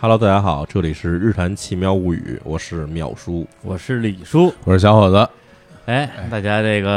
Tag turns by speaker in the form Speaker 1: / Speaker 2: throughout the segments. Speaker 1: Hello，大家好，这里是《日谈奇妙物语》，我是淼叔。
Speaker 2: 我是李叔，
Speaker 3: 我是小伙子，
Speaker 2: 哎，大家这个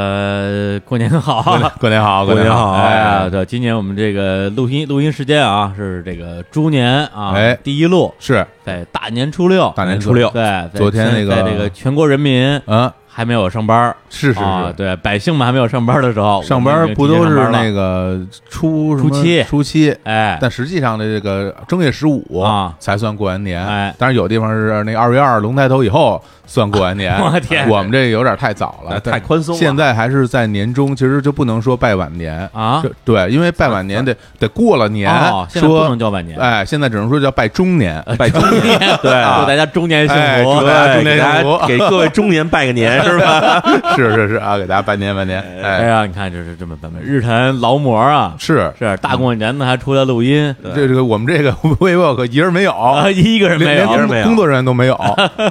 Speaker 2: 呃过年好
Speaker 3: 过年
Speaker 2: 啊！
Speaker 3: 过年好，
Speaker 1: 过年
Speaker 3: 年
Speaker 1: 好
Speaker 2: 哎呀，
Speaker 3: 哎，
Speaker 2: 对，今年我们这个录音录音时间啊，是这个猪年啊，
Speaker 3: 哎
Speaker 2: 第一录
Speaker 3: 是
Speaker 2: 在大年初六，哎
Speaker 3: 大年
Speaker 1: 初
Speaker 3: 初
Speaker 1: 六
Speaker 2: 对，在
Speaker 3: 昨天那个
Speaker 2: 在这个全国人民
Speaker 3: 啊，
Speaker 2: 还没有上班儿
Speaker 3: 是是
Speaker 2: 啊，
Speaker 3: 是，
Speaker 2: 对，百姓们还没有上班的时候，
Speaker 3: 上
Speaker 2: 我们
Speaker 3: 班
Speaker 2: 已经
Speaker 3: 不
Speaker 2: 提前
Speaker 3: 都
Speaker 2: 上班
Speaker 3: 是
Speaker 2: 了
Speaker 3: 那个初什
Speaker 2: 初
Speaker 3: 么
Speaker 2: 七
Speaker 3: 初七，
Speaker 2: 哎，
Speaker 3: 但实际上的这个正月十五
Speaker 2: 啊
Speaker 3: 才算过完年，
Speaker 2: 哎，
Speaker 3: 当然有地方是那二月二龙抬头以后算过完年
Speaker 2: 我天
Speaker 3: 我们这有点太早了，
Speaker 1: 太宽松了，
Speaker 3: 现在还是在年中，其实就不能说拜晚年。
Speaker 2: 啊，
Speaker 3: 这对，因为拜晚年得得过了年
Speaker 2: 哦，，现在不能
Speaker 3: 说
Speaker 2: 叫晚年，
Speaker 3: 哎，现在只能说叫拜中年，
Speaker 1: 拜中年，
Speaker 2: 对，祝大家中年幸
Speaker 3: 哎
Speaker 2: 福
Speaker 3: 祝，大
Speaker 1: 对
Speaker 3: 家中年
Speaker 1: 给大
Speaker 3: 幸
Speaker 1: 家
Speaker 3: 福
Speaker 1: 给各位中年拜个 年，是吧？
Speaker 3: 是是是啊，给大家拜年拜年，
Speaker 2: 哎
Speaker 3: 哎，
Speaker 2: 呀，你看这是这么咱们日坛劳模啊，
Speaker 3: 是
Speaker 2: 是大过年的还出来录音
Speaker 1: 对
Speaker 3: 这这个我们这个 WeWork 一人没有，
Speaker 2: 啊，一个人没
Speaker 3: 连
Speaker 2: 有
Speaker 1: 一人
Speaker 3: 连
Speaker 1: 没有
Speaker 3: 工工作人员都没有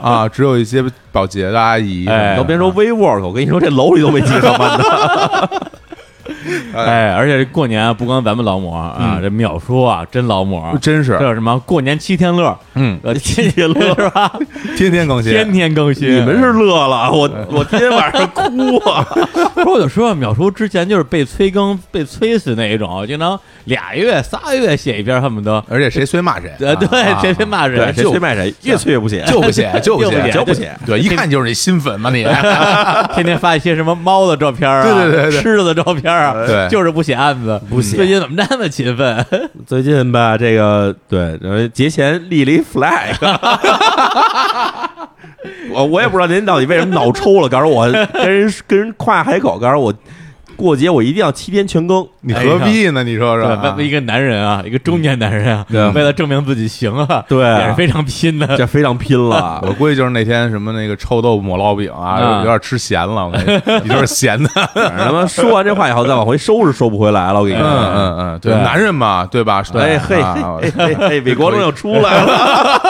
Speaker 3: 啊，只有一些保洁的阿姨。
Speaker 2: 哎
Speaker 1: 都别说 WeWork，我跟你说，这楼里都没几个上班 的。
Speaker 2: 哎，而且这过年啊不光咱们劳模啊，这淼叔啊真劳模，
Speaker 3: 真是
Speaker 2: 这，有什么过年七天乐，
Speaker 3: 嗯，
Speaker 2: 呃，天天乐是吧？
Speaker 3: 天天更新，
Speaker 2: 天天更新。
Speaker 1: 你们是乐了，我我今天晚上哭 啊！
Speaker 2: 不是我就说淼叔之前就是被催更、被催死那一种，经常俩月、仨月写一篇，恨不得
Speaker 3: 而且谁催骂谁，
Speaker 2: 呃，对，
Speaker 3: 啊
Speaker 2: 谁谁 骂
Speaker 1: 对，
Speaker 2: 谁，
Speaker 1: 谁催卖谁，越催越不写，
Speaker 3: 就不写，就不写，
Speaker 1: 就不写。
Speaker 3: 对，一看就是你新粉嘛你。
Speaker 2: 天天发一些什么猫的照片啊，
Speaker 3: 对对对对
Speaker 2: 吃的的照片啊，
Speaker 3: 对
Speaker 2: 就是不写案子，
Speaker 1: 不写
Speaker 2: 最近怎么这么勤奋？
Speaker 1: 最近吧，这个对，然后节前立了一 flag，我我也不知道您到底为什么脑抽了，告诉我跟人跟人夸海口，告诉我过节我一定要七天全更，
Speaker 3: 你何必呢？你说说
Speaker 2: 对，
Speaker 3: 啊
Speaker 2: 为，一个男人啊，一个中年男人啊，为了证明自己行啊，
Speaker 1: 对啊
Speaker 2: 也是非常拼的。
Speaker 1: 这非常拼了。
Speaker 3: 啊我估计就是那天什么那个臭豆腐抹烙饼
Speaker 2: 嗯
Speaker 3: 啊，有点吃咸了。我跟你说，你就是咸的。
Speaker 1: 反正他妈说完这话以后，再往回收是收不回来了。我跟你
Speaker 3: 嗯
Speaker 1: 说，
Speaker 3: 嗯嗯，对，
Speaker 2: 对
Speaker 3: 男人嘛，对吧？
Speaker 1: 哎嘿
Speaker 3: 啊
Speaker 1: 嘿嘿嘿，伟国中又出来了。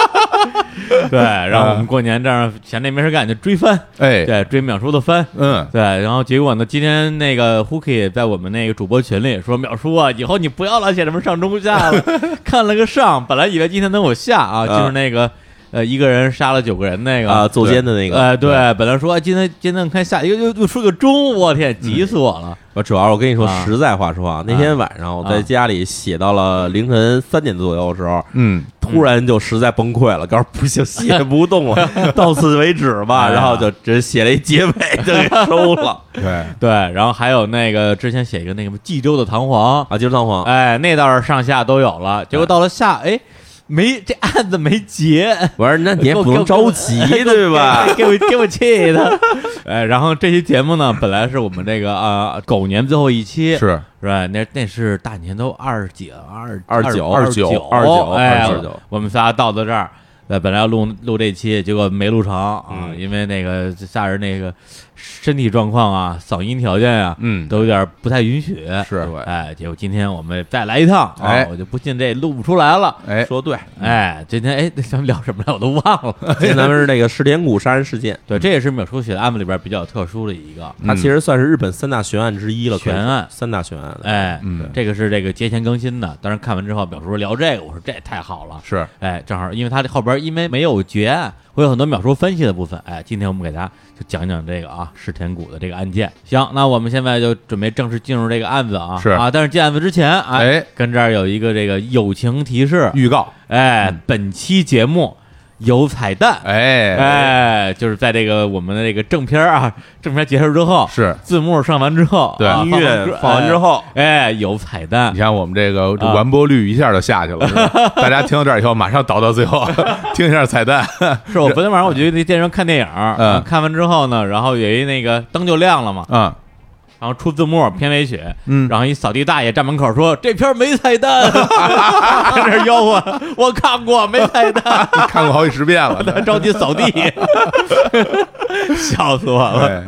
Speaker 2: 对，然后我们过年这样闲着没事干就追番，
Speaker 3: 哎，
Speaker 2: 对，追秒叔的番。
Speaker 3: 嗯，
Speaker 2: 对，然后结果呢？今天那个 Hooky 也在我们那个主播群里说，淼叔啊，以后你不要老写什么上中下了，看了个上，本来以为今天能有下啊，
Speaker 1: 啊
Speaker 2: 就是那个呃一个人杀了九个人那个
Speaker 1: 啊，坐监的那个，
Speaker 2: 哎，对，本来说今天今天看下一个又又出个中，我天，急死我了！
Speaker 1: 我主要我跟你说
Speaker 2: 啊
Speaker 1: 实在话说啊，那天晚上我在家里写到了凌晨三点左右的时候，
Speaker 3: 嗯，
Speaker 1: 突然就实在崩溃
Speaker 2: 嗯
Speaker 1: 了，告诉不行，写不动 了，到此为止吧。
Speaker 2: 哎呀
Speaker 1: 然后就只写了一结尾就给收 了
Speaker 3: 对，
Speaker 2: 对，然后还有那个之前写一个那个什么冀州的弹簧，
Speaker 1: 啊，今儿仓皇。
Speaker 2: 哎，那倒是上下都有了，结果到了下，哎，没这案子没结。
Speaker 1: 我说那你也不能着 急，对吧？
Speaker 2: 给我给我气的， 哎，然后这期节目呢，本来是我们这个啊、狗年最后一期，
Speaker 3: 是
Speaker 2: 是吧？那那是大年都二几了，二
Speaker 1: 二
Speaker 2: 九
Speaker 1: 九
Speaker 2: 二
Speaker 1: 二九
Speaker 2: 哎，
Speaker 1: 二九
Speaker 2: 我们仨到到这儿，呃，本来要录录这期，结果没录成啊，
Speaker 1: 嗯
Speaker 2: 因为那个夏日那个身体状况啊，嗓音条件啊，
Speaker 3: 嗯
Speaker 2: 都有点不太允许。
Speaker 3: 是，
Speaker 2: 哎，结果今天我们再来一趟啊，
Speaker 3: 哎
Speaker 2: 我就不信这录不出来了。
Speaker 3: 哎，
Speaker 1: 说对，
Speaker 2: 哎，今天哎，咱们聊什么来我都忘了。
Speaker 1: 今天咱们是那个石田谷杀人事件，
Speaker 2: 对，这也是淼叔写的案子里边比较特殊的一个。
Speaker 1: 它其实算是日本三大悬案之一了，可以说
Speaker 2: 嗯悬案
Speaker 1: 三大悬案了。
Speaker 2: 哎，
Speaker 3: 嗯
Speaker 2: 这个是这个节前更新的。当然看完之后，淼叔说聊这个，我说这太好了。
Speaker 3: 是
Speaker 2: 哎，正好，因为他这后边因为没有结案，会有很多秒数分析的部分。哎，今天我们给大家就讲讲这个啊，石田谷的这个案件。行，那我们现在就准备正式进入这个案子啊。
Speaker 3: 是
Speaker 2: 啊，但是进案子之前，哎，
Speaker 3: 哎嗯
Speaker 2: 跟这儿有一个这个友情提示，
Speaker 3: 预告，
Speaker 2: 哎，本期节目有彩蛋。
Speaker 3: 哎
Speaker 2: 哎，就是在这个我们的这个正片儿啊， 正片儿结束之后，
Speaker 3: 是
Speaker 2: 字幕上完之后，
Speaker 3: 对
Speaker 2: 啊
Speaker 1: 音乐放完之，后，
Speaker 2: 哎哎，有彩蛋
Speaker 3: 你，看我们这个这
Speaker 2: 啊
Speaker 3: 完播率一下就下去了，是吧大家听到这儿以后马上倒到最后，听一下彩蛋，
Speaker 2: 是我昨天晚上我去那电影院看电影儿，
Speaker 3: 嗯
Speaker 2: 看完之后呢，然后有一那个灯就亮了嘛，
Speaker 3: 嗯，
Speaker 2: 然后出字幕片尾曲，
Speaker 3: 嗯
Speaker 2: 然后一扫地大爷站门口说这片儿没彩蛋，在 这儿吆喝，我看过没彩蛋，
Speaker 3: 看过好几十遍 了，对
Speaker 2: 着急扫地，笑死我了。
Speaker 3: 哎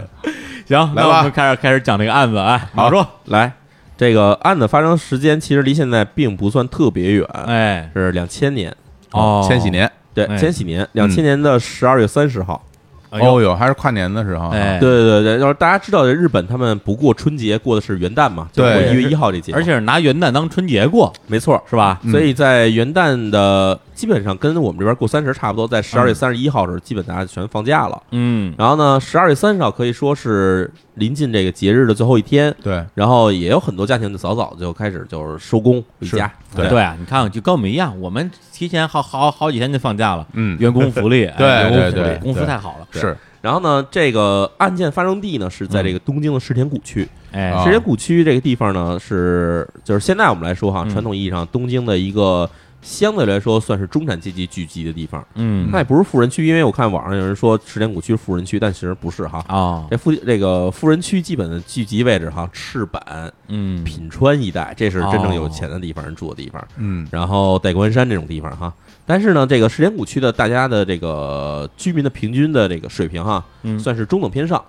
Speaker 2: 行，
Speaker 3: 来
Speaker 2: 那我
Speaker 3: 吧
Speaker 2: 们开始开始讲这个案子啊，
Speaker 3: 好
Speaker 2: 马叔，
Speaker 1: 来，这个案子发生时间其实离现在并不算特别远，
Speaker 2: 哎，
Speaker 1: 是两千年，
Speaker 2: 哦，
Speaker 3: 千禧，年，
Speaker 1: 对，
Speaker 2: 哎
Speaker 1: 千禧年，两千年的十二月三十号。
Speaker 2: 哎呦
Speaker 3: 哦哟，还是跨年的时候，啊
Speaker 2: 哎，
Speaker 1: 对对对，要是大家知道，日本他们不过春节，过的是元旦嘛，就
Speaker 3: 对
Speaker 1: 过一月一号这节，
Speaker 2: 而且是拿元旦当春节过，
Speaker 1: 没错，
Speaker 2: 是吧？
Speaker 3: 嗯
Speaker 1: 所以在元旦的基本上跟我们这边过三十差不多，在十二月三十一号的时候，基本大家全放假了。
Speaker 2: 嗯
Speaker 1: 然后呢，十二月三十号可以说是临近这个节日的最后一天，
Speaker 3: 对，
Speaker 1: 然后也有很多家庭就早早就开始就是收工回
Speaker 3: 是
Speaker 1: 家。
Speaker 3: 对
Speaker 2: 对啊，你看，就跟我们一样，我们提前好好好几天就放假了。
Speaker 3: 嗯，
Speaker 2: 员工福 利，哎
Speaker 3: 对
Speaker 2: 员工
Speaker 3: 对
Speaker 2: 福利
Speaker 3: 对
Speaker 2: 公司
Speaker 3: 对
Speaker 2: 太好了，
Speaker 3: 是
Speaker 1: 然后呢，这个案件发生地呢是在
Speaker 3: 嗯
Speaker 1: 这个东京的世田谷区。
Speaker 2: 哎，
Speaker 3: 啊
Speaker 1: 世田谷区这个地方呢是就是现在我们来说哈，
Speaker 2: 嗯
Speaker 1: 传统意义上东京的一个相对来说算是中产阶级聚集的地方。
Speaker 2: 嗯
Speaker 1: 它也不是富人区，因为我看网上有人说世田谷区是富人区，但其实不是哈。
Speaker 2: 啊，
Speaker 1: 这富这个富人区基本的聚集位置哈，赤坂、
Speaker 2: 嗯，哦
Speaker 1: 品川一带，这是真正有钱的地方人住的地方。
Speaker 3: 嗯
Speaker 1: 然后代官山这种地方哈，但是呢，这个石田谷区的大家的这个居民的平均的这个水平哈，
Speaker 2: 嗯
Speaker 1: 算是中等偏上，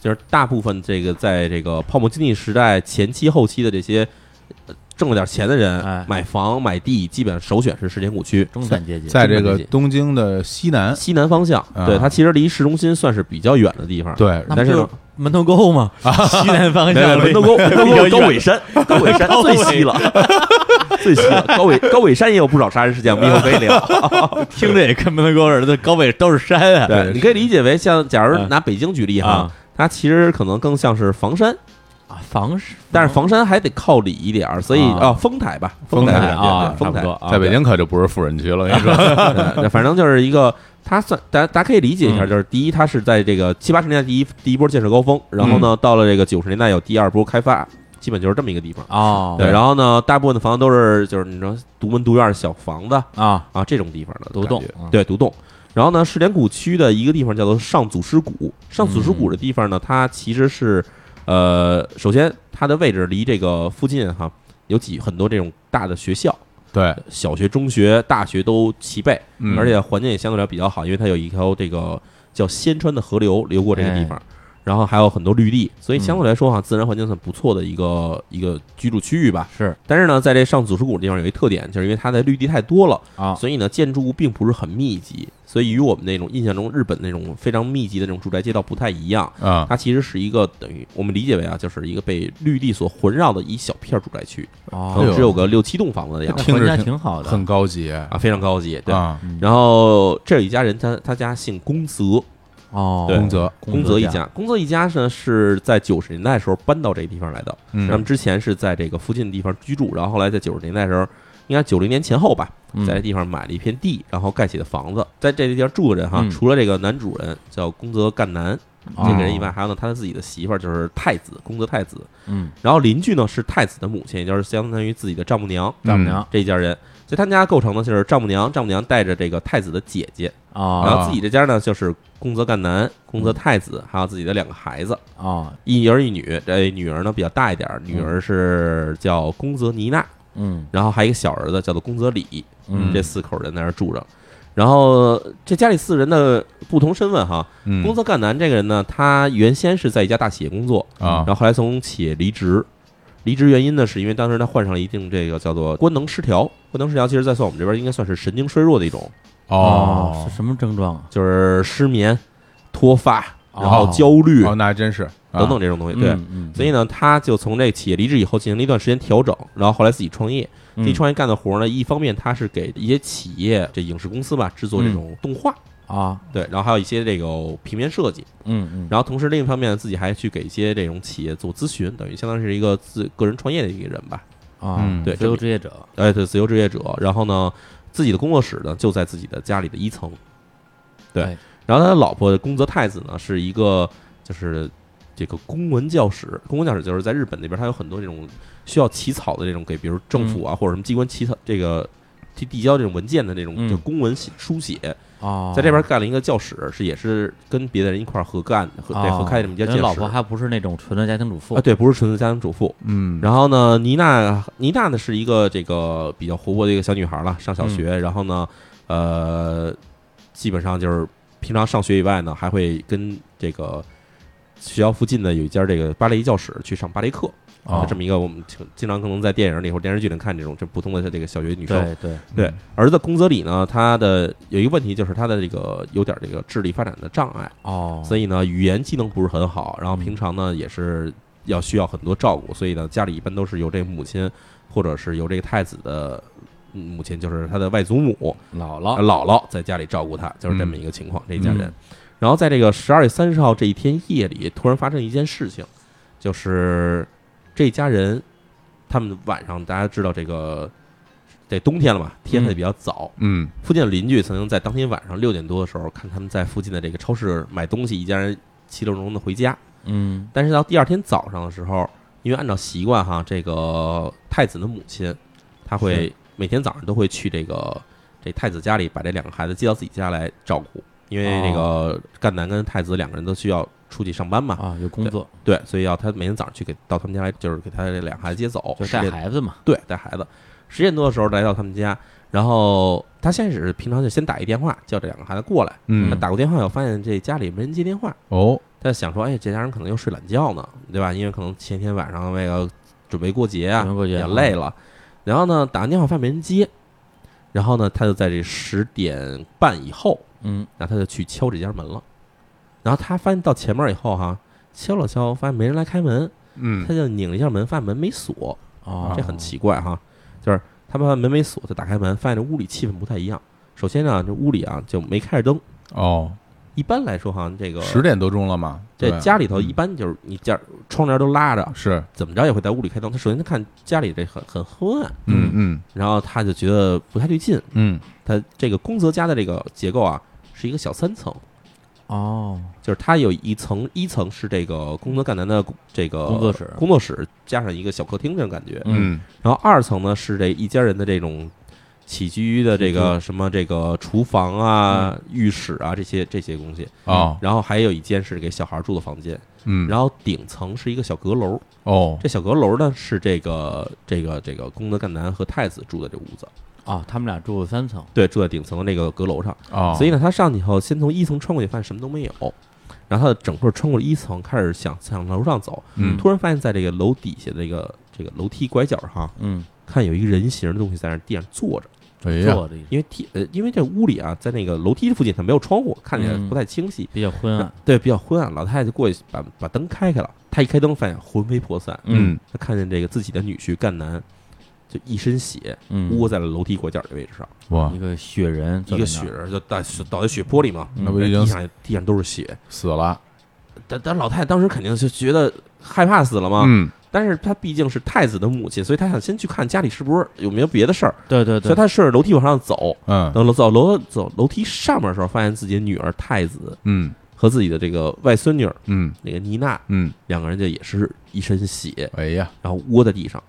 Speaker 1: 就是大部分这个在这个泡沫经济时代前期后期的这些呃挣了点钱的人，
Speaker 2: 哎
Speaker 1: 买房买地，基本首选是石田谷区
Speaker 2: 中产阶级，
Speaker 3: 在这
Speaker 1: 中产
Speaker 3: 个
Speaker 1: 阶级
Speaker 3: 东京的西南，
Speaker 1: 西南方向。
Speaker 3: 啊
Speaker 1: 对，它其实离市中心算是比较远的地方。，
Speaker 3: 对
Speaker 2: 那不
Speaker 1: 但是呢
Speaker 2: 就门头沟 嘛，西南方向，
Speaker 1: 啊门头 沟门头沟高尾山，高尾山最西了，最西了。高尾高尾山也有不少杀人事件，我们一会儿可以聊。
Speaker 2: 听着也跟门头沟似的， 高尾都是山 啊，
Speaker 1: 对，你可以理解为像，假如拿北京举例哈
Speaker 2: 嗯啊，
Speaker 1: 它其实可能更像是房山，
Speaker 2: 啊，房是，
Speaker 1: 但是房山还得靠里一点儿，所以
Speaker 2: 啊
Speaker 1: 啊，丰台吧，
Speaker 3: 丰
Speaker 1: 台
Speaker 3: 台
Speaker 1: 对
Speaker 2: 啊，
Speaker 1: 对
Speaker 2: 差
Speaker 1: 丰
Speaker 2: 不
Speaker 1: 台
Speaker 2: 多，啊，
Speaker 3: 在北京可就不是富人区了，我跟你说，
Speaker 1: 对那反正就是一个，它算大家大家可以理解一下，
Speaker 2: 嗯
Speaker 1: 就是第一，它是在这个七八十年代第一第一波建设高峰，然后呢，
Speaker 2: 嗯
Speaker 1: 到了这个九十年代有第二波开发，基本就是这么一个地方。
Speaker 2: 哦，
Speaker 1: 对，然后呢，大部分的房子都是就是你说独门独院儿小房子
Speaker 2: 啊，
Speaker 1: 啊这种地方的
Speaker 2: 独栋
Speaker 1: 感觉，
Speaker 2: 嗯
Speaker 1: 对独栋。然后呢，世田谷区的一个地方叫做上祖师谷。上祖师
Speaker 2: 嗯
Speaker 1: 谷的地方呢，它其实是，呃，首先它的位置离这个附近哈有几很多这种大的学校，
Speaker 3: 对，
Speaker 1: 小学、中学、大学都齐备，
Speaker 3: 嗯
Speaker 1: 而且环境也相对来说比较好，因为它有一条这个叫仙川的河流流过这
Speaker 2: 哎
Speaker 1: 个地方，然后还有很多绿地，所
Speaker 2: 嗯
Speaker 1: 以相对来说哈，自然环境算不错的一个一个居住区域吧。
Speaker 2: 是
Speaker 1: 但是呢，在这上祖师谷的地方有一特点，就是因为它的绿地太多了，
Speaker 2: 啊，
Speaker 1: 所以呢建筑物并不是很密集，所以与我们那种印象中日本那种非常密集的那种住宅街道不太一样。
Speaker 3: 啊，
Speaker 1: 它其实是一个等于我们理解为啊，就是一个被绿地所环绕的一小片住宅区，可
Speaker 3: 哎
Speaker 1: 能
Speaker 3: 呦
Speaker 1: 只有个六七栋房子的样
Speaker 2: 哦那
Speaker 1: 子
Speaker 3: 听着
Speaker 2: 环家
Speaker 3: 挺
Speaker 2: 挺好的，
Speaker 3: 很高级
Speaker 1: 啊，非常高级。对，
Speaker 3: 啊，
Speaker 2: 嗯
Speaker 1: 然后这有一家人，他他家姓宫泽，
Speaker 2: 哦，
Speaker 1: 对
Speaker 3: 宫泽，
Speaker 1: 宫泽一，家，宫泽一家呢是在九十年代的时候搬到这个地方来的。他们
Speaker 3: 嗯
Speaker 1: 之前是在这个附近的地方居住，然后后来在九十年代的时候，应该九零年前后吧，
Speaker 2: 嗯
Speaker 1: 在这地方买了一片地，然后盖起的房子。在这个地方住的人哈
Speaker 2: 嗯，
Speaker 1: 除了这个男主人叫宫泽干男
Speaker 2: 哦
Speaker 1: 这个人以外，还有呢他自己的媳妇儿就是太子宫泽太子，
Speaker 2: 嗯，
Speaker 1: 然后邻居呢是太子的母亲，也就是相当于自己的丈母娘
Speaker 2: 丈母娘
Speaker 1: 这一家人。所以他们家构成的就是丈母娘，丈母娘带着这个太子的姐姐，然
Speaker 2: 啊
Speaker 1: 后自己这家呢就是宫泽干男、宫
Speaker 2: 嗯
Speaker 1: 泽太子，还有自己的两个孩子。
Speaker 2: 啊，
Speaker 1: 一儿一女，这女儿呢比较大一点儿，女儿是叫宫泽妮娜，
Speaker 2: 嗯
Speaker 1: 然后还有一个小儿子叫做宫泽里，
Speaker 2: 嗯，
Speaker 1: 这四口人在那儿住着。然后这家里四人的不同身份哈，
Speaker 3: 嗯
Speaker 1: 宫泽干男这个人呢，他原先是在一家大企业工作，
Speaker 3: 啊
Speaker 1: 然后后来从企业离职，离职原因呢是因为当时他患上了一定这个叫做官能失调，官能失调其实在算我们这边应该算是神经衰弱的一种，
Speaker 2: 哦，
Speaker 3: 哦
Speaker 2: 是什么症状啊？
Speaker 1: 就是失眠、脱发，然后
Speaker 2: 哦
Speaker 1: 焦虑
Speaker 3: 哦，那还真是啊
Speaker 1: 等等这种东西，对。
Speaker 2: 嗯，
Speaker 1: 所以呢，他就从这个企业离职以后进行了一段时间调整，然后后来自己创业。
Speaker 2: 嗯
Speaker 1: 自己创业干的活呢，一方面他是给一些企业这影视公司吧制作这种动画，
Speaker 2: 啊，
Speaker 1: 对，然后还有一些这个平面设计，
Speaker 2: 嗯嗯，
Speaker 1: 然后同时另一方面自己还去给一些这种企业做咨询，等于相当于是一个自个人创业的一个人吧，
Speaker 2: 啊，
Speaker 3: 嗯
Speaker 1: 对
Speaker 2: 自由职业者，
Speaker 1: 哎，对，自由职业者。然后呢，自己的工作室呢就在自己的家里的一层，对
Speaker 2: 哎。
Speaker 1: 然后他的老婆宫泽太子呢是一个就是这个公文教室，公文教室就是在日本那边，它有很多这种需要起草的这种给，比如政府
Speaker 2: 嗯
Speaker 1: 啊、或者什么机关起草这个。递递交这种文件的那种，
Speaker 2: 嗯
Speaker 1: 就公文写书写，
Speaker 2: 哦，
Speaker 1: 在这边干了一个教室，是也是跟别的人一块儿合干、合对合开的这么一家
Speaker 2: 哦
Speaker 1: 教
Speaker 2: 人
Speaker 1: 室。
Speaker 2: 老婆还不是那种纯的家庭主妇
Speaker 1: 啊，对，不是纯粹家庭主妇，
Speaker 3: 嗯，
Speaker 1: 然后呢，妮娜妮娜呢是一个这个比较活泼的一个小女孩了，上小学，然后呢，呃，基本上就是平常上学以外呢，还会跟这个学校附近的有一家这个芭蕾教室去上芭蕾课，
Speaker 3: 哦
Speaker 1: 这么一个我们经经常可能在电影里或者电视剧里看这种这普通的这个小学女生。
Speaker 2: 对对，
Speaker 1: 对，儿子宫泽里呢，他的有一个问题就是他的这个有点这个智力发展的障碍，
Speaker 2: 哦，
Speaker 1: 所以呢，语言技能不是很好，然后
Speaker 2: 嗯
Speaker 1: 平常呢也是要需要很多照顾，所以呢，家里一般都是由这母亲或者是由这个太子的母亲就是他的外祖母
Speaker 2: 姥
Speaker 1: 呃
Speaker 2: 姥，
Speaker 1: 姥姥在家里照顾他，就是这么一个情况，这一家人。然后在这个十二月三十号这一天夜里，突然发生一件事情，就是这家人他们晚上大家知道这个这冬天了嘛，天黑的比较早，
Speaker 3: 嗯
Speaker 1: 附近的邻居曾经在当天晚上六点多的时候，看他们在附近的这个超市买东西，一家人其乐融融的回家。
Speaker 2: 嗯
Speaker 1: 但是到第二天早上的时候，因为按照习惯哈，这个太子的母亲，她会每天早上都会去这个这太子家里，把这两个孩子接到自己家来照顾，因为这个赣南跟太子两个人都需要出去上班嘛，
Speaker 2: 啊，有工作
Speaker 1: 对，所以要他每天早上去给到他们家来，就是给他这两个孩子接走，
Speaker 2: 就
Speaker 1: 十
Speaker 2: 带
Speaker 1: 点
Speaker 2: 孩子嘛，
Speaker 1: 对，带孩子。十点多的时候来到他们家，然后他先开始平常就先打一电话叫这两个孩子过来。他
Speaker 3: 嗯
Speaker 1: 打过电话以后，发现这家里没人接电话，
Speaker 3: 哦
Speaker 1: 他想说，哎，这家人可能又睡懒觉呢，对吧？因为可能前天晚上那个准备过节啊
Speaker 2: 准备，过节
Speaker 1: 也
Speaker 2: 啊
Speaker 1: 累了。然后呢，打完电话发现没人接，然后呢，他就在这十点半以后，
Speaker 2: 嗯
Speaker 1: 然后他就去敲这家门了。然后他发现到前面以后哈、敲了敲，发现没人来开门，
Speaker 3: 嗯
Speaker 1: 他就拧了一下门，发现门没锁。
Speaker 3: 啊
Speaker 2: 哦，
Speaker 1: 啊这很奇怪哈，就是他们把门没锁，他打开门，发现这屋里气氛不太一样。首先呢，这屋里啊就没开着灯。
Speaker 3: 哦，
Speaker 1: 一般来说，哈，这个
Speaker 3: 十点多钟了嘛，
Speaker 1: 这
Speaker 3: 对嗯
Speaker 1: 家里头一般就是你家窗帘都拉着，
Speaker 3: 是
Speaker 1: 怎么着也会在屋里开灯。他首先他看家里这很很昏暗，
Speaker 3: 嗯嗯
Speaker 1: 然后他就觉得不太对劲。
Speaker 3: 嗯
Speaker 1: 他这个宫泽家的这个结构啊，是一个小三层，
Speaker 2: 哦，
Speaker 1: 就是它有一层，一层是这个宫泽干男的这个
Speaker 2: 工作室
Speaker 1: 工作室加上一个小客厅这种感觉，
Speaker 3: 嗯
Speaker 1: 然后二层呢是这一家人的这种起居的这个什么这个厨房啊、浴室啊这些这些东西，
Speaker 3: 哦
Speaker 1: 然后还有一间是给小孩住的房间，
Speaker 3: 嗯
Speaker 1: 然后顶层是一个小阁楼，
Speaker 3: 哦
Speaker 1: 这小阁楼呢是这个这个这个功德干男和太子住的这屋子，
Speaker 2: 啊，他们俩住三层，
Speaker 1: 对，住在顶层的那个阁楼上，
Speaker 3: 哦，
Speaker 1: 所以呢他上去以后，先从一层穿过去，发现什么都没有。然后他整个穿过一层，开始想向楼上走，
Speaker 3: 嗯
Speaker 1: 突然发现，在这个楼底下的这个这个楼梯拐角上，
Speaker 2: 嗯，
Speaker 1: 看有一个人形的东西在那地上坐着。
Speaker 3: 哎呀
Speaker 2: 坐着也是
Speaker 1: 因为梯呃，因为这屋里啊，在那个楼梯附近它没有窗户，看起来
Speaker 2: 嗯
Speaker 1: 不太清晰，
Speaker 2: 比较昏
Speaker 3: 嗯
Speaker 2: 暗，
Speaker 1: 对，比较昏暗。老太太就过去把把灯开开了，她一开灯发现魂飞魄散，
Speaker 3: 嗯
Speaker 1: 她看见这个自己的女婿赣南就一身血，
Speaker 2: 嗯，
Speaker 1: 窝在了楼梯拐角的位置上，
Speaker 3: 哇
Speaker 2: 一个雪人，
Speaker 1: 啊一个血，人就倒倒在血泊里嘛，
Speaker 3: 嗯那不已
Speaker 1: 地
Speaker 3: 经
Speaker 1: 上地上都是血。
Speaker 3: 死了
Speaker 1: 但但老太太当时肯定就觉得害怕死了嘛，
Speaker 3: 嗯
Speaker 1: 但是她毕竟是太子的母亲，所以她想先去看家里是不是有没有别的事儿，
Speaker 2: 对对
Speaker 1: 所以
Speaker 2: 对，
Speaker 1: 她顺着楼梯往上走，
Speaker 3: 嗯
Speaker 1: 等楼走楼走楼梯上面的时候，发现自己的女儿太子
Speaker 3: 嗯
Speaker 1: 和自己的这个外孙女儿
Speaker 3: 嗯
Speaker 1: 那个妮娜
Speaker 3: 嗯，
Speaker 1: 两个人就也是一身血，
Speaker 3: 哎呀，
Speaker 1: 然后窝在地上，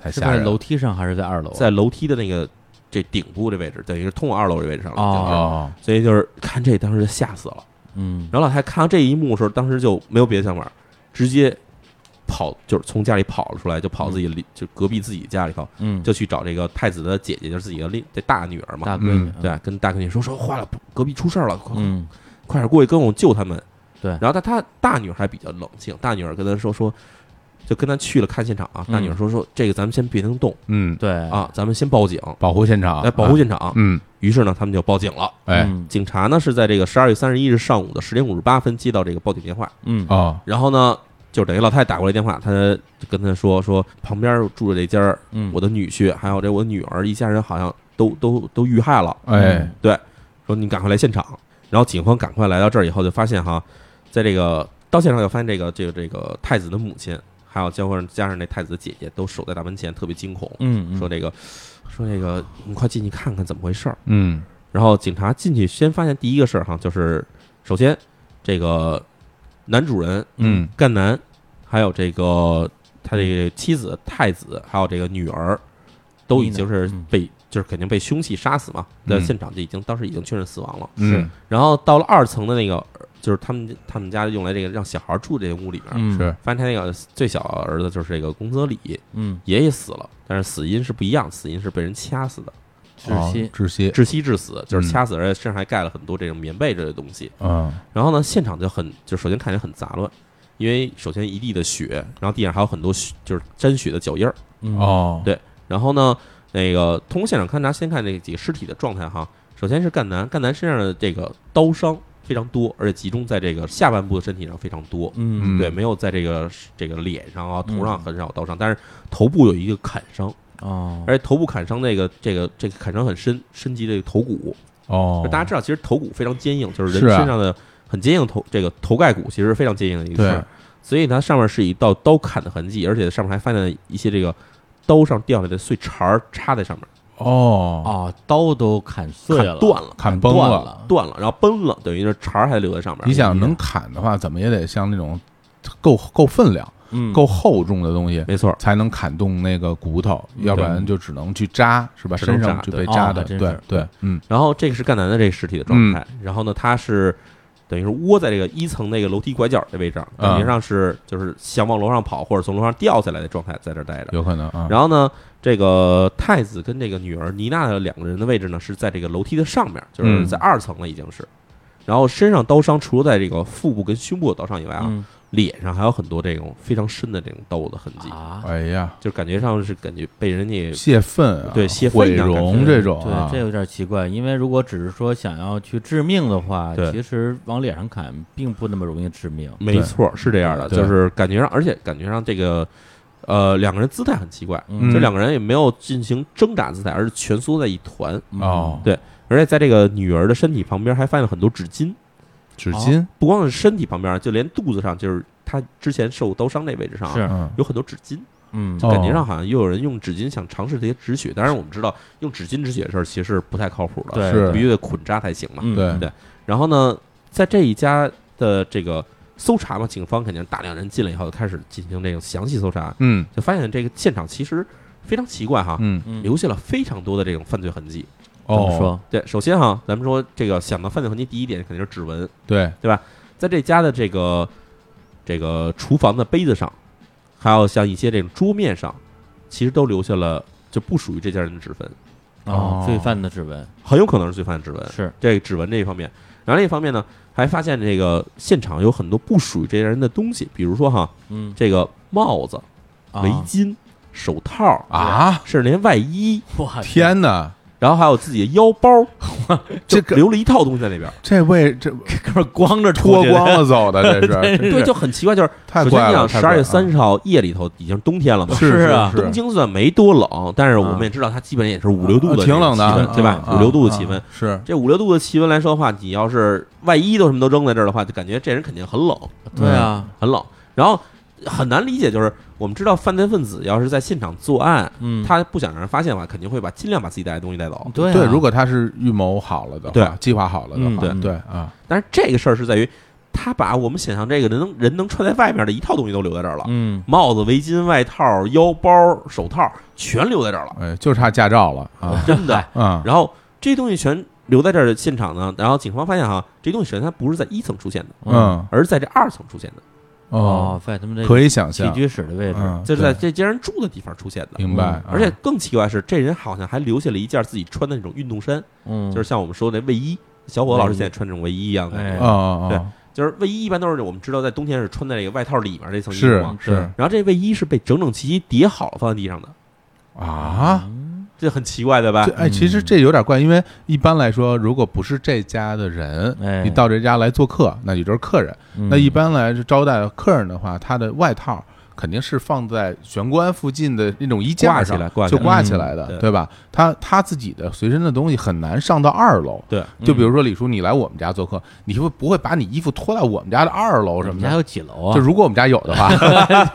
Speaker 3: 太
Speaker 2: 是
Speaker 3: 吓
Speaker 2: 在
Speaker 3: 人了
Speaker 2: 楼梯上还是在二楼啊？
Speaker 1: 在楼梯的那个这顶部的位置，等于是通往二楼的位置上了。
Speaker 2: 哦
Speaker 3: 哦
Speaker 1: 所以就是看这当时就吓死了。
Speaker 2: 嗯，
Speaker 1: 然后老太太看到这一幕的时候，当时就没有别的想法，直接跑就是从家里跑了出来，就跑自己邻就隔壁自己家里头，
Speaker 2: 嗯，
Speaker 1: 就去找这个太子的姐姐，就是自己的另这大女儿嘛。
Speaker 2: 大闺女，
Speaker 1: 嗯对，跟大闺女说说坏了，隔壁出事儿了，快快
Speaker 2: 嗯，
Speaker 1: 快点过去跟我救他们。
Speaker 2: 对
Speaker 1: 然后他他大女儿还比较冷静，大女儿跟他说说，就跟他去了看现场啊。
Speaker 2: 嗯
Speaker 1: 大女儿说说这个咱们先别能动
Speaker 3: 嗯，
Speaker 2: 对，
Speaker 1: 啊，咱们先报警
Speaker 3: 保护现场
Speaker 1: 来哎保护现场。
Speaker 3: 嗯
Speaker 1: 于是呢，他们就报警了。
Speaker 3: 哎
Speaker 2: 嗯
Speaker 1: 警察呢是在这个十二月三十一日上午的十点五十八分接到这个报警电话，
Speaker 2: 嗯，
Speaker 3: 哦
Speaker 1: 然后呢就等于老太太打过来电话，他就跟他说说旁边住着这家儿
Speaker 2: 嗯，
Speaker 1: 我的女婿还有这我女儿一家人好像都都都遇害了，
Speaker 2: 嗯
Speaker 3: 哎
Speaker 1: 说你赶快来现场。然后警方赶快来到这儿以后，就发现哈，在这个到现场就发现这个这个这个太子的母亲，还有加上加上那太子的姐姐，都守在大门前，特别惊恐，
Speaker 2: 嗯，嗯，
Speaker 1: 说这个说这个你快进去看看怎么回事儿。
Speaker 3: 嗯
Speaker 1: 然后警察进去，先发现第一个事儿哈，就是首先这个男主人
Speaker 3: 嗯
Speaker 1: 赣南，还有这个他这个妻子太子，还有这个女儿，都已经是
Speaker 2: 妮娜嗯
Speaker 1: 被就是肯定被凶器杀死嘛，
Speaker 3: 嗯
Speaker 1: 在现场就已经当时已经确认死亡了。
Speaker 3: 嗯
Speaker 1: 然后到了二层的那个，就是他们他们家用来这个让小孩住这个屋里面，
Speaker 2: 嗯
Speaker 3: 是哦
Speaker 1: 发现他那个最小儿子就是这个宫泽里
Speaker 2: 嗯，
Speaker 1: 爷爷死了，但是死因是不一样，死因是被人掐死的，
Speaker 2: 窒
Speaker 3: 哦
Speaker 2: 息，
Speaker 3: 窒息
Speaker 1: 窒息致死，就是掐死，而且身上还盖了很多这种棉被之类的东西。
Speaker 3: 嗯
Speaker 1: 然后呢，现场就很就首先看起来很杂乱，因为首先一地的血，然后地上还有很多血，就是沾血的脚印儿。
Speaker 2: 嗯，
Speaker 3: 哦
Speaker 1: 然后呢，那个通过现场勘查，先看这几个尸体的状态哈。首先是赣南，赣南身上的这个刀伤非常多，而且集中在这个下半部的身体上非常多。
Speaker 2: 嗯，
Speaker 1: 对，
Speaker 3: 嗯
Speaker 1: 没有在这个这个脸上啊、头上
Speaker 2: 嗯
Speaker 1: 很少有刀伤，但是头部有一个砍伤，
Speaker 2: 哦，
Speaker 1: 而且头部砍伤这个这个这个砍伤很深，深及这个头骨。
Speaker 3: 哦
Speaker 1: 大家知道，其实头骨非常坚硬，就是人
Speaker 3: 是啊
Speaker 1: 身上的很坚硬头这个头盖骨其实是非常坚硬的一个事
Speaker 3: 对
Speaker 1: 儿，所以它上面是一道刀砍的痕迹，而且上面还发现了一些这个刀上掉下来的碎茬儿插在上面，
Speaker 3: 哦，
Speaker 2: 哦，刀都砍碎
Speaker 1: 砍
Speaker 2: 了，
Speaker 1: 断了，
Speaker 3: 砍崩
Speaker 2: 啊断
Speaker 3: 了。
Speaker 2: 了，
Speaker 1: 断了，然后崩了，等于是茬儿还留在上面。
Speaker 3: 你想能砍的话，怎么也得像那种够够分量、
Speaker 2: 嗯，
Speaker 3: 够厚重的东西，
Speaker 1: 没错，
Speaker 3: 才能砍动那个骨头，
Speaker 2: 嗯
Speaker 3: 要不然就只能去扎，是吧？
Speaker 1: 只能
Speaker 3: 身上
Speaker 1: 扎
Speaker 3: 就
Speaker 1: 对
Speaker 3: 被扎
Speaker 2: 哦
Speaker 3: 的，
Speaker 2: 还真
Speaker 3: 对
Speaker 2: 是
Speaker 3: 对，嗯，
Speaker 1: 然后这个是赣南的这个尸体的状态，然后呢，它是等于是窝在这个一层那个楼梯拐角的位置上，
Speaker 3: 嗯
Speaker 1: 感觉上是就是想往楼上跑或者从楼上掉下来的状态，在这儿待着。
Speaker 3: 有可能啊。
Speaker 1: 然后呢，这个太子跟这个女儿妮娜的两个人的位置呢，是在这个楼梯的上面，就是
Speaker 3: 嗯
Speaker 1: 在二层了已经是。然后身上刀伤除了在这个腹部跟胸部有刀伤以外啊，
Speaker 2: 嗯
Speaker 1: 脸上还有很多这种非常深的这种刀的痕迹，
Speaker 2: 啊，
Speaker 3: 哎呀，
Speaker 1: 就感觉上是感觉被人家
Speaker 3: 泄愤啊，
Speaker 1: 对泄愤
Speaker 3: 毁
Speaker 1: 一样感觉
Speaker 3: 容这种啊
Speaker 2: 对，，这有点奇怪，因为如果只是说想要去致命的话，
Speaker 1: 对
Speaker 2: 其实往脸上砍并不那么容易致命。
Speaker 1: 没错，是这样的，
Speaker 3: 对
Speaker 1: 就是感觉上，而且感觉上这个，呃，两个人姿态很奇怪，
Speaker 2: 嗯
Speaker 1: 就两个人也没有进行挣扎姿态，而是蜷缩在一团，
Speaker 2: 嗯
Speaker 3: 哦，
Speaker 1: 对而且在这个女儿的身体旁边还发现了很多纸巾，
Speaker 3: 纸巾，
Speaker 1: 不光是身体旁边，就连肚子上，就是她之前受刀伤那位置上啊，
Speaker 2: 是
Speaker 3: 嗯，
Speaker 1: 有很多纸巾，
Speaker 2: 嗯
Speaker 3: 哦
Speaker 1: 感觉上好像又有人用纸巾想尝试这些止血，当然我们知道用纸巾止血的事儿其实是不太靠谱的，
Speaker 2: 哦对
Speaker 3: 是
Speaker 1: 必须得捆扎才行嘛。
Speaker 2: 嗯
Speaker 3: 对
Speaker 1: 对然后呢，在这一家的这个搜查嘛，警方肯定大量人进来以后，开始进行这种详细搜查，
Speaker 3: 嗯
Speaker 1: 就发现这个现场其实非常奇怪哈，
Speaker 3: 嗯，
Speaker 2: 嗯
Speaker 1: 留下了非常多的这种犯罪痕迹。
Speaker 2: 怎么
Speaker 3: 哦，
Speaker 2: 说？
Speaker 1: 对，首先哈，咱们说这个想到犯罪痕迹，第一点肯定是指纹，
Speaker 3: 对，
Speaker 1: 在这家的这个这个厨房的杯子上，还有像一些这种桌面上，其实都留下了就不属于这家人的指纹，
Speaker 2: 哦
Speaker 3: 哦，
Speaker 2: 罪犯的指纹
Speaker 1: 很有可能是罪犯的指纹。
Speaker 2: 是
Speaker 1: 这个指纹这一方面，然后另一方面呢，还发现这个现场有很多不属于这家人的东西，比如说哈，
Speaker 2: 嗯
Speaker 1: 这个帽子、
Speaker 2: 啊
Speaker 1: 围巾、手套，
Speaker 3: 啊，
Speaker 1: 甚至连外衣，
Speaker 2: 哇
Speaker 3: 天哪，
Speaker 1: 然后还有自己的腰包，
Speaker 3: 这
Speaker 1: 就
Speaker 3: 个
Speaker 1: 留了一套东西在那 边。
Speaker 3: 这位这
Speaker 2: 哥们儿光着
Speaker 3: 脱
Speaker 2: 出去
Speaker 3: 光，了走的，这是
Speaker 2: 真
Speaker 1: 对，
Speaker 2: 是
Speaker 1: 就很奇怪，就是
Speaker 3: 太
Speaker 1: 首先
Speaker 3: 怪
Speaker 1: 你
Speaker 3: 了。
Speaker 1: 想，
Speaker 3: 嗯太
Speaker 1: 十
Speaker 3: 怪
Speaker 1: 二
Speaker 3: 了
Speaker 1: 月三十号夜里头已经冬天了嘛，
Speaker 3: 是嗯
Speaker 2: 是啊
Speaker 1: 东京算没多冷，但是我们也知道它基本也是五六度的
Speaker 3: 啊挺冷
Speaker 1: 这个气
Speaker 3: 的
Speaker 1: 温，，对吧？
Speaker 3: 啊
Speaker 1: 五六度的气，温
Speaker 3: 啊，是
Speaker 1: 这五六度的气温来说的话，你要是外衣都什么都扔在这儿的话，就感觉这人肯定很冷，
Speaker 2: 对啊，
Speaker 1: 很冷。然后很难理解，就是我们知道犯罪分子要是在现场作案，
Speaker 2: 嗯，
Speaker 1: 他不想让人发现的话，肯定会把尽量把自己带的东西带走。
Speaker 2: 对啊
Speaker 3: 对，如果他是预谋好了的话，
Speaker 1: 对
Speaker 3: 计划好了的话，
Speaker 2: 嗯对
Speaker 3: 对啊，
Speaker 1: 但是这个事儿是在于，他把我们想象这个人能人能穿在外面的一套东西都留在这儿了，
Speaker 2: 嗯
Speaker 1: 帽子、围巾、外套、腰包、手套全留在这儿 了，
Speaker 3: 哎，就差驾照了啊，
Speaker 1: 真的。
Speaker 3: 啊，
Speaker 1: 嗯然后这些东西全留在这儿的现场呢，然后警方发现哈，这些东西首先它不是在一层出现的，
Speaker 3: 嗯，
Speaker 1: 而是在这二层出现的，
Speaker 3: 哦，
Speaker 2: 哦，在他们这
Speaker 3: 可以想
Speaker 2: 起
Speaker 3: 象，
Speaker 2: 居室的位置，
Speaker 3: 嗯，
Speaker 1: 就是在
Speaker 3: 对
Speaker 1: 这家人住的地方出现的。
Speaker 3: 明白
Speaker 2: 嗯，
Speaker 1: 而且更奇怪的是，这人好像还留下了一件自己穿的那种运动衫，
Speaker 2: 嗯，
Speaker 1: 就是像我们说的那卫衣。小伙老师现在穿这种卫衣一样
Speaker 2: 哎
Speaker 1: 的，
Speaker 3: 啊啊，啊
Speaker 1: 就是卫衣一般都是我们知道在冬天是穿在这个外套里面这层衣服
Speaker 3: 嗯是
Speaker 1: 嘛。
Speaker 2: 对
Speaker 3: 是
Speaker 1: 啊然后这卫衣是被整整齐齐叠好放在地上的，
Speaker 3: 啊。
Speaker 2: 嗯
Speaker 1: 这很奇怪对吧
Speaker 3: 这？哎，其
Speaker 1: 嗯
Speaker 3: 实这有点怪，因为一般来说，如果不是这家的人，
Speaker 2: 哎嗯
Speaker 3: 你到这家来做客，那你就是客人。那
Speaker 1: 嗯
Speaker 3: 一般来说招待客人的话，他的外套肯定是放在玄关附近的那种衣架
Speaker 1: 挂起
Speaker 3: 上，
Speaker 1: 来挂起
Speaker 3: 就
Speaker 1: 来
Speaker 3: 挂起来的，
Speaker 1: 嗯对
Speaker 3: 对吧？他他自己的随身的东西很难上到二楼。
Speaker 1: 对，嗯
Speaker 3: 就比如说李叔，你来我们家做客，你会不会把你衣服脱到我们家的二楼什
Speaker 2: 我们
Speaker 3: 么
Speaker 2: 家
Speaker 3: 的？
Speaker 2: 有几楼啊？
Speaker 3: 就如果我们家有的话，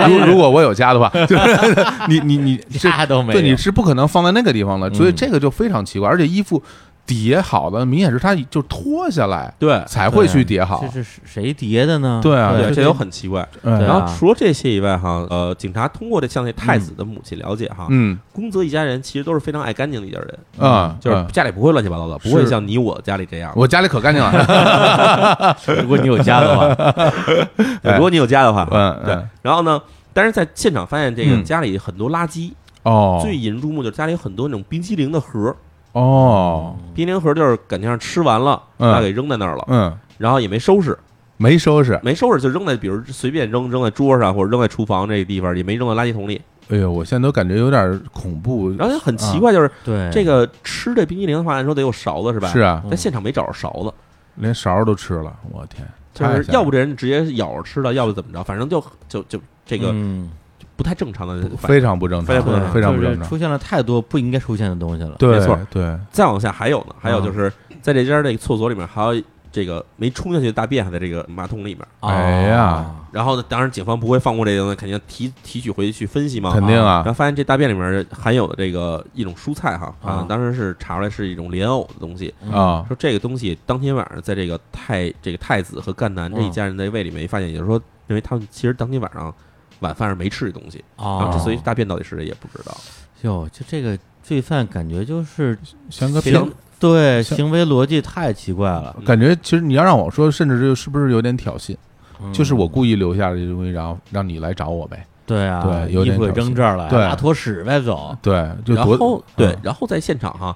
Speaker 3: 如如果我有家的话， 就是你你你这
Speaker 2: 啥都没有，
Speaker 3: 对你是不可能放在那个地方的，所以
Speaker 2: 嗯
Speaker 3: 这个就非常奇怪，而且衣服叠好了，明显是他就脱下来
Speaker 1: 对
Speaker 3: 才会去叠好
Speaker 2: 这，是谁叠的呢？
Speaker 3: 啊对啊
Speaker 1: 对，
Speaker 2: 是
Speaker 1: 这
Speaker 2: 得
Speaker 1: 都很奇怪。
Speaker 2: 对
Speaker 3: 嗯
Speaker 1: 然
Speaker 2: 啊
Speaker 1: 后除了这些以外，哈，呃，警察通过这向那太子的母亲了解，哈，
Speaker 3: 嗯
Speaker 1: 宫泽一家人其实都是非常爱干净的一家人，
Speaker 3: 啊，
Speaker 1: 就是
Speaker 3: 嗯
Speaker 1: 家里不会乱七八糟的，
Speaker 3: 是
Speaker 1: 不会像你我家里这样。
Speaker 3: 我家里可干净了，
Speaker 2: 如果你有家的 话，
Speaker 1: 对呃如果你有家的话，
Speaker 3: 嗯，
Speaker 1: 对
Speaker 3: 嗯。
Speaker 1: 然后呢，但是在现场发现这个
Speaker 3: 嗯
Speaker 1: 家里很多垃圾，
Speaker 3: 哦，
Speaker 1: 最引人注目就是家里有很多那种冰淇淋的盒，
Speaker 3: 哦，
Speaker 1: 冰淇淋盒就是感觉上吃完了，
Speaker 3: 嗯
Speaker 1: 他给扔在那儿了，
Speaker 3: 嗯，
Speaker 1: 然后也没收拾，
Speaker 3: 没收拾，
Speaker 1: 没收拾就扔在，比如随便扔扔在桌上或者扔在厨房这个地方，也没扔在垃圾桶里。
Speaker 3: 哎呦，我现在都感觉有点恐怖，
Speaker 1: 然后就很奇怪，
Speaker 3: 嗯
Speaker 1: 就是
Speaker 2: 对
Speaker 1: 这个吃这冰淇淋的话，按说得有勺子是吧？
Speaker 3: 是啊，
Speaker 2: 嗯
Speaker 1: 但现场没找着勺子，
Speaker 3: 连勺儿都吃了，我天，
Speaker 1: 就
Speaker 3: 太
Speaker 1: 是
Speaker 3: 吓人
Speaker 1: 要不这人直接咬着吃了，要不怎么着，反正就就就这
Speaker 2: 这
Speaker 1: 个
Speaker 2: 嗯
Speaker 1: 不太正常的反应。
Speaker 3: 非常不正
Speaker 1: 非常
Speaker 3: 常，
Speaker 1: 不正
Speaker 3: 对
Speaker 1: 常
Speaker 3: 非常不
Speaker 2: 就
Speaker 3: 正
Speaker 2: 是
Speaker 3: 常。
Speaker 2: 出现了太多不应该出现的东西了。
Speaker 3: 对，
Speaker 1: 没错
Speaker 3: 对，
Speaker 1: 再往下还有呢，还
Speaker 2: 嗯
Speaker 1: 有就是在这家这个厕所里面，还有这个没冲下去的大便还在这个马桶里面。
Speaker 2: 啊
Speaker 3: 哎呀，
Speaker 1: 然后呢，当然警方不会放过这个东西，肯定提提取回去分析嘛。
Speaker 3: 肯定
Speaker 1: 然
Speaker 3: 啊，
Speaker 1: 后发现这大便里面含有的这个一种蔬菜哈，
Speaker 2: 啊
Speaker 1: 啊，当时是查出来是一种莲藕的东西。
Speaker 2: 嗯
Speaker 3: 啊，
Speaker 1: 说这个东西当天晚上在这个太这个太子和赣南
Speaker 2: 嗯
Speaker 1: 这一家人的胃里面没发现，也就是说，认为他们其实当天晚上晚饭是没吃这东西，然后
Speaker 2: 啊
Speaker 1: 这，
Speaker 3: 哦
Speaker 1: 所以大便到底是谁也不知道。
Speaker 2: 哟，就这个罪犯感觉就是
Speaker 3: 翔哥
Speaker 1: 非
Speaker 3: 平
Speaker 1: 常
Speaker 2: 对
Speaker 3: 像
Speaker 2: 行为逻辑太奇怪了，
Speaker 3: 感觉其实你要让我说，甚至就是不是有点挑衅？
Speaker 2: 嗯
Speaker 3: 就是我故意留下了这东西，然后让你来找我呗。
Speaker 2: 对啊，
Speaker 3: 对有
Speaker 2: 衣
Speaker 3: 点
Speaker 2: 服也
Speaker 3: 挑
Speaker 2: 扔
Speaker 3: 衅
Speaker 2: 这儿了，
Speaker 3: 对
Speaker 2: 拉坨屎呗走，
Speaker 3: 对，就
Speaker 1: 然
Speaker 3: 多
Speaker 1: 后对
Speaker 3: 嗯，
Speaker 1: 然后在现场哈，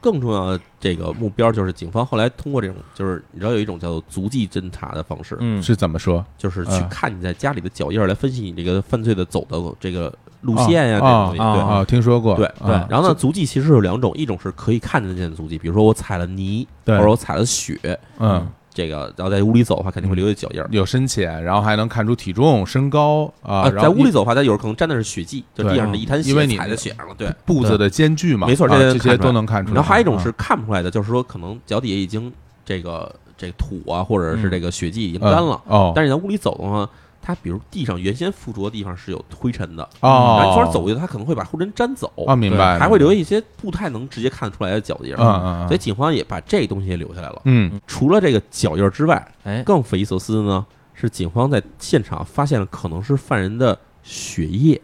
Speaker 1: 更重要的这个目标就是警方后来通过这种，就是你知道有一种叫做足迹侦查的方式，
Speaker 2: 嗯
Speaker 3: 是怎么说？
Speaker 1: 就是去
Speaker 3: 嗯
Speaker 1: 看你在家里的脚印儿来分析你这个犯罪的走的这个路
Speaker 3: 啊
Speaker 1: 线呀，这
Speaker 3: 啊
Speaker 1: 种东西。对，
Speaker 3: 啊，听说过，
Speaker 1: 对
Speaker 2: 对
Speaker 3: 啊
Speaker 1: 然后呢，足迹其实有两种，一种是可以看得见的足迹，比如说我踩了泥，或
Speaker 3: 对
Speaker 1: 者我踩了雪，
Speaker 3: 嗯，
Speaker 1: 这个然后在屋里走的话，肯定会留下脚印儿。
Speaker 3: 有深浅，然后还能看出体重、身高嗯啊，然
Speaker 1: 在
Speaker 3: 后
Speaker 1: 屋里走的话，它有时候可能沾的是血迹，就地上的一滩
Speaker 3: 对因为
Speaker 1: 血
Speaker 3: 你
Speaker 1: 踩在血上了。对，
Speaker 3: 步子的间距嘛，
Speaker 1: 没错
Speaker 3: 啊
Speaker 1: 这
Speaker 3: 这
Speaker 1: 能
Speaker 3: 些
Speaker 1: 看出来
Speaker 3: 都能看出来。
Speaker 1: 然后还有一种是
Speaker 3: 啊，
Speaker 1: 看不出来的，就是说可能脚底下已经这个这个土啊，或者是这个血迹已经
Speaker 3: 嗯
Speaker 1: 干了，
Speaker 3: 哦，
Speaker 1: 但是你在屋里走的话，它比如地上原先附着的地方是有灰尘的，然后
Speaker 3: 哦，
Speaker 1: 你突然走过去，它可能会把灰尘粘走，
Speaker 3: 啊，明白，
Speaker 1: 还会留下一些不太能直接看得出来的脚印儿。啊
Speaker 3: 嗯嗯
Speaker 1: 所以
Speaker 3: 嗯
Speaker 1: 警方也把这东西留下来了。
Speaker 3: 嗯，
Speaker 1: 除了这个脚印儿之外，
Speaker 2: 哎，
Speaker 1: 更匪夷所思的呢是警方在现场发现了可能是犯人的血液。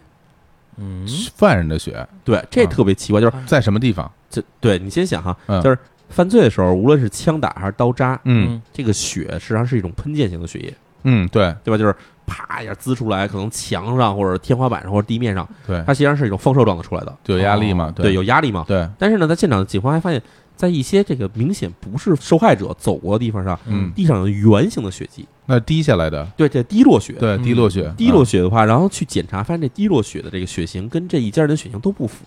Speaker 2: 嗯，
Speaker 3: 犯人的血
Speaker 1: 对，这
Speaker 3: 啊
Speaker 1: 特别奇怪，就是
Speaker 3: 在什么地方？
Speaker 1: 这对你先想哈，
Speaker 3: 嗯
Speaker 1: 就是犯罪的时候，无论是枪打还是刀扎，
Speaker 3: 嗯
Speaker 1: 这个血实际上是一种喷溅型的血液，
Speaker 3: 嗯，对
Speaker 1: 对吧？就是啪一下滋出来，可能墙上或者天花板上或者地面上，
Speaker 3: 对，
Speaker 1: 它实际上是一种放射状的出来的，哦
Speaker 3: 有压力嘛？
Speaker 1: 对，有压力嘛。
Speaker 3: 对，
Speaker 1: 但是呢，在现场警方还发现，在一些这个明显不是受害者走过的地方上，
Speaker 3: 嗯，
Speaker 1: 地上有圆形的血迹，
Speaker 3: 那滴下来的，
Speaker 1: 对，这滴落血。
Speaker 3: 对，滴落血，
Speaker 1: 嗯滴落血的话，然后去检查，发现这滴落血的这个血型跟这一家人的血型都不符，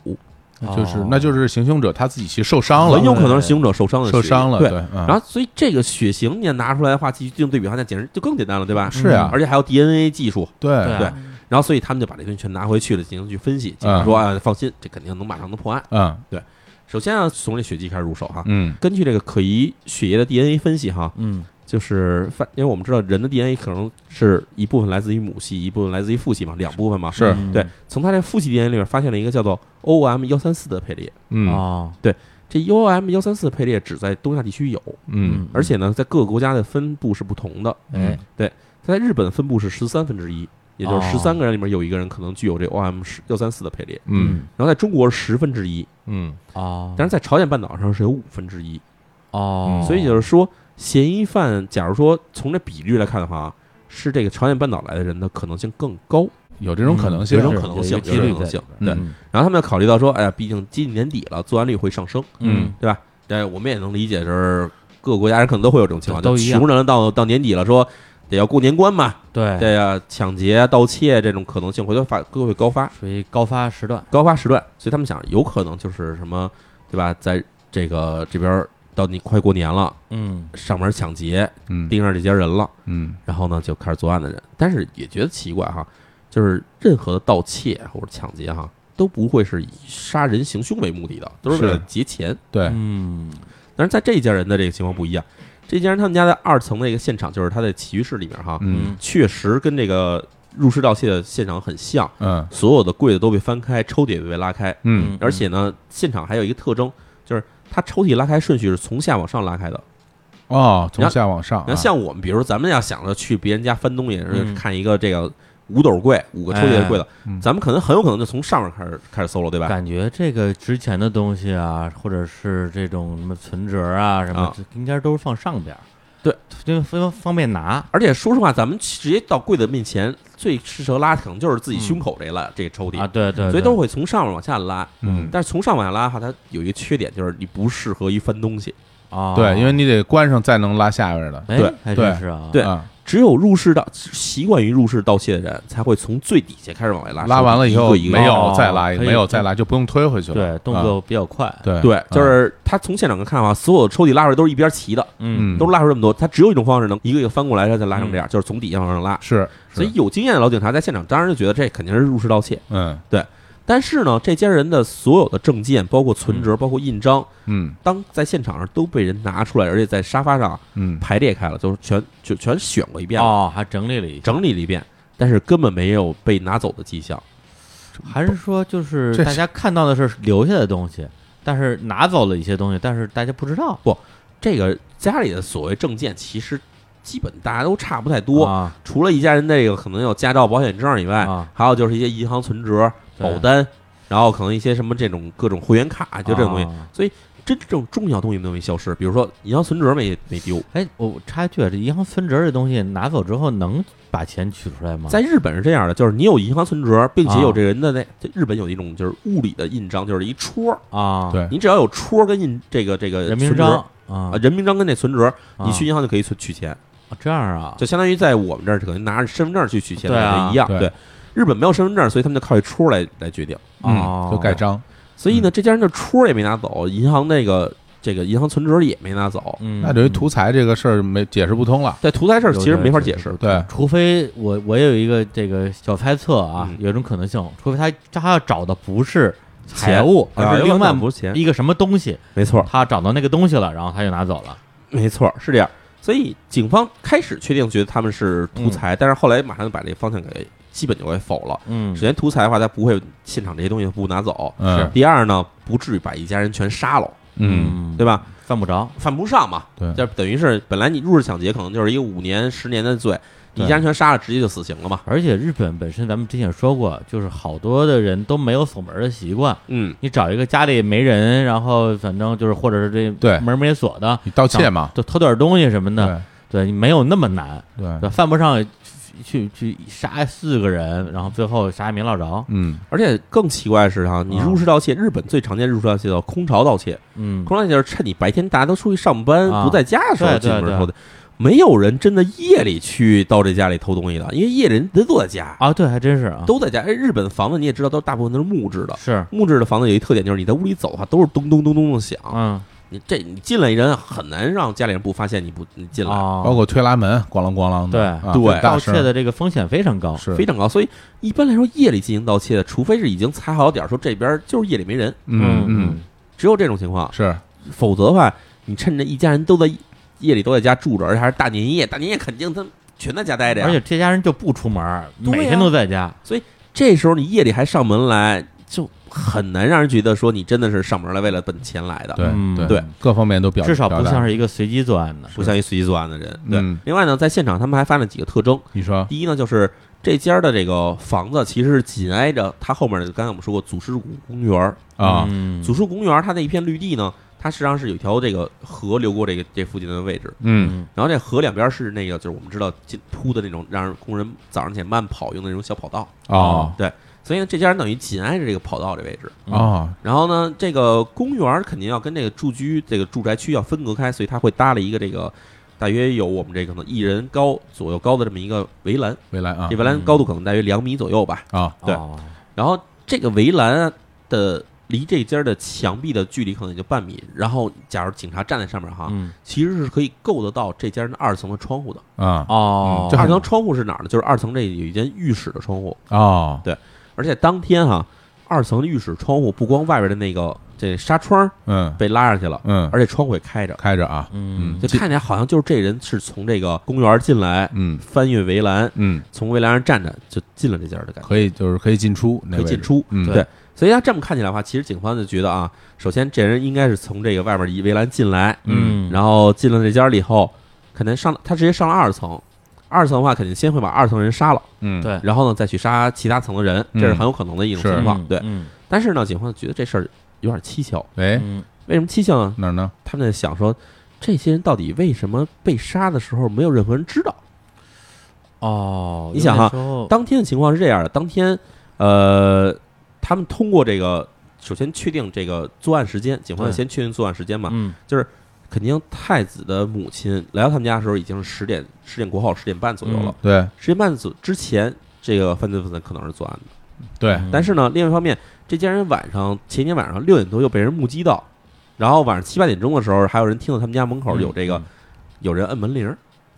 Speaker 3: 嗯就是
Speaker 2: 哦
Speaker 3: 那就是行凶者他自己其实受伤
Speaker 1: 很
Speaker 3: 了，
Speaker 1: 有可能是行凶者受伤的血
Speaker 3: 受
Speaker 1: 液
Speaker 3: 伤了，
Speaker 1: 对
Speaker 3: 对，，啊嗯然
Speaker 1: 然后，所以这个血型你拿出来的话，进行对比的话，那简直就更简单了，对吧？嗯
Speaker 3: 是啊
Speaker 1: 而且还有 DNA 技术。
Speaker 3: 哎对，
Speaker 2: 对啊
Speaker 1: 然后，所以他们就把这东西全拿回去了，进行去分析。警察说：“啊，放心，这肯定能马上能破案。
Speaker 3: 嗯”
Speaker 1: 首先啊，从这血迹开始入手哈。
Speaker 3: 嗯，
Speaker 1: 根据这个可疑血液的 DNA 分析哈，
Speaker 2: 嗯
Speaker 1: 就是发，因为我们知道人的 DNA 可能是一部分来自于母系，一部分来自于父系嘛，两部分嘛。
Speaker 3: 是，
Speaker 2: 嗯
Speaker 1: 对，从他这父系 DNA 里面发现了一个叫做 OM 幺三四的配列。
Speaker 3: 嗯
Speaker 2: 哦，
Speaker 1: 这 OM 幺三四配列只在东亚地区有，
Speaker 3: 嗯，
Speaker 1: 而且呢，在各个国家的分布是不同的。
Speaker 2: 哎，
Speaker 1: 它在日本分布是十三分之一，也就是十
Speaker 2: 哦
Speaker 1: 三个人里面有一个人可能具有这 OM 十幺三四的配列。
Speaker 3: 嗯
Speaker 1: 然后在中国是十分之一，
Speaker 3: 嗯
Speaker 2: 哦，
Speaker 1: 但是在朝鲜半岛上是有五分之一。
Speaker 2: 哦，
Speaker 1: 嗯所以就是说，嫌疑犯假如说从这比率来看的话，是这个朝鲜半岛来的人的可能性更高，
Speaker 3: 有这种可能性，
Speaker 1: 有这种
Speaker 2: 是
Speaker 1: 可能
Speaker 2: 嗯有一
Speaker 1: 性，有
Speaker 2: 个几
Speaker 1: 这
Speaker 2: 率
Speaker 1: 种可能
Speaker 2: 在
Speaker 1: 性。
Speaker 3: 里
Speaker 1: 对，
Speaker 3: 边
Speaker 2: 嗯
Speaker 1: 然后他们考虑到说，哎呀，毕竟今年年底了，作案率会上升，
Speaker 2: 嗯
Speaker 1: 对吧？但我们也能理解，就是各个国家人可能都会有这种情况，
Speaker 2: 都
Speaker 1: 就
Speaker 2: 一样哎
Speaker 1: 穷人到到年底了，说得要过年关嘛，
Speaker 2: 对，
Speaker 1: 对呀，抢劫、啊盗窃这种可能性会都发都会高发，
Speaker 2: 属于高发时段，
Speaker 1: 高发时段，所以他们想有可能就是什么，对吧？在这个这边儿到你快过年了，
Speaker 2: 嗯
Speaker 1: 上门抢劫，
Speaker 3: 嗯
Speaker 1: 盯上这家人了，
Speaker 3: 嗯
Speaker 1: 然后呢就开始作案的人，但是也觉得奇怪哈，就是任何的盗窃或者抢劫哈，都不会是以杀人行凶为目的的，都是为了
Speaker 3: 是
Speaker 1: 劫钱。
Speaker 3: 对，
Speaker 2: 嗯，
Speaker 1: 但是在这一家人的这个情况不一样，这家人他们家的二层那个现场，就是他的起居室里面哈，
Speaker 3: 嗯
Speaker 1: 确实跟这个入室盗窃的现场很像。
Speaker 3: 嗯
Speaker 1: 所有的柜子都被翻开，抽屉也被拉开，
Speaker 3: 嗯，
Speaker 1: 而且呢，现场还有一个特征，就是它抽屉拉开顺序是从下往上拉开的。
Speaker 3: 哦，从下往上，
Speaker 1: 那像我们，比如咱们要想着去别人家翻东西，
Speaker 2: 嗯
Speaker 1: 看一个这个五斗柜、五个抽屉的柜子
Speaker 3: 嗯，
Speaker 1: 咱们可能很有可能就从上面开始开始搜了，对吧？
Speaker 2: 嗯感觉这个值钱的东西啊，或者是这种什么存折啊什么
Speaker 1: 啊，
Speaker 2: 这应该都是放上边儿，
Speaker 1: 对，
Speaker 2: 因为方方便拿，
Speaker 1: 而且说实话，咱们直接到柜子面前，最适合拉可能就是自己胸口这拉这个抽屉
Speaker 2: 啊，，对对，
Speaker 1: 所以
Speaker 2: 对
Speaker 1: 都会从上面往下拉。
Speaker 3: 嗯，
Speaker 1: 但是从上往下拉哈，它有一个缺点，就是你不适合于翻东西。
Speaker 2: 啊，
Speaker 3: 对，因为你得关上再能拉下边的，
Speaker 2: 哎
Speaker 1: 对
Speaker 2: 还
Speaker 3: 对
Speaker 2: 真是啊，
Speaker 1: 对
Speaker 3: 啊，
Speaker 1: 只有入室盗习惯于入室盗窃的人，才会从最底下开始往外拉，
Speaker 3: 拉完了以后
Speaker 1: 啊一个一个
Speaker 3: 没有
Speaker 2: 哦
Speaker 3: 再拉，
Speaker 2: 可以
Speaker 3: 没有再拉就不用推回去了。
Speaker 2: 对，动作比较快，
Speaker 3: 对
Speaker 1: 对，就
Speaker 3: 嗯
Speaker 1: 是他从现场看的话，所有抽屉拉出来都是一边齐的，
Speaker 2: 嗯，
Speaker 1: 都拉出这么多，他只有一种方式能一个一个翻过来，然后再拉成这样，就是从底下往上拉。
Speaker 3: 是，
Speaker 1: 所以
Speaker 3: 是
Speaker 1: 有经验的老警察在现场当然就觉得这肯定是入室盗窃，
Speaker 3: 嗯
Speaker 1: 但是呢，这家人的所有的证件，包括存折，包括印章，
Speaker 3: 嗯
Speaker 1: 当在现场上都被人拿出来，而且在沙发上
Speaker 3: 嗯，
Speaker 1: 排列开了，就是全就全选过一遍了，
Speaker 2: 哦，还整理了一下，
Speaker 1: 整理了一遍，但是根本没有被拿走的迹象。
Speaker 2: 还是说就是
Speaker 3: 这
Speaker 2: 大家看到的是留下的东西，但是拿走了一些东西，但是大家不知道
Speaker 1: 这个家里的所谓证件，其实基本大家都差不太多，哎
Speaker 2: 啊，
Speaker 1: 除了一家人那个可能有驾照、保险证以外，
Speaker 2: 啊
Speaker 1: 还有就是一些银行存折、
Speaker 2: 对
Speaker 1: 保单，然后可能一些什么这种各种会员卡，就这种东西。
Speaker 2: 啊
Speaker 1: 真正重要东西没有消失，比如说银行存折没没丢，
Speaker 2: 哎，我插一句啊，这银行存折这东西拿走之后，能把钱取出来吗？
Speaker 1: 在日本是这样的，就是你有银行存折，并且
Speaker 2: 啊
Speaker 1: 有这人的那，这日本有一种就是物理的印章，就是一戳儿，
Speaker 2: 啊，，
Speaker 3: 对，
Speaker 1: 你只要有戳儿跟印这个这个
Speaker 2: 人民
Speaker 1: 存折
Speaker 2: 章啊
Speaker 1: 啊，人民章跟这存折，你去
Speaker 2: 啊
Speaker 1: 银行就可以存取钱，
Speaker 2: 啊这样啊，
Speaker 1: 就相当于在我们这儿可能拿着身份证去取钱
Speaker 2: 对啊
Speaker 1: 一样，
Speaker 3: 对
Speaker 1: 对。日本没有身份证，所以他们就靠这戳儿来来决定。
Speaker 2: 哦
Speaker 3: 嗯，就盖章。
Speaker 1: 所以呢，这家人的戳儿也没拿走，银行那个这个银行存折也没拿走。
Speaker 2: 嗯，
Speaker 3: 那等于
Speaker 2: 嗯
Speaker 3: 图财这个事儿没解释不通了。
Speaker 1: 在屠宰事儿其实没法解释，
Speaker 3: 对，
Speaker 2: 除非我我有一个这个小猜测啊，
Speaker 1: 嗯
Speaker 2: 有一种可能性，除非他他要找的不是财
Speaker 1: 钱
Speaker 2: 物，
Speaker 1: 啊
Speaker 2: 而是
Speaker 1: 有
Speaker 2: 另
Speaker 1: 可
Speaker 2: 外
Speaker 1: 能不是钱，
Speaker 2: 一个什么东西，
Speaker 1: 没错，
Speaker 2: 他找到那个东西了，然后他就拿走了。
Speaker 1: 没错，是这样。所以警方开始确定觉得他们是图财，但是后来马上就把这个方向给基本就给否了。
Speaker 2: 嗯
Speaker 1: 首先，图财的话，他不会现场这些东西不拿走；
Speaker 3: 嗯
Speaker 1: 第二呢，不至于把一家人全杀了，
Speaker 3: 嗯，
Speaker 1: 对吧？
Speaker 2: 犯不着，
Speaker 1: 犯不上嘛，
Speaker 3: 对
Speaker 1: 就等于是本来你入室抢劫可能就是一个五年、十年的罪，你
Speaker 2: 对
Speaker 1: 一家人全杀了，直接就死刑了嘛。
Speaker 2: 而且日本本身咱们之前也说过，就是好多的人都没有锁门的习惯。
Speaker 1: 嗯，
Speaker 2: 你找一个家里没人，然后反正就是或者是这
Speaker 3: 对
Speaker 2: 门没锁的，
Speaker 3: 你盗窃嘛，
Speaker 2: 就偷点东西什么的，
Speaker 3: 对嗯
Speaker 2: 对，你没有那么难，
Speaker 3: 对，
Speaker 2: 对，犯不上去去去杀四个人，然后最后啥也没落着。
Speaker 3: 嗯
Speaker 1: 而且更奇怪的是
Speaker 2: 啊
Speaker 1: 哈，你入室盗窃，日本最常见入室盗窃叫空巢盗窃。
Speaker 2: 嗯，
Speaker 1: 空巢盗窃就是趁你白天大家都出去上班
Speaker 2: 啊
Speaker 1: 不在家的时候
Speaker 2: 对
Speaker 1: 进
Speaker 2: 对
Speaker 1: 门偷的，没有人真的夜里去到这家里偷东西的，因为夜里人都在家，
Speaker 2: 啊，对，还真是啊，
Speaker 1: 都在家。哎，日本房子你也知道，都大部分都是木质的。
Speaker 3: 啊
Speaker 2: 是，
Speaker 1: 木质的房子有一特点，就是你在屋里走的话都是咚咚咚咚的响。
Speaker 2: 嗯，
Speaker 1: 你这你进来人很难让家里人不发现你不你进来，
Speaker 2: 哦
Speaker 3: 包括推拉门，咣啷咣啷的，
Speaker 2: 对
Speaker 3: 啊
Speaker 1: 对
Speaker 3: 很大
Speaker 2: 盗
Speaker 3: 声
Speaker 2: 窃的这个风险非常高。
Speaker 3: 是
Speaker 1: 非，常高。所以一般来说，夜里进行盗窃，除非是已经踩好点儿，说这边就是夜里没人，
Speaker 3: 嗯嗯
Speaker 2: 嗯，
Speaker 1: 只有这种情况。
Speaker 3: 是，
Speaker 1: 否则的话，你趁着一家人都在夜里都在家住着，而且还是大年夜，大年夜肯定他们全在家待着呀。
Speaker 2: 而且这家人就不出门儿，
Speaker 1: 对呀
Speaker 2: 每天都在家。
Speaker 1: 这时候你夜里还上门来，就很难让人觉得说你真的是上门来为了奔钱来的，
Speaker 3: 对
Speaker 2: 嗯
Speaker 1: 对，
Speaker 3: 各方面都表
Speaker 2: 至少不像
Speaker 3: 是
Speaker 2: 是一个随机作案的。
Speaker 1: 不像一随机作案的人。对，
Speaker 3: 嗯
Speaker 1: 另外呢，在现场他们还发现了几个特征，
Speaker 3: 你说，
Speaker 1: 第一呢就是。这家的这个房子其实是紧挨着它后面的，刚才我们说过祖师谷公园儿
Speaker 3: 啊，
Speaker 2: 嗯
Speaker 1: 祖师谷公园儿它那一片绿地呢，它实际上是有一条这个河流过这个这附近的位置，
Speaker 3: 嗯，
Speaker 1: 然后这河两边是那个，就是我们知道进铺的那种让人工人早上起来慢跑用的那种小跑道，
Speaker 3: 哦
Speaker 1: 所以呢，这家人等于紧挨着这个跑道这位置。
Speaker 3: 哦，
Speaker 1: 然后呢，这个公园儿肯定要跟这个住居这个住宅区要分隔开，所以他会搭了一个这个大约有我们这个可能一人高左右高的这么一个围栏，
Speaker 3: 未来啊
Speaker 1: 这围栏高度可能大约两米左右吧。
Speaker 3: 啊，
Speaker 1: 对
Speaker 2: 哦
Speaker 1: 然后这个围栏的离这家的墙壁的距离可能也就半米，然后假如警察站在上面哈，
Speaker 2: 嗯
Speaker 1: 其实是可以够得到这家人的二层的窗户的。
Speaker 3: 啊
Speaker 2: 哦
Speaker 3: 嗯，这
Speaker 1: 二
Speaker 3: 还
Speaker 1: 层窗户是哪儿呢？就是二层这有一间浴室的窗户，
Speaker 3: 哦，
Speaker 1: 而且当天哈、二层浴室窗户不光外边的那个这纱窗
Speaker 3: 嗯
Speaker 1: 被拉上去了，
Speaker 3: 嗯，
Speaker 1: 而且窗户也开着，
Speaker 3: 开着啊，
Speaker 2: 嗯
Speaker 3: 嗯
Speaker 1: 就看起来好像就是这人是从这个公园进来，
Speaker 3: 嗯
Speaker 1: 翻越围栏，
Speaker 3: 嗯，
Speaker 1: 从围栏上站着就进了这家的感觉，
Speaker 3: 可以就是可以进出，那
Speaker 1: 可以
Speaker 3: 位置
Speaker 1: 进，出。
Speaker 3: 嗯
Speaker 1: 对所以他这么看起来的话，其实警方就觉得啊，首先这人应该是从这个外边一围栏进来，
Speaker 2: 嗯，
Speaker 1: 然后进了这家里以后，可能上他直接上了二层，二层的话肯定先会把二层人杀了。
Speaker 3: 嗯
Speaker 2: 对
Speaker 1: 然后呢再去杀其他层的人，
Speaker 3: 嗯
Speaker 1: 这是很有可能的一种
Speaker 3: 是
Speaker 1: 情况。对，
Speaker 2: 嗯
Speaker 1: 但是呢，警方觉得这事儿有点蹊跷。
Speaker 3: 喂，
Speaker 2: 嗯
Speaker 1: 为什么蹊跷呢？
Speaker 3: 哪儿呢？
Speaker 1: 他们在想说，这些人到底为什么被杀的时候没有任何人知道？
Speaker 2: 哦，
Speaker 1: 你想哈
Speaker 2: 有的时候
Speaker 1: 当天的情况是这样的：当天，呃，他们通过这个，首先确定这个作案时间，警方
Speaker 2: 对
Speaker 1: 先确定作案时间嘛，
Speaker 2: 嗯
Speaker 1: 肯定太子的母亲来到他们家的时候已经是十点十点过后，十点半左右
Speaker 2: 嗯
Speaker 1: 了。
Speaker 3: 对
Speaker 1: 十点半左之前，这个犯罪分子可能是作案的。
Speaker 3: 对，
Speaker 1: 但是呢，另一方面，这家人晚上前天晚上六点多又被人目击到，然后晚上七八点钟的时候，还有人听到他们家门口有这个、有人摁门铃儿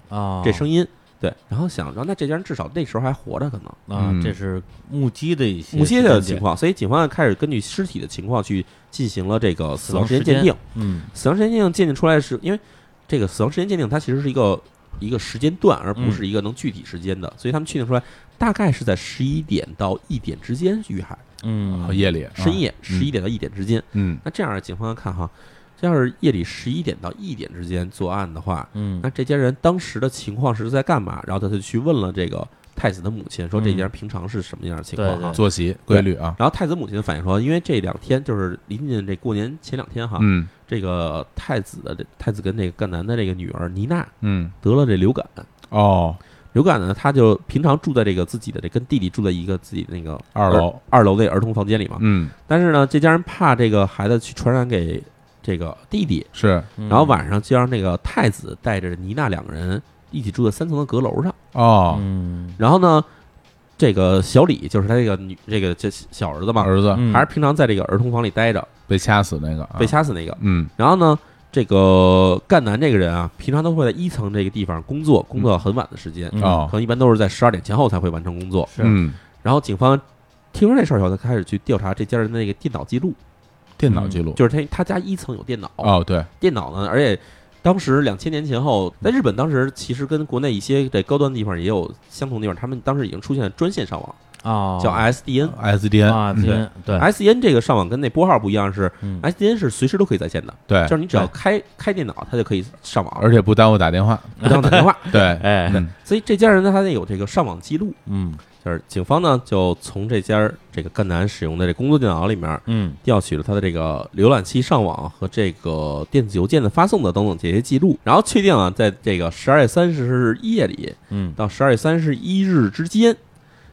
Speaker 2: 嗯啊，
Speaker 1: 这声音。对，然后想，然后那这家人至少那时候还活着，可能
Speaker 2: 啊
Speaker 3: 嗯，
Speaker 2: 这是目击的一些
Speaker 1: 目击
Speaker 2: 时
Speaker 1: 的
Speaker 2: 间
Speaker 1: 情
Speaker 2: 点，
Speaker 1: 况，所以警方开始根据尸体的情况去进行了这个死亡时间鉴
Speaker 2: 时
Speaker 1: 定
Speaker 2: 间。嗯
Speaker 1: 死亡时间鉴定鉴定出来是因为这个死亡时间鉴定它其实是一个一个时间段，而不是一个能具体时间的，所以他们确定出来大概是在十一点到一点之间遇害，哎
Speaker 2: 嗯，
Speaker 3: 夜里
Speaker 1: 深，夜
Speaker 3: 嗯
Speaker 1: 十一点到一点之间。
Speaker 3: 嗯
Speaker 1: 那这样警方看哈，这要是夜里十一点到一点之间作案的话，
Speaker 2: 嗯
Speaker 1: 那这家人当时的情况是在干嘛？然后他就去问了这个太子的母亲，说这家人平常是什么样的情况
Speaker 2: 嗯对
Speaker 1: 啊
Speaker 2: 对？
Speaker 3: 作息规律啊，
Speaker 1: 然后太子母亲反映说，因为这两天就是临近这过年前两天哈，
Speaker 3: 嗯
Speaker 1: 这个太子的这太子跟这个赣南的这个女儿妮娜
Speaker 3: 嗯
Speaker 1: 得了这流感，
Speaker 3: 哦，
Speaker 1: 流感呢，她就平常住在这个自己的这跟弟弟住在一个自己的那个
Speaker 3: 二楼
Speaker 1: 二楼那儿童房间里嘛。
Speaker 3: 嗯
Speaker 1: 但是呢，这家人怕这个孩子去传染给这个弟弟，
Speaker 3: 是
Speaker 2: 嗯
Speaker 1: 然后晚上就让那个太子带着妮娜两个人一起住在三层的阁楼上。
Speaker 3: 哦，
Speaker 2: 嗯
Speaker 1: 然后呢，这个小李就是他这个女这个这小儿子嘛，
Speaker 3: 儿子
Speaker 2: 嗯
Speaker 1: 还是平常在这个儿童房里待着，
Speaker 3: 被掐死那个啊
Speaker 1: 被，掐死那个。
Speaker 3: 嗯
Speaker 1: 然后呢，这个赣南这个人啊，平常都会在一层这个地方工作，工作到很晚的时间，啊
Speaker 2: 嗯
Speaker 1: 可
Speaker 3: 哦，
Speaker 1: 能一般都是在十二点前后才会完成工作。
Speaker 2: 是
Speaker 3: 嗯，
Speaker 1: 然后警方听说这事儿以后，他开始去调查这家人的那个电脑记录，
Speaker 3: 电脑
Speaker 2: 哦
Speaker 3: 记录
Speaker 1: 就是他他家一层有电脑，
Speaker 3: 哦，对，
Speaker 1: 电脑呢，而且当时两千年前后，在日本当时其实跟国内一些这高端的地方也有相同的地方，他们当时已经出现了专线上网，
Speaker 2: 啊
Speaker 3: 哦
Speaker 1: 叫 SDN。
Speaker 2: 啊
Speaker 3: SDN，嗯
Speaker 2: 天对
Speaker 1: SDN 这个上网跟那拨号不一样，是
Speaker 2: 嗯
Speaker 1: SDN 是随时都可以在线的，
Speaker 3: 嗯对，
Speaker 1: 就是你只要开开电脑，它就可以上网，
Speaker 3: 而且不耽误打电话，
Speaker 1: 不耽误打电话。
Speaker 3: 对，
Speaker 2: 哎
Speaker 3: 嗯
Speaker 1: 所以这家人呢，他得有这个上网记录。
Speaker 2: 嗯
Speaker 1: 就是警方呢，就从这家儿这个赣南使用的这工作电脑里面
Speaker 2: 嗯
Speaker 1: 调取了他的这个浏览器上网和这个电子邮件的发送的等等这些记录，然后确定啊，在这个十二月三十日夜里
Speaker 2: 嗯
Speaker 1: 到十二月三十一日之间，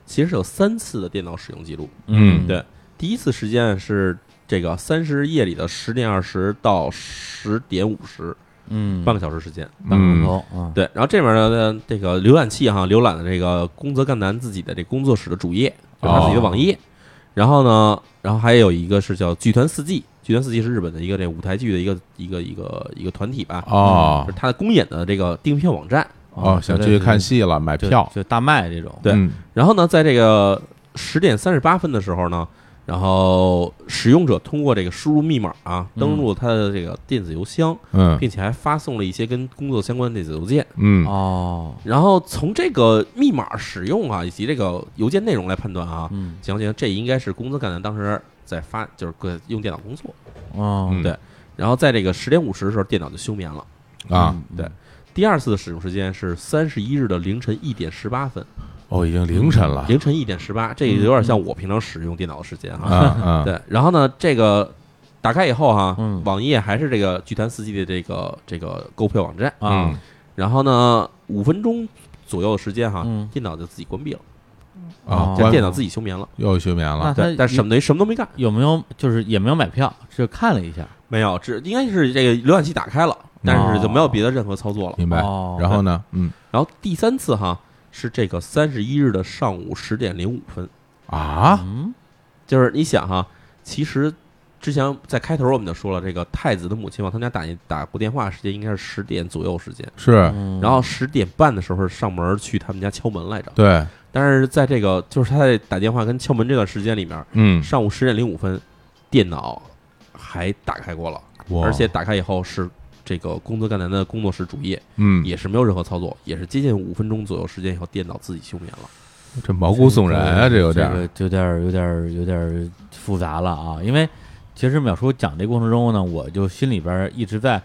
Speaker 1: 其实是有三次的电脑使用记录。
Speaker 2: 嗯
Speaker 1: 对，第一次时间是这个三十日夜里的十点二十到十点五十，
Speaker 2: 嗯
Speaker 1: 半个小时时间。
Speaker 2: 半个钟头啊
Speaker 1: 对，然后这边呢，呃这个浏览器哈，浏览的这个宫泽干男自己的这工作室的主页，就是他自己
Speaker 3: 哦
Speaker 1: 的网页。然后呢，然后还有一个是叫剧团四季，剧团四季是日本的一个这舞台剧的一个一个一个一个团体吧，
Speaker 3: 哦
Speaker 1: 就是他的公演的这个订票网站。
Speaker 3: 哦，想去看戏了，买
Speaker 2: 就
Speaker 3: 票，
Speaker 2: 就大卖这种
Speaker 1: 对
Speaker 3: 嗯
Speaker 1: 然后呢，在这个十点三十八分的时候呢，然后使用者通过这个输入密码啊，登录他的这个电子邮箱，
Speaker 3: 嗯
Speaker 1: 并且还发送了一些跟工作相关的电子邮件。
Speaker 3: 嗯
Speaker 2: 哦
Speaker 1: 然后从这个密码使用啊，以及这个邮件内容来判断啊，
Speaker 2: 嗯
Speaker 1: 行行，这应该是工资干的当时在发，就是个用电脑工作。
Speaker 2: 哦
Speaker 3: 嗯
Speaker 1: 对然后在这个十点五十的时候，电脑就休眠了。
Speaker 3: 啊，
Speaker 2: 嗯
Speaker 1: 对第二次的使用时间是三十一日的凌晨一点十八分，
Speaker 3: 哦，已经凌晨
Speaker 2: 啊
Speaker 3: 了
Speaker 1: 凌晨一点十八，这个有点像我平常使用电脑的时间
Speaker 3: 啊
Speaker 2: 嗯
Speaker 1: 哈。
Speaker 3: 啊，
Speaker 1: 对，然后呢，这个打开以后哈、
Speaker 2: 嗯
Speaker 1: 网页还是这个剧团四季的这个这个购票网站，
Speaker 3: 嗯
Speaker 2: 啊
Speaker 1: 然后呢，五分钟左右的时间哈、
Speaker 2: 嗯
Speaker 1: 电脑就自己关闭了，
Speaker 3: 啊，
Speaker 2: 哦
Speaker 1: 这
Speaker 3: 关
Speaker 1: 电脑自己休眠了。
Speaker 3: 又休眠
Speaker 2: 那
Speaker 3: 了，
Speaker 2: 他
Speaker 1: 对，但是什么等于什么都没干，
Speaker 2: 有没有就是也没有买票，就看了一下
Speaker 1: 没有，只应该是这个浏览器打开了，但是就没有别的任何操作了。
Speaker 3: 明白
Speaker 2: 哦？
Speaker 3: 然后呢？嗯
Speaker 1: 然后第三次哈是这个三十一日的上午十点零五分，
Speaker 3: 啊，
Speaker 2: 嗯
Speaker 1: 就是你想哈，其实之前在开头我们就说了，这个太子的母亲往他们家打打过电话时间应该是十点左右时间，
Speaker 3: 是
Speaker 2: 嗯
Speaker 1: 然后十点半的时候上门去他们家敲门来着，
Speaker 3: 对，
Speaker 1: 但是在这个就是他在打电话跟敲门这段时间里面，
Speaker 3: 嗯，
Speaker 1: 上午十点零五分，电脑还打开过了。
Speaker 3: 哇
Speaker 1: 而且打开以后是这个工作干男的工作室主页，
Speaker 3: 嗯，
Speaker 1: 也是没有任何操作，也是接近五分钟左右时间以后，电脑自己休眠了。
Speaker 3: 这毛骨悚然啊，这有点儿
Speaker 2: 这个有点儿有点儿有点儿复杂了啊。因为其实淼叔讲这过程中呢，我就心里边儿一直在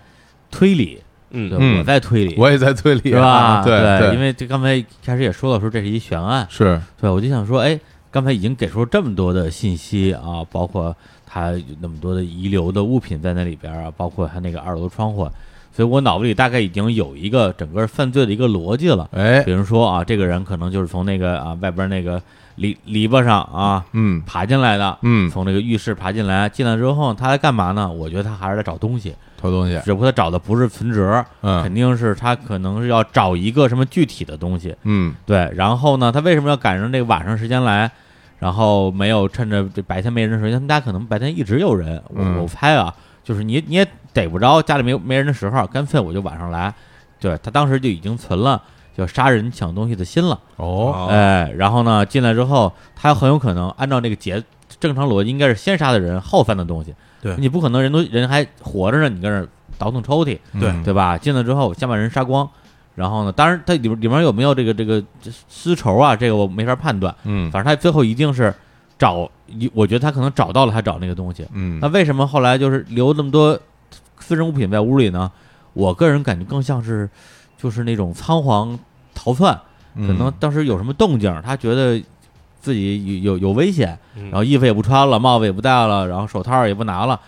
Speaker 2: 推理，对，
Speaker 1: 嗯
Speaker 3: 嗯
Speaker 2: 我在推理，
Speaker 3: 我也在推理
Speaker 2: 是吧？
Speaker 3: 啊对
Speaker 2: 因为这刚才一开始也说了，说这是一悬案，
Speaker 3: 是
Speaker 2: 对，我就想说，哎，刚才已经给出这么多的信息啊，包括他有那么多的遗留的物品在那里边儿啊，包括他那个二楼窗户，所以我脑子里大概已经有一个整个犯罪的一个逻辑了。
Speaker 3: 哎
Speaker 2: 比如说啊，这个人可能就是从那个啊外边那个篱篱笆上啊
Speaker 3: 嗯
Speaker 2: 爬进来的，
Speaker 3: 嗯，
Speaker 2: 从这个浴室爬进来，进来之后他在干嘛呢？我觉得他还是在找东西，
Speaker 3: 偷东西，
Speaker 2: 只不过他找的不是存折，
Speaker 3: 嗯
Speaker 2: 肯定是他可能是要找一个什么具体的东西。
Speaker 3: 嗯
Speaker 2: 对，然后呢，他为什么要赶上这个晚上时间来？然后没有趁着这白天没人的时候，因为他们家可能白天一直有人，我、
Speaker 3: 嗯
Speaker 2: 我猜啊，就是你你也逮不着家里没有没人的时候，啊干脆我就晚上来。对他当时就已经存了就杀人抢东西的心了，
Speaker 3: 哦，
Speaker 2: 哎，然后呢进来之后，他很有可能按照这个节正常逻辑，应该是先杀的人后翻的东西，
Speaker 1: 对
Speaker 2: 你不可能人都人还活着呢，你跟那儿倒腾抽屉，
Speaker 3: 对
Speaker 2: 对吧？进来之后先把人杀光，然后呢，当然它里边里面有没有这个这个这私仇啊，这个我没法判断。
Speaker 3: 嗯
Speaker 2: 反正他最后一定是找，一我觉得他可能找到了他找那个东西。
Speaker 3: 嗯
Speaker 2: 那为什么后来就是留那么多私人物品在屋里呢？我个人感觉更像是就是那种仓皇逃窜，
Speaker 3: 嗯
Speaker 2: 可能当时有什么动静，他觉得自己有有有危险，
Speaker 3: 嗯
Speaker 1: 然
Speaker 2: 然后衣服也不穿了，帽子也不戴了，然后手套也不拿了，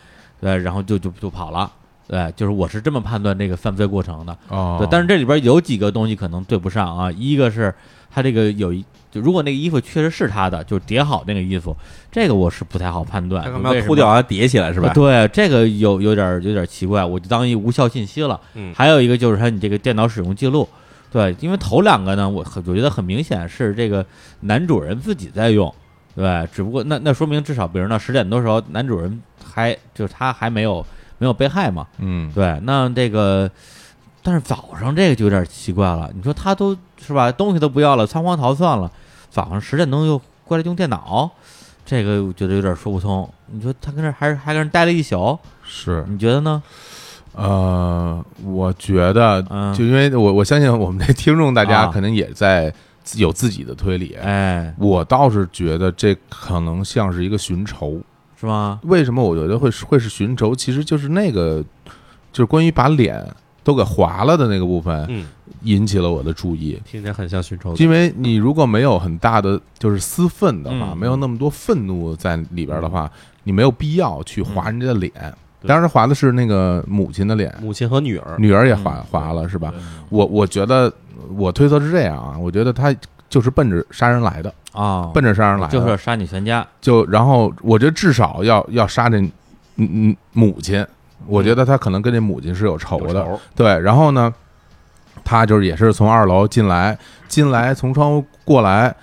Speaker 2: 对，然后就就就跑了。对，就是我是这么判断这个犯罪过程的。
Speaker 3: 哦，
Speaker 2: 对，但是这里边有几个东西可能对不上啊。一个是他这个有一，就如果那个衣服确实是他的，就是叠好那个衣服，这个我是不太好判断。
Speaker 1: 他干
Speaker 2: 就
Speaker 1: 嘛
Speaker 2: 为
Speaker 1: 要
Speaker 2: 什
Speaker 1: 秃
Speaker 2: 么
Speaker 1: 掉把它叠起来是吧？
Speaker 2: 啊对，这个有有点有点奇怪，我就当一无效信息了。
Speaker 1: 嗯
Speaker 2: 还有一个就是说你这个电脑使用记录，对，因为头两个呢，我很我觉得很明显是这个男主人自己在用，对，只不过那那说明至少比如呢十点多时候男主人还就是他还没有没有被害嘛，
Speaker 3: 嗯
Speaker 2: 对，那这个。但是早上这个就有点奇怪了，你说他都是吧，东西都不要了，仓皇逃窜了，早上十点钟又过来用电脑，这个我觉得有点说不通。你说他跟这儿还是还跟这儿待了一宿，
Speaker 3: 是
Speaker 2: 你觉得呢？
Speaker 3: 呃，我觉得
Speaker 2: 嗯
Speaker 3: 就因为我我相信我们这听众大家
Speaker 2: 啊
Speaker 3: 可能也在自有自己的推理，
Speaker 2: 哎，
Speaker 3: 我倒是觉得这可能像是一个寻仇。
Speaker 2: 是吗？
Speaker 3: 为什么我觉得会是会是寻仇？其实就是那个，就是关于把脸都给划了的那个部分
Speaker 1: 嗯，
Speaker 3: 引起了我的注意。
Speaker 1: 听起来很像寻仇的。
Speaker 3: 因为你如果没有很大的就是私愤的话，
Speaker 2: 嗯
Speaker 3: 没有那么多愤怒在里边的话，你没有必要去划人家的脸。
Speaker 1: 对
Speaker 3: 当时划的是那个母亲的脸，
Speaker 1: 母亲和女儿，
Speaker 3: 女儿也划
Speaker 2: 嗯
Speaker 3: 划了是吧
Speaker 2: 对？
Speaker 3: 我我觉得我推测是这样啊，我觉得他就是奔着杀人来的，
Speaker 2: 啊，
Speaker 3: 奔着杀人来的，
Speaker 2: 就是要杀你全家，
Speaker 3: 就然后我觉得至少要要杀这嗯嗯母亲，我觉得他可能跟这母亲是有仇
Speaker 1: 有
Speaker 3: 的，
Speaker 1: 仇
Speaker 3: 对，然后呢，他就是也是从二楼进来，进来从窗户过来。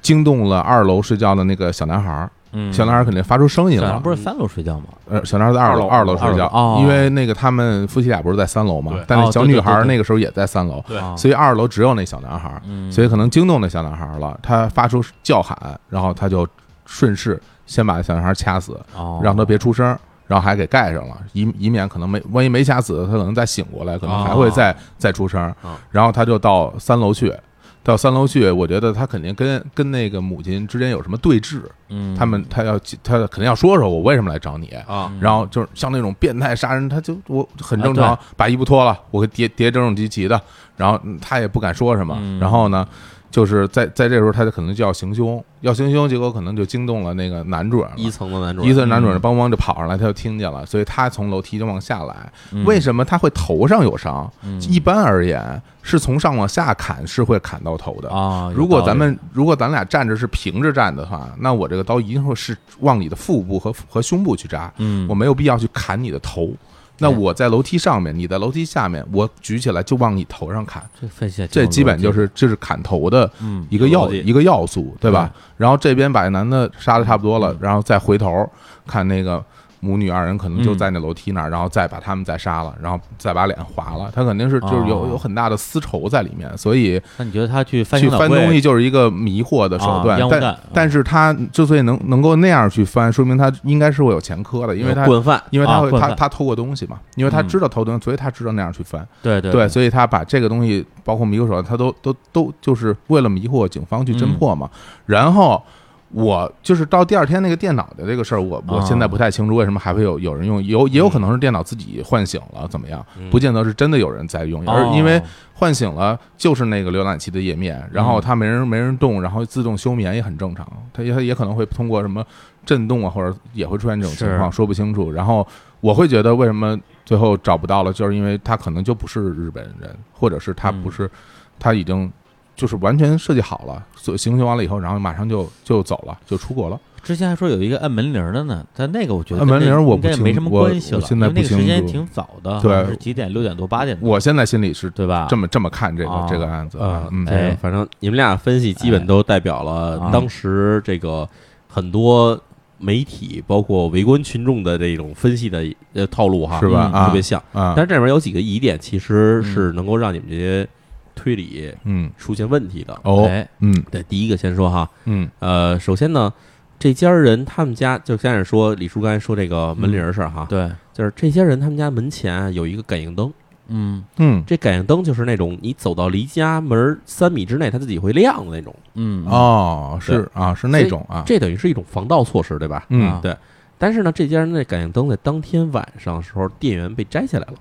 Speaker 3: 惊动了二楼睡觉的那个小男孩儿，
Speaker 2: 嗯，
Speaker 3: 小男孩儿肯定发出声音
Speaker 2: 小男孩
Speaker 3: 了。
Speaker 2: 不是三楼睡觉吗？
Speaker 3: 呃，小男孩儿在二楼，
Speaker 1: 二
Speaker 3: 二
Speaker 1: 楼
Speaker 3: 楼睡觉，
Speaker 2: 哦
Speaker 3: 因为那个他们夫妻俩不是在三楼嘛
Speaker 1: 对，
Speaker 3: 但那
Speaker 2: 哦
Speaker 3: 小
Speaker 2: 对对
Speaker 3: 女孩
Speaker 2: 对
Speaker 3: 儿
Speaker 2: 对
Speaker 3: 那个时候也在三楼，
Speaker 1: 对
Speaker 2: 啊
Speaker 3: 所以二楼只有那小男孩儿，
Speaker 2: 嗯，
Speaker 3: 所以可能惊动那小男孩儿了，他发出叫喊，然后他就顺势先把小男孩儿掐死，
Speaker 2: 哦，
Speaker 3: 让他别出声儿，然后还给盖上了，以以免可能没万一没掐死，他可能再醒过来，可能还会再、再出声儿
Speaker 2: 嗯
Speaker 1: 哦，
Speaker 3: 然后他就到三楼去。到三楼去，我觉得他肯定跟跟那个母亲之间有什么对峙，
Speaker 2: 嗯，
Speaker 3: 他们他要他肯定要说说我为什么来找你，
Speaker 1: 啊，
Speaker 3: 然后就是像那种变态杀人，他就我很正常，
Speaker 2: 啊
Speaker 3: 把衣服脱了，我叠叠整整齐齐的，然后嗯他也不敢说什么，
Speaker 2: 嗯
Speaker 3: 然后呢，就是在在这时候他就可能就要行凶，要行凶，结果可能就惊动了那个男主人了。
Speaker 1: 一层的男主
Speaker 3: 一
Speaker 1: 人，
Speaker 3: 次男主
Speaker 2: 嗯
Speaker 3: 人帮忙就跑上来，他就听见了，所以他从楼梯就往下来。为
Speaker 2: 么？
Speaker 3: 什么他会头上有伤？
Speaker 2: 嗯
Speaker 3: 一般而言是从上往下砍是会砍到头的。
Speaker 2: 啊，有
Speaker 3: 如果
Speaker 2: 道
Speaker 3: 咱
Speaker 2: 理
Speaker 3: 们如果咱俩站着是平着站的话，那我这个刀一定会是往你的腹部和和胸部去扎。
Speaker 2: 嗯，
Speaker 3: 我没有必要去砍你的头。那我在楼梯上面，你在楼梯下面，我举起来就往你头上砍，
Speaker 2: 这分析还挺
Speaker 3: 这
Speaker 2: 有
Speaker 3: 基本
Speaker 2: 逻辑
Speaker 3: 就，是这是砍头的
Speaker 2: 嗯
Speaker 3: 一个
Speaker 1: 有
Speaker 3: 要
Speaker 1: 逻辑
Speaker 3: 一个要素，对吧？然后这边把男的杀的差不多
Speaker 2: 嗯
Speaker 3: 了，然后再回头看那个母女二人可能就
Speaker 2: 嗯
Speaker 3: 在那楼梯那儿，然后再把他们再杀了，然后再把脸划了。他肯定是就是有
Speaker 2: 哦
Speaker 3: 有很大的私仇在里面，所以
Speaker 2: 那你觉得他去翻
Speaker 3: 去
Speaker 2: 箱倒
Speaker 3: 翻
Speaker 2: 柜
Speaker 3: 东西就是一个迷惑的手
Speaker 2: 啊
Speaker 3: 段
Speaker 2: 烟。雾弹
Speaker 3: 但
Speaker 2: 啊
Speaker 3: 但是他之所以能能够那样去翻，说明他应该是会有前科的，因为他
Speaker 1: 有惯犯，
Speaker 3: 因为
Speaker 2: 啊
Speaker 3: 他会、
Speaker 2: 混
Speaker 3: 他
Speaker 2: 饭
Speaker 3: 他偷过东西嘛，因为他
Speaker 2: 嗯
Speaker 3: 知道偷东西，所以他知道那样去翻，
Speaker 2: 对对
Speaker 3: 所以他把这个东西，包括迷惑手段，他都都都就是为了迷惑警方去
Speaker 2: 嗯
Speaker 3: 侦破嘛。然后我就是到第二天那个电脑的这个事儿，我我
Speaker 2: 啊
Speaker 3: 现在不太清楚为什么还会有有人用，有也
Speaker 2: 嗯
Speaker 3: 有可能是电脑自己唤醒了怎么样，
Speaker 1: 嗯
Speaker 3: 不见得是真的有人在用，
Speaker 2: 哦
Speaker 3: 而因为唤醒了就是那个浏览器的页面，然
Speaker 2: 嗯
Speaker 3: 后它没人没人动，然后自动休眠也很正常，它也也可能会通过什么震动啊，或者也会出现这种情况，
Speaker 2: 是
Speaker 3: 说不清楚。然后我会觉得为什么最后
Speaker 2: 嗯
Speaker 3: 找不到了，就是因为他可能就不是日本人，或者是他不是、他已经就是完全设计好了，所行刑完了以后，然后马上就就走了，就出国了。
Speaker 2: 之前还说有一个按门铃的呢，但那个我觉得
Speaker 3: 按门铃
Speaker 2: 跟那
Speaker 3: 我
Speaker 2: 应该
Speaker 3: 不
Speaker 2: 也
Speaker 3: 清
Speaker 2: 没什么
Speaker 3: 我
Speaker 2: 关系
Speaker 3: 我
Speaker 2: 了，
Speaker 3: 现
Speaker 2: 因
Speaker 3: 在
Speaker 2: 为那
Speaker 3: 不
Speaker 2: 个
Speaker 3: 清
Speaker 2: 时间
Speaker 3: 楚
Speaker 2: 挺早的，好
Speaker 3: 对
Speaker 2: 像是几点？六点多，八点多，
Speaker 3: 我现在心里是
Speaker 2: 对吧？
Speaker 3: 这么这么看这个、
Speaker 2: 哦
Speaker 3: 这个案子
Speaker 1: 啊
Speaker 3: 的，，嗯，
Speaker 1: 对，反正你们俩分析基本都代表了
Speaker 2: 哎
Speaker 1: 当时这个很多媒体，包括围观群众的这种分析的呃套路哈，
Speaker 3: 是吧？
Speaker 2: 嗯
Speaker 3: 啊，
Speaker 1: 特别像。
Speaker 3: 啊，
Speaker 1: 但是这里面有几个疑点，其实是能够让你们这些推理
Speaker 3: 嗯，
Speaker 1: 出现问题的。
Speaker 3: 哦，
Speaker 2: 哎，
Speaker 3: 嗯
Speaker 1: 对，第一个先说哈，
Speaker 3: 嗯
Speaker 1: 呃，首先呢，这家人他们家就先是说李叔刚才说这个门铃儿事儿
Speaker 3: 嗯
Speaker 1: 哈，
Speaker 2: 对，
Speaker 1: 就是这些人他们家门前啊有一个感应灯，
Speaker 2: 嗯
Speaker 3: 嗯，
Speaker 1: 这感应灯就是那种你走到离家门三米之内，它自己会亮的那种，
Speaker 2: 嗯，
Speaker 3: 哦，是啊，是那种啊，
Speaker 1: 这等于是一种防盗措施，对吧？
Speaker 3: 嗯
Speaker 2: 啊
Speaker 1: 对但是呢，这家人的感应灯在当天晚上的时候，电源被摘下来了，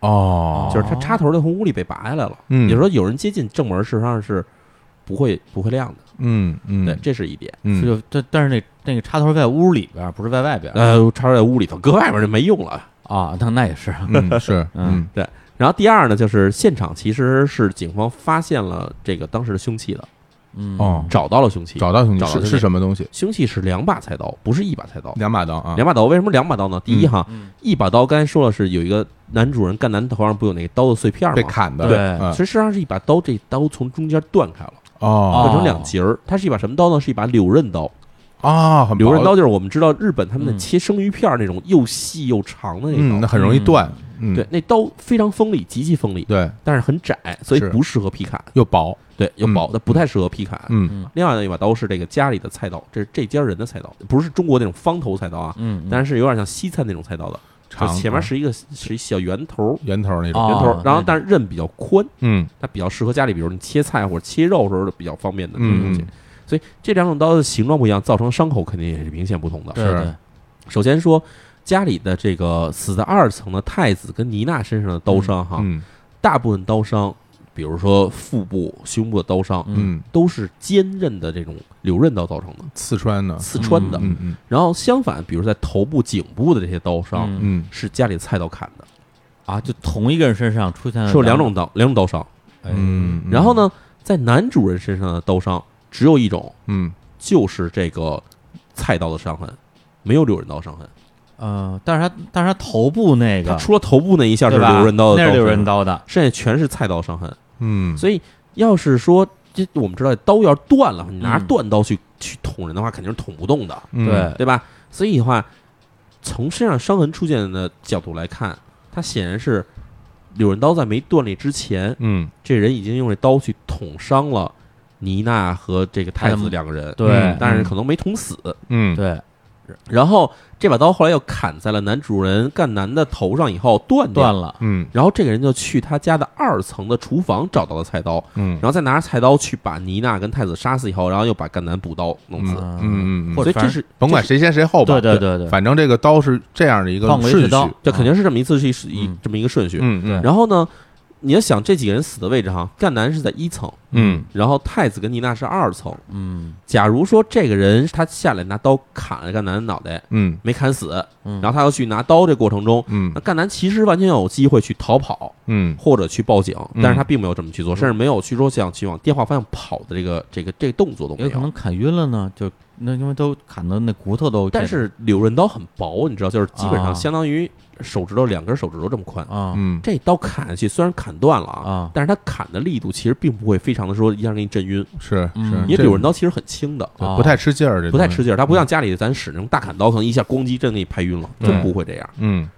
Speaker 3: 哦，
Speaker 1: 就是它插头就从屋里被拔下来了。
Speaker 3: 嗯
Speaker 1: 也就是说，有人接近正门，事实上是不会不会亮的。
Speaker 3: 嗯嗯，
Speaker 1: 对，这是一点。
Speaker 2: 这
Speaker 3: 嗯
Speaker 2: 就但但是那那个插头在屋里边儿，不是在外边儿
Speaker 1: 呃，插头在屋里头，搁外面就没用了。
Speaker 2: 啊，那那也是，
Speaker 3: 嗯是 嗯
Speaker 1: 然后第二呢，就是现场其实是警方发现了这个当时的凶器的，
Speaker 2: 嗯
Speaker 3: 哦
Speaker 1: 找到了凶器。
Speaker 3: 找到兄弟
Speaker 1: 找到
Speaker 3: 是
Speaker 1: 兄弟
Speaker 3: 是什么东西？
Speaker 1: 凶器是两把菜刀，不是一把菜刀。
Speaker 3: 两把刀啊，
Speaker 1: 两把刀，为什么两把刀呢？第一哈，
Speaker 2: 嗯
Speaker 1: 一把刀刚才说了是有一个男主人干男头上不有那个刀的碎片
Speaker 3: 被
Speaker 1: 吗？
Speaker 3: 砍的，
Speaker 2: 对
Speaker 1: 其实
Speaker 3: 嗯
Speaker 1: 实际上是一把刀，这刀从中间断开了，
Speaker 3: 哦
Speaker 1: 断成两截儿。它是一把什么刀呢？是一把柳刃刀。
Speaker 3: 啊，很
Speaker 1: 柳刃
Speaker 3: 薄
Speaker 1: 刀，就是我们知道日本他们的
Speaker 2: 嗯
Speaker 1: 切生鱼片儿那种又细又长的
Speaker 3: 嗯，
Speaker 1: 那
Speaker 3: 那
Speaker 1: 刀。
Speaker 3: 很容易断，嗯
Speaker 1: 对，那刀非常锋利，极其锋利，
Speaker 3: 对，
Speaker 1: 但是很窄，所以
Speaker 3: 是嗯
Speaker 1: 不适合劈砍。
Speaker 3: 又薄，
Speaker 1: 对，有薄的不太适合劈砍。
Speaker 3: 嗯
Speaker 1: 另外呢，一把刀是这个家里的菜刀，这是这家人的菜刀，不是中国那种方头菜刀啊，
Speaker 2: 嗯，嗯
Speaker 1: 但是有点像西餐那种菜刀的，就
Speaker 3: 长
Speaker 1: 前面
Speaker 3: 啊
Speaker 1: 是一个是一小圆头儿，
Speaker 3: 圆头那种，
Speaker 2: 哦
Speaker 1: 圆头儿，然后
Speaker 2: 那
Speaker 1: 但是刃比较宽，
Speaker 3: 嗯
Speaker 1: 它比较适合家里，比如你切菜或者切肉时候比较方便的那种东
Speaker 3: 嗯
Speaker 1: 西。
Speaker 3: 嗯
Speaker 1: 所以这两种刀的形状不一样，造成伤口肯定也是明显不同的。
Speaker 2: 对
Speaker 3: 是
Speaker 2: 对
Speaker 1: 首先说，家里的这个死在二层的太子跟妮娜身上的刀伤哈，
Speaker 3: 嗯
Speaker 1: 大部分刀伤，比如说腹部、胸部的刀伤，
Speaker 3: 嗯，
Speaker 1: 都是尖刃的这种柳刃刀造成的，
Speaker 3: 刺穿的，
Speaker 1: 刺穿的。
Speaker 3: 嗯嗯
Speaker 1: 然后相反，比如在头部、颈部的这些刀伤，
Speaker 2: 嗯
Speaker 3: 嗯，
Speaker 1: 是家里的菜刀砍的，
Speaker 2: 啊，就同一个人身上出现了
Speaker 1: 是有两种刀，两种刀伤。
Speaker 2: 哎
Speaker 3: 嗯，嗯
Speaker 1: 然后？呢，在男主人身上的刀伤只有一种，
Speaker 3: 嗯，
Speaker 1: 就是这个菜刀的伤痕，没有柳刃刀伤痕。
Speaker 3: 嗯
Speaker 2: 呃，但是他但是他头部那
Speaker 1: 他
Speaker 2: 个
Speaker 1: 除了头部那一下是
Speaker 2: 对吧
Speaker 1: 柳刃刀的，
Speaker 2: 那是柳刃，刀的，
Speaker 1: 剩下全是菜刀伤痕。
Speaker 3: 嗯，
Speaker 1: 所以要是说这我们知道刀要是断了，你拿
Speaker 2: 嗯
Speaker 1: 断刀去、去捅人的话，肯定是捅不动的，
Speaker 3: 嗯
Speaker 2: 对
Speaker 1: 对吧？所以的话，从身上伤痕出现的角度来看，他显然是柳刃刀在没断裂之前，
Speaker 3: 嗯，
Speaker 1: 这人已经用这刀去捅伤了妮娜和这个太子两个人，嗯
Speaker 2: 对
Speaker 1: 但是可能没捅死。
Speaker 3: 嗯，
Speaker 2: 对
Speaker 1: 然后这把刀后来又砍在了男主人干男的头上以后断掉
Speaker 2: 断了，
Speaker 3: 嗯
Speaker 1: 然后这个人就去他家的二层的厨房找到了菜刀，
Speaker 3: 嗯
Speaker 1: 然，后再拿着菜刀去把妮娜跟太子杀死以后，然后又把干男补刀弄死。
Speaker 3: 嗯嗯嗯，
Speaker 2: 或
Speaker 1: 所
Speaker 2: 者
Speaker 1: 以这是
Speaker 3: 甭管
Speaker 1: 这是
Speaker 3: 谁先谁后吧，
Speaker 2: 对对对对，
Speaker 3: 反正这个刀是这样的一个
Speaker 2: 放回去
Speaker 3: 顺序，
Speaker 2: 刀
Speaker 1: 这肯定是这么一次是一一
Speaker 2: 啊嗯
Speaker 1: 这么一个顺序。
Speaker 3: 嗯嗯
Speaker 1: 然后呢，你要想这几个人死的位置哈，干男是在一层，
Speaker 3: 嗯
Speaker 1: 然后太子跟妮娜是二层。
Speaker 2: 嗯
Speaker 1: 假如说这个人他下来拿刀砍了干男的脑袋，
Speaker 3: 嗯
Speaker 1: 没砍死，
Speaker 2: 嗯，
Speaker 1: 然后他又去拿刀这过程中，
Speaker 3: 嗯
Speaker 1: 那干男其实完全有机会去逃跑
Speaker 3: 嗯
Speaker 1: 或者去报警，
Speaker 3: 嗯
Speaker 1: 但是他并没有这么去
Speaker 2: 嗯
Speaker 1: 做，甚至没有去说想去往电话方向跑的这个这个这个动作都没
Speaker 2: 有可
Speaker 1: 有。
Speaker 2: 能砍晕了呢，就那因为都砍的那骨头都，
Speaker 1: 但是柳刃刀很薄，你知道，就是基本
Speaker 2: 啊
Speaker 1: 上相当于手指头两根手指头这么宽。
Speaker 2: 啊
Speaker 3: 嗯
Speaker 1: 这刀砍下去虽然砍断了啊，
Speaker 2: 啊，
Speaker 1: 但是它砍的力度其实并不会非常的说一下给你震晕，
Speaker 3: 是是，
Speaker 1: 因为
Speaker 3: 这
Speaker 1: 柳刃刀其实很轻的，
Speaker 2: 啊
Speaker 3: 不太吃劲儿，这
Speaker 1: 不太吃，劲儿，它不像家里咱使那种大砍刀，可能一下咣叽震给你拍晕了，
Speaker 3: 对
Speaker 1: 真不会这样。
Speaker 3: 嗯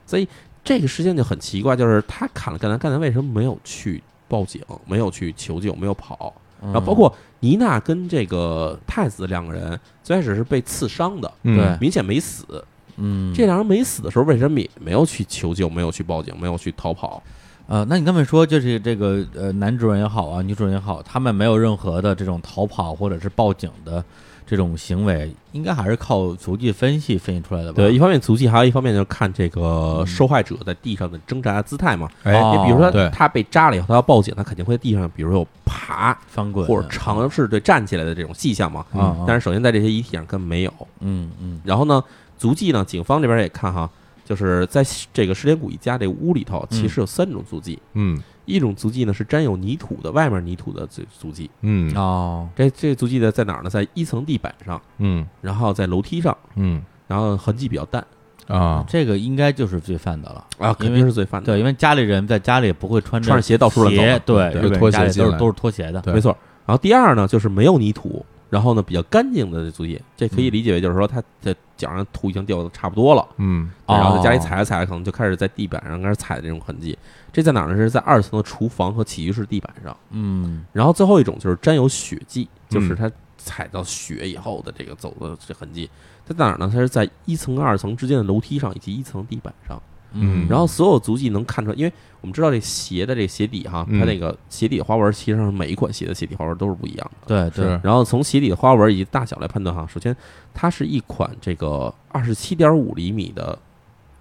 Speaker 1: 这个事件就很奇怪，就是他砍了干男，干男为什么没有去报警，没有去求救，没有跑？
Speaker 2: 然
Speaker 1: 然后包括妮娜跟这个太子两个人，最开始是被刺伤的，
Speaker 3: 嗯
Speaker 1: 明显没死。
Speaker 2: 嗯
Speaker 1: 这两人没死的时候，为什么也没有去求救，没有去报警，没有去逃跑？
Speaker 2: 呃，那你刚才说就是这个呃，男主人也好啊，女主人也好，他们没有任何的这种逃跑或者是报警的这种行为，应该还是靠足迹分析分析出来的吧？
Speaker 1: 对，一方面足迹，还有一方面就是看这个受害者在地上的挣扎姿态嘛。
Speaker 3: 哎
Speaker 2: 哦
Speaker 1: 你比如
Speaker 3: 对
Speaker 1: 说他被扎了以后，他要报警，他肯定会在地上，比如有爬
Speaker 2: 翻滚
Speaker 1: 或者尝试对站起来的这种迹象嘛。
Speaker 2: 啊啊，
Speaker 1: 但
Speaker 2: 是
Speaker 1: 是首先在这些遗体上根本没有。
Speaker 2: 嗯嗯
Speaker 1: 然后呢，足迹呢，警方这边也看哈，就是在这个石田谷一家这屋里头，其实有三种足迹。
Speaker 3: 嗯
Speaker 1: 一种足迹呢是沾有泥土的外面泥土的足足迹，
Speaker 3: 嗯
Speaker 2: 哦，
Speaker 1: 这这足迹呢在哪儿呢？在一层地板上，
Speaker 3: 嗯
Speaker 1: 然后在楼梯上，
Speaker 3: 嗯
Speaker 1: 然后痕迹比较淡
Speaker 3: 啊，
Speaker 2: 这个应该就是罪犯的了。
Speaker 1: 啊，
Speaker 2: 因
Speaker 1: 肯
Speaker 2: 为
Speaker 1: 定是罪犯的。
Speaker 2: 对，因为家里人在家里也不会穿着
Speaker 1: 穿着鞋到处乱走
Speaker 2: 鞋对，
Speaker 1: 对
Speaker 2: 日本
Speaker 3: 拖
Speaker 2: 人家里
Speaker 3: 鞋进
Speaker 2: 都是
Speaker 3: 来
Speaker 2: 都是拖鞋的。
Speaker 3: 对
Speaker 1: 没错。然后第二呢，就是没有泥土，然后呢比较干净的足迹，这可以理解为就是说他的脚上土已经掉的差不多了，
Speaker 3: 嗯
Speaker 2: 哦
Speaker 1: 然后在家里踩着踩着，可能就开始在地板上开始踩的这种痕迹。这在哪儿呢？是在二层的厨房和起居室地板上。
Speaker 2: 嗯，
Speaker 1: 然后最后一种就是沾有血迹，就是
Speaker 3: 嗯
Speaker 1: 他踩到血以后的这个走的这痕迹。它在哪儿呢？它是在一层跟二层之间的楼梯上以及一层地板上。
Speaker 2: 嗯，
Speaker 3: 嗯
Speaker 1: 然后所有足迹能看出来，因为我们知道这鞋的这鞋底哈，
Speaker 3: 嗯
Speaker 1: 它那个鞋底的花纹，其实上每一款鞋的鞋底花纹都是不一样的。
Speaker 2: 对对，
Speaker 3: 是
Speaker 1: 然后从鞋底的花纹以及大小来判断哈，首先它是一款这个二十七点五厘米的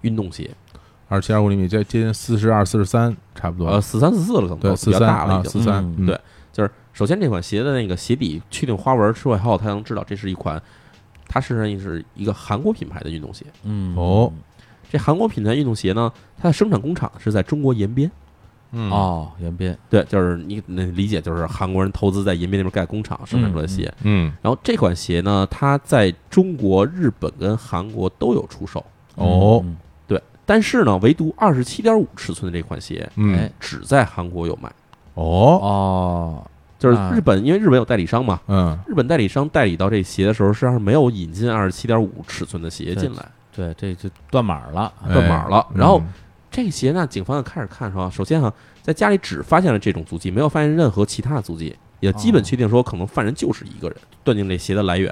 Speaker 1: 运动鞋，
Speaker 3: 二七二五厘米，这接近四十二、四十三，差不多
Speaker 1: 呃，，四三四四了，可能都
Speaker 3: 对，
Speaker 1: 比
Speaker 3: 四
Speaker 1: 较
Speaker 3: 三
Speaker 1: 大了
Speaker 3: 啊
Speaker 1: 已，经。
Speaker 3: 四三，
Speaker 2: 嗯
Speaker 1: 对就是首先这款鞋的那个鞋底确定花纹之后以后，他能知道这是一款，它实际上是一个韩国品牌的运动鞋。
Speaker 2: 嗯
Speaker 3: 哦
Speaker 1: 这韩国品牌运动鞋呢，它的生产工厂是在中国延边。
Speaker 3: 嗯
Speaker 1: 啊
Speaker 2: 哦，延边
Speaker 1: 对，就是你能理解，就是韩国人投资在延边那边盖工厂生产出来的鞋。
Speaker 3: 嗯
Speaker 1: 然后这款鞋呢，它在中国、日本跟韩国都有出售，
Speaker 3: 哦，
Speaker 2: 嗯
Speaker 1: 对，但是呢，唯独二十七点五尺寸的这款鞋
Speaker 3: 嗯
Speaker 2: 哎
Speaker 1: 只在韩国有卖，
Speaker 3: 哦
Speaker 2: 哦，
Speaker 1: 就是
Speaker 2: 啊
Speaker 1: 日本，因为日本有代理商嘛，
Speaker 3: 嗯
Speaker 1: 日本代理商代理到这鞋的时候，实际上是没有引进二十七点五尺寸的鞋进来。
Speaker 2: 对，这就断码了。
Speaker 3: 哎
Speaker 1: 断码了然后
Speaker 3: 嗯
Speaker 1: 这个鞋呢，警方就开始看说，首先哈、啊在家里只发现了这种足迹，没有发现任何其他的足迹，也基本确定说可能犯人就是一个人，断定这鞋的来源。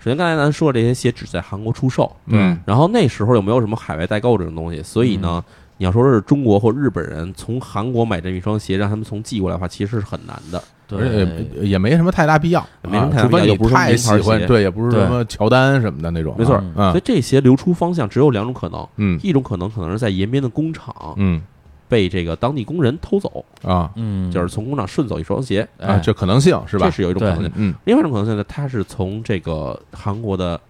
Speaker 1: 首先，刚才咱说的这些鞋只在韩国出售，
Speaker 3: 对
Speaker 1: 然后那时候又没有什么海外代购这种东西，所以呢，你要说是中国或日本人从韩国买这么一双鞋，让他们从寄过来的话，其实是很难的。
Speaker 3: 而且
Speaker 2: 对，
Speaker 3: 也也没什么太大必要，
Speaker 1: 没什么
Speaker 3: 啊
Speaker 1: 太大
Speaker 3: 除
Speaker 1: 必要
Speaker 3: 非
Speaker 1: 也
Speaker 3: 你
Speaker 1: 不是什么
Speaker 3: 太
Speaker 1: 名
Speaker 3: 喜
Speaker 1: 牌
Speaker 3: 欢，
Speaker 1: 鞋
Speaker 3: 对，也不是
Speaker 2: 对
Speaker 3: 什么乔丹什么的那种啊，
Speaker 1: 没错
Speaker 2: 嗯
Speaker 1: 所
Speaker 3: 嗯
Speaker 1: 以这鞋流出方向只有两种可能，
Speaker 3: 嗯
Speaker 1: 一种可能可能是在延边的工厂
Speaker 3: 嗯
Speaker 1: 被这个当地工人偷走，
Speaker 3: 啊
Speaker 2: 嗯，
Speaker 1: 就是从工厂顺走一双鞋，
Speaker 2: 哎
Speaker 3: 啊，这可能性是吧
Speaker 1: 这？是有一种可能性。
Speaker 3: 嗯，
Speaker 1: 另外一种可能性呢，它是从这个韩国的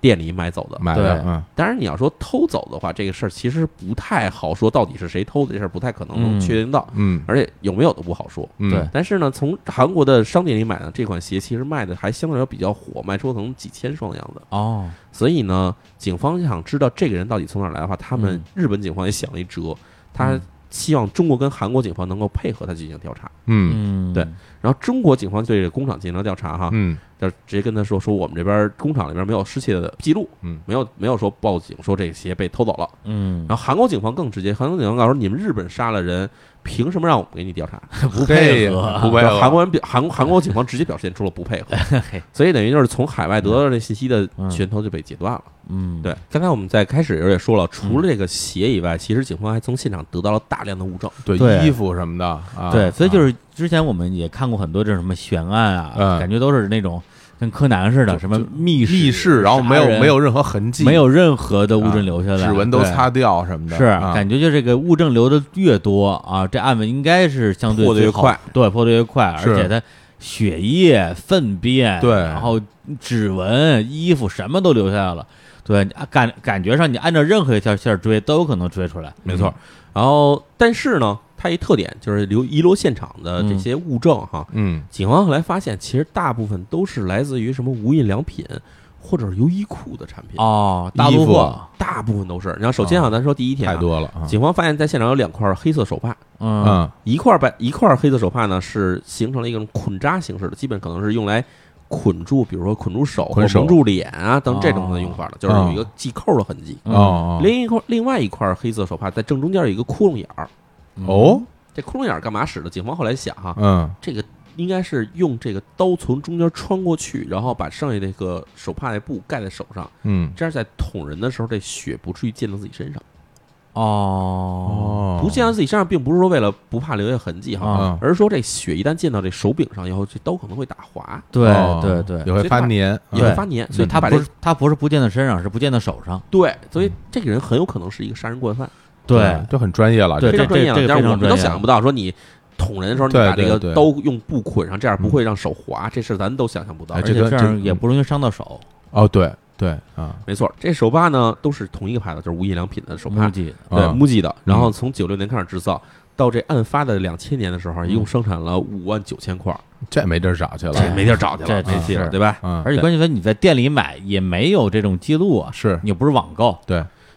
Speaker 1: 店里买走的。
Speaker 3: 买
Speaker 2: 对
Speaker 3: 的，嗯
Speaker 1: 当然，你要说偷走的话，这个事儿其实不太好说，到底是谁偷的这事儿不太可能能
Speaker 2: 嗯
Speaker 1: 确定到，
Speaker 3: 嗯
Speaker 1: 而且有没有都不好说。
Speaker 3: 嗯
Speaker 2: 对
Speaker 1: 但是呢，从韩国的商店里买的这款鞋，其实卖的还相对来说比较火，卖出可能几千双的样子。
Speaker 2: 哦，
Speaker 1: 所以呢，警方想知道这个人到底从哪儿来的话，他们
Speaker 2: 嗯
Speaker 1: 日本警方也想了一辙，他
Speaker 2: 嗯
Speaker 1: 希望中国跟韩国警方能够配合他进行调查。
Speaker 3: 嗯
Speaker 2: 嗯，
Speaker 1: 对然后中国警方对这个工厂进行了调查，哈，
Speaker 3: 嗯
Speaker 1: 就是直接跟他说说我们这边工厂里边没有失窃的记录，
Speaker 3: 嗯，
Speaker 1: 没有没有说报警说这鞋被偷走了。
Speaker 2: 嗯，
Speaker 1: 然后韩国警方更直接，韩国警方告诉说你们日本杀了人，凭什么让我们给你调查？
Speaker 2: 不
Speaker 3: 这
Speaker 2: 配合，
Speaker 3: 不配
Speaker 1: 然后
Speaker 3: 合，
Speaker 1: 韩国人表韩韩国警方直接表现出了不 配合，
Speaker 2: 嘿
Speaker 1: 所以等于就是从海外得到这信息的
Speaker 2: 嗯
Speaker 1: 源头就被截断了。
Speaker 2: 嗯，
Speaker 1: 对，刚才我们在开始的时候也说了，除了这个鞋以外，其实警方还从现场得到了大量的物证。
Speaker 3: 对
Speaker 2: 对
Speaker 3: 衣服什么的啊，
Speaker 2: 对，所以就
Speaker 3: 啊
Speaker 2: 是之前我们也看过很多这种什么悬案啊，
Speaker 3: 嗯
Speaker 2: 感觉都是那种跟柯南似的，什么密室
Speaker 3: 密室，然后没有
Speaker 2: 杀人
Speaker 3: 没有任何痕迹，
Speaker 2: 没有任何的物证
Speaker 3: 啊
Speaker 2: 留下来，
Speaker 3: 指纹都
Speaker 2: 对
Speaker 3: 擦掉什么的，
Speaker 2: 是，
Speaker 3: 啊
Speaker 2: 感觉就这个物证留的越多啊，这案子应该是相对
Speaker 1: 破得
Speaker 2: 最
Speaker 1: 越
Speaker 2: 好
Speaker 1: 快，
Speaker 2: 对，破的越快，而
Speaker 3: 是
Speaker 2: 且它血液、粪便，
Speaker 3: 对
Speaker 2: 然后指纹、衣服什么都留下来了，对，你啊感感觉上你按照任何一条线儿追都有可能追出来，
Speaker 1: 没错，然后但是呢，它一特点就是留遗留现场的这些物证哈，
Speaker 3: 嗯
Speaker 1: 警方后来发现，其实大部分都是来自于什么无印良品或者是优衣库的产品，
Speaker 2: 哦，
Speaker 3: 衣
Speaker 2: 大陆
Speaker 3: 服
Speaker 2: 货，
Speaker 1: 大部分都是。然后首先啊，咱说第一天、
Speaker 3: 哦太
Speaker 1: 啊，
Speaker 3: 多了啊，
Speaker 1: 警方发现在现场有两块黑色手帕，
Speaker 2: 嗯
Speaker 3: 嗯
Speaker 1: 一块白一块黑色手帕呢是形成了一种捆扎形式的，基本可能是用来。捆住，比如说捆住手、或
Speaker 3: 捆手
Speaker 1: 蒙住脸啊，等这种的用法的，就是有一个系扣的痕迹。
Speaker 2: 嗯
Speaker 3: 哦
Speaker 1: 另一块另外一块黑色手帕在正中间有一个窟窿眼儿，
Speaker 2: 嗯
Speaker 3: 哦
Speaker 1: 这窟窿眼儿干嘛使的？警方后来想哈、
Speaker 3: 嗯
Speaker 1: 这个应该是用这个刀从中间穿过去，然后把剩下这个手帕那布盖在手上，
Speaker 3: 嗯
Speaker 1: 这样在捅人的时候，这血不至于溅到自己身上。
Speaker 2: 哦
Speaker 3: 哦
Speaker 1: 不溅到自己身上，并不是说为了不怕留下痕迹哈，
Speaker 2: 啊，
Speaker 3: 嗯
Speaker 1: 而是说这血一旦溅到这手柄上以后，这刀可能会打滑，
Speaker 2: 对
Speaker 3: 哦
Speaker 2: 对对，
Speaker 3: 也会
Speaker 1: 所以
Speaker 3: 翻
Speaker 1: 他
Speaker 3: 黏，
Speaker 1: 也
Speaker 3: 嗯
Speaker 1: 会发黏，所以他把这
Speaker 2: 不是嗯他不是不溅到身上，是不溅到手上，
Speaker 1: 对，所以这个人很有可能是一个杀人惯犯，
Speaker 2: 对，
Speaker 3: 这很专业了，
Speaker 2: 对
Speaker 1: 非
Speaker 3: 这
Speaker 1: 常专业了
Speaker 2: 这这。个
Speaker 1: 但
Speaker 2: 非
Speaker 1: 是
Speaker 2: 常
Speaker 1: 我们都
Speaker 2: 专业
Speaker 1: 想不到说你。捅人的时候，你
Speaker 3: 对
Speaker 1: 把这
Speaker 3: 对
Speaker 1: 个
Speaker 3: 对
Speaker 1: 刀用布捆上，这样不会让手滑，这事咱都想象不到
Speaker 3: 哎。
Speaker 2: 而且
Speaker 3: 这个
Speaker 2: 嗯这
Speaker 3: 这
Speaker 2: 样也不容易伤到手，
Speaker 3: 哦对对啊
Speaker 1: 没错，这手
Speaker 2: 嗯
Speaker 1: 帕呢都是同一个牌子，就是无印良品的手帕
Speaker 2: 估。计
Speaker 1: 对
Speaker 3: 啊
Speaker 2: 嗯
Speaker 1: 木 i 的，然后从九六年开始制造，到这案发的两千年的时候，
Speaker 2: 嗯
Speaker 1: 一共生产了五万九千块儿，
Speaker 3: 这没地儿找去
Speaker 1: 这
Speaker 3: 了，
Speaker 1: 没地儿找去了，
Speaker 2: 这
Speaker 1: 没戏了，
Speaker 3: 是
Speaker 1: 啊对吧？
Speaker 3: 嗯，
Speaker 2: 而且关键在你在店里买也没有这种记录啊，
Speaker 3: 是
Speaker 2: 你又不是网购，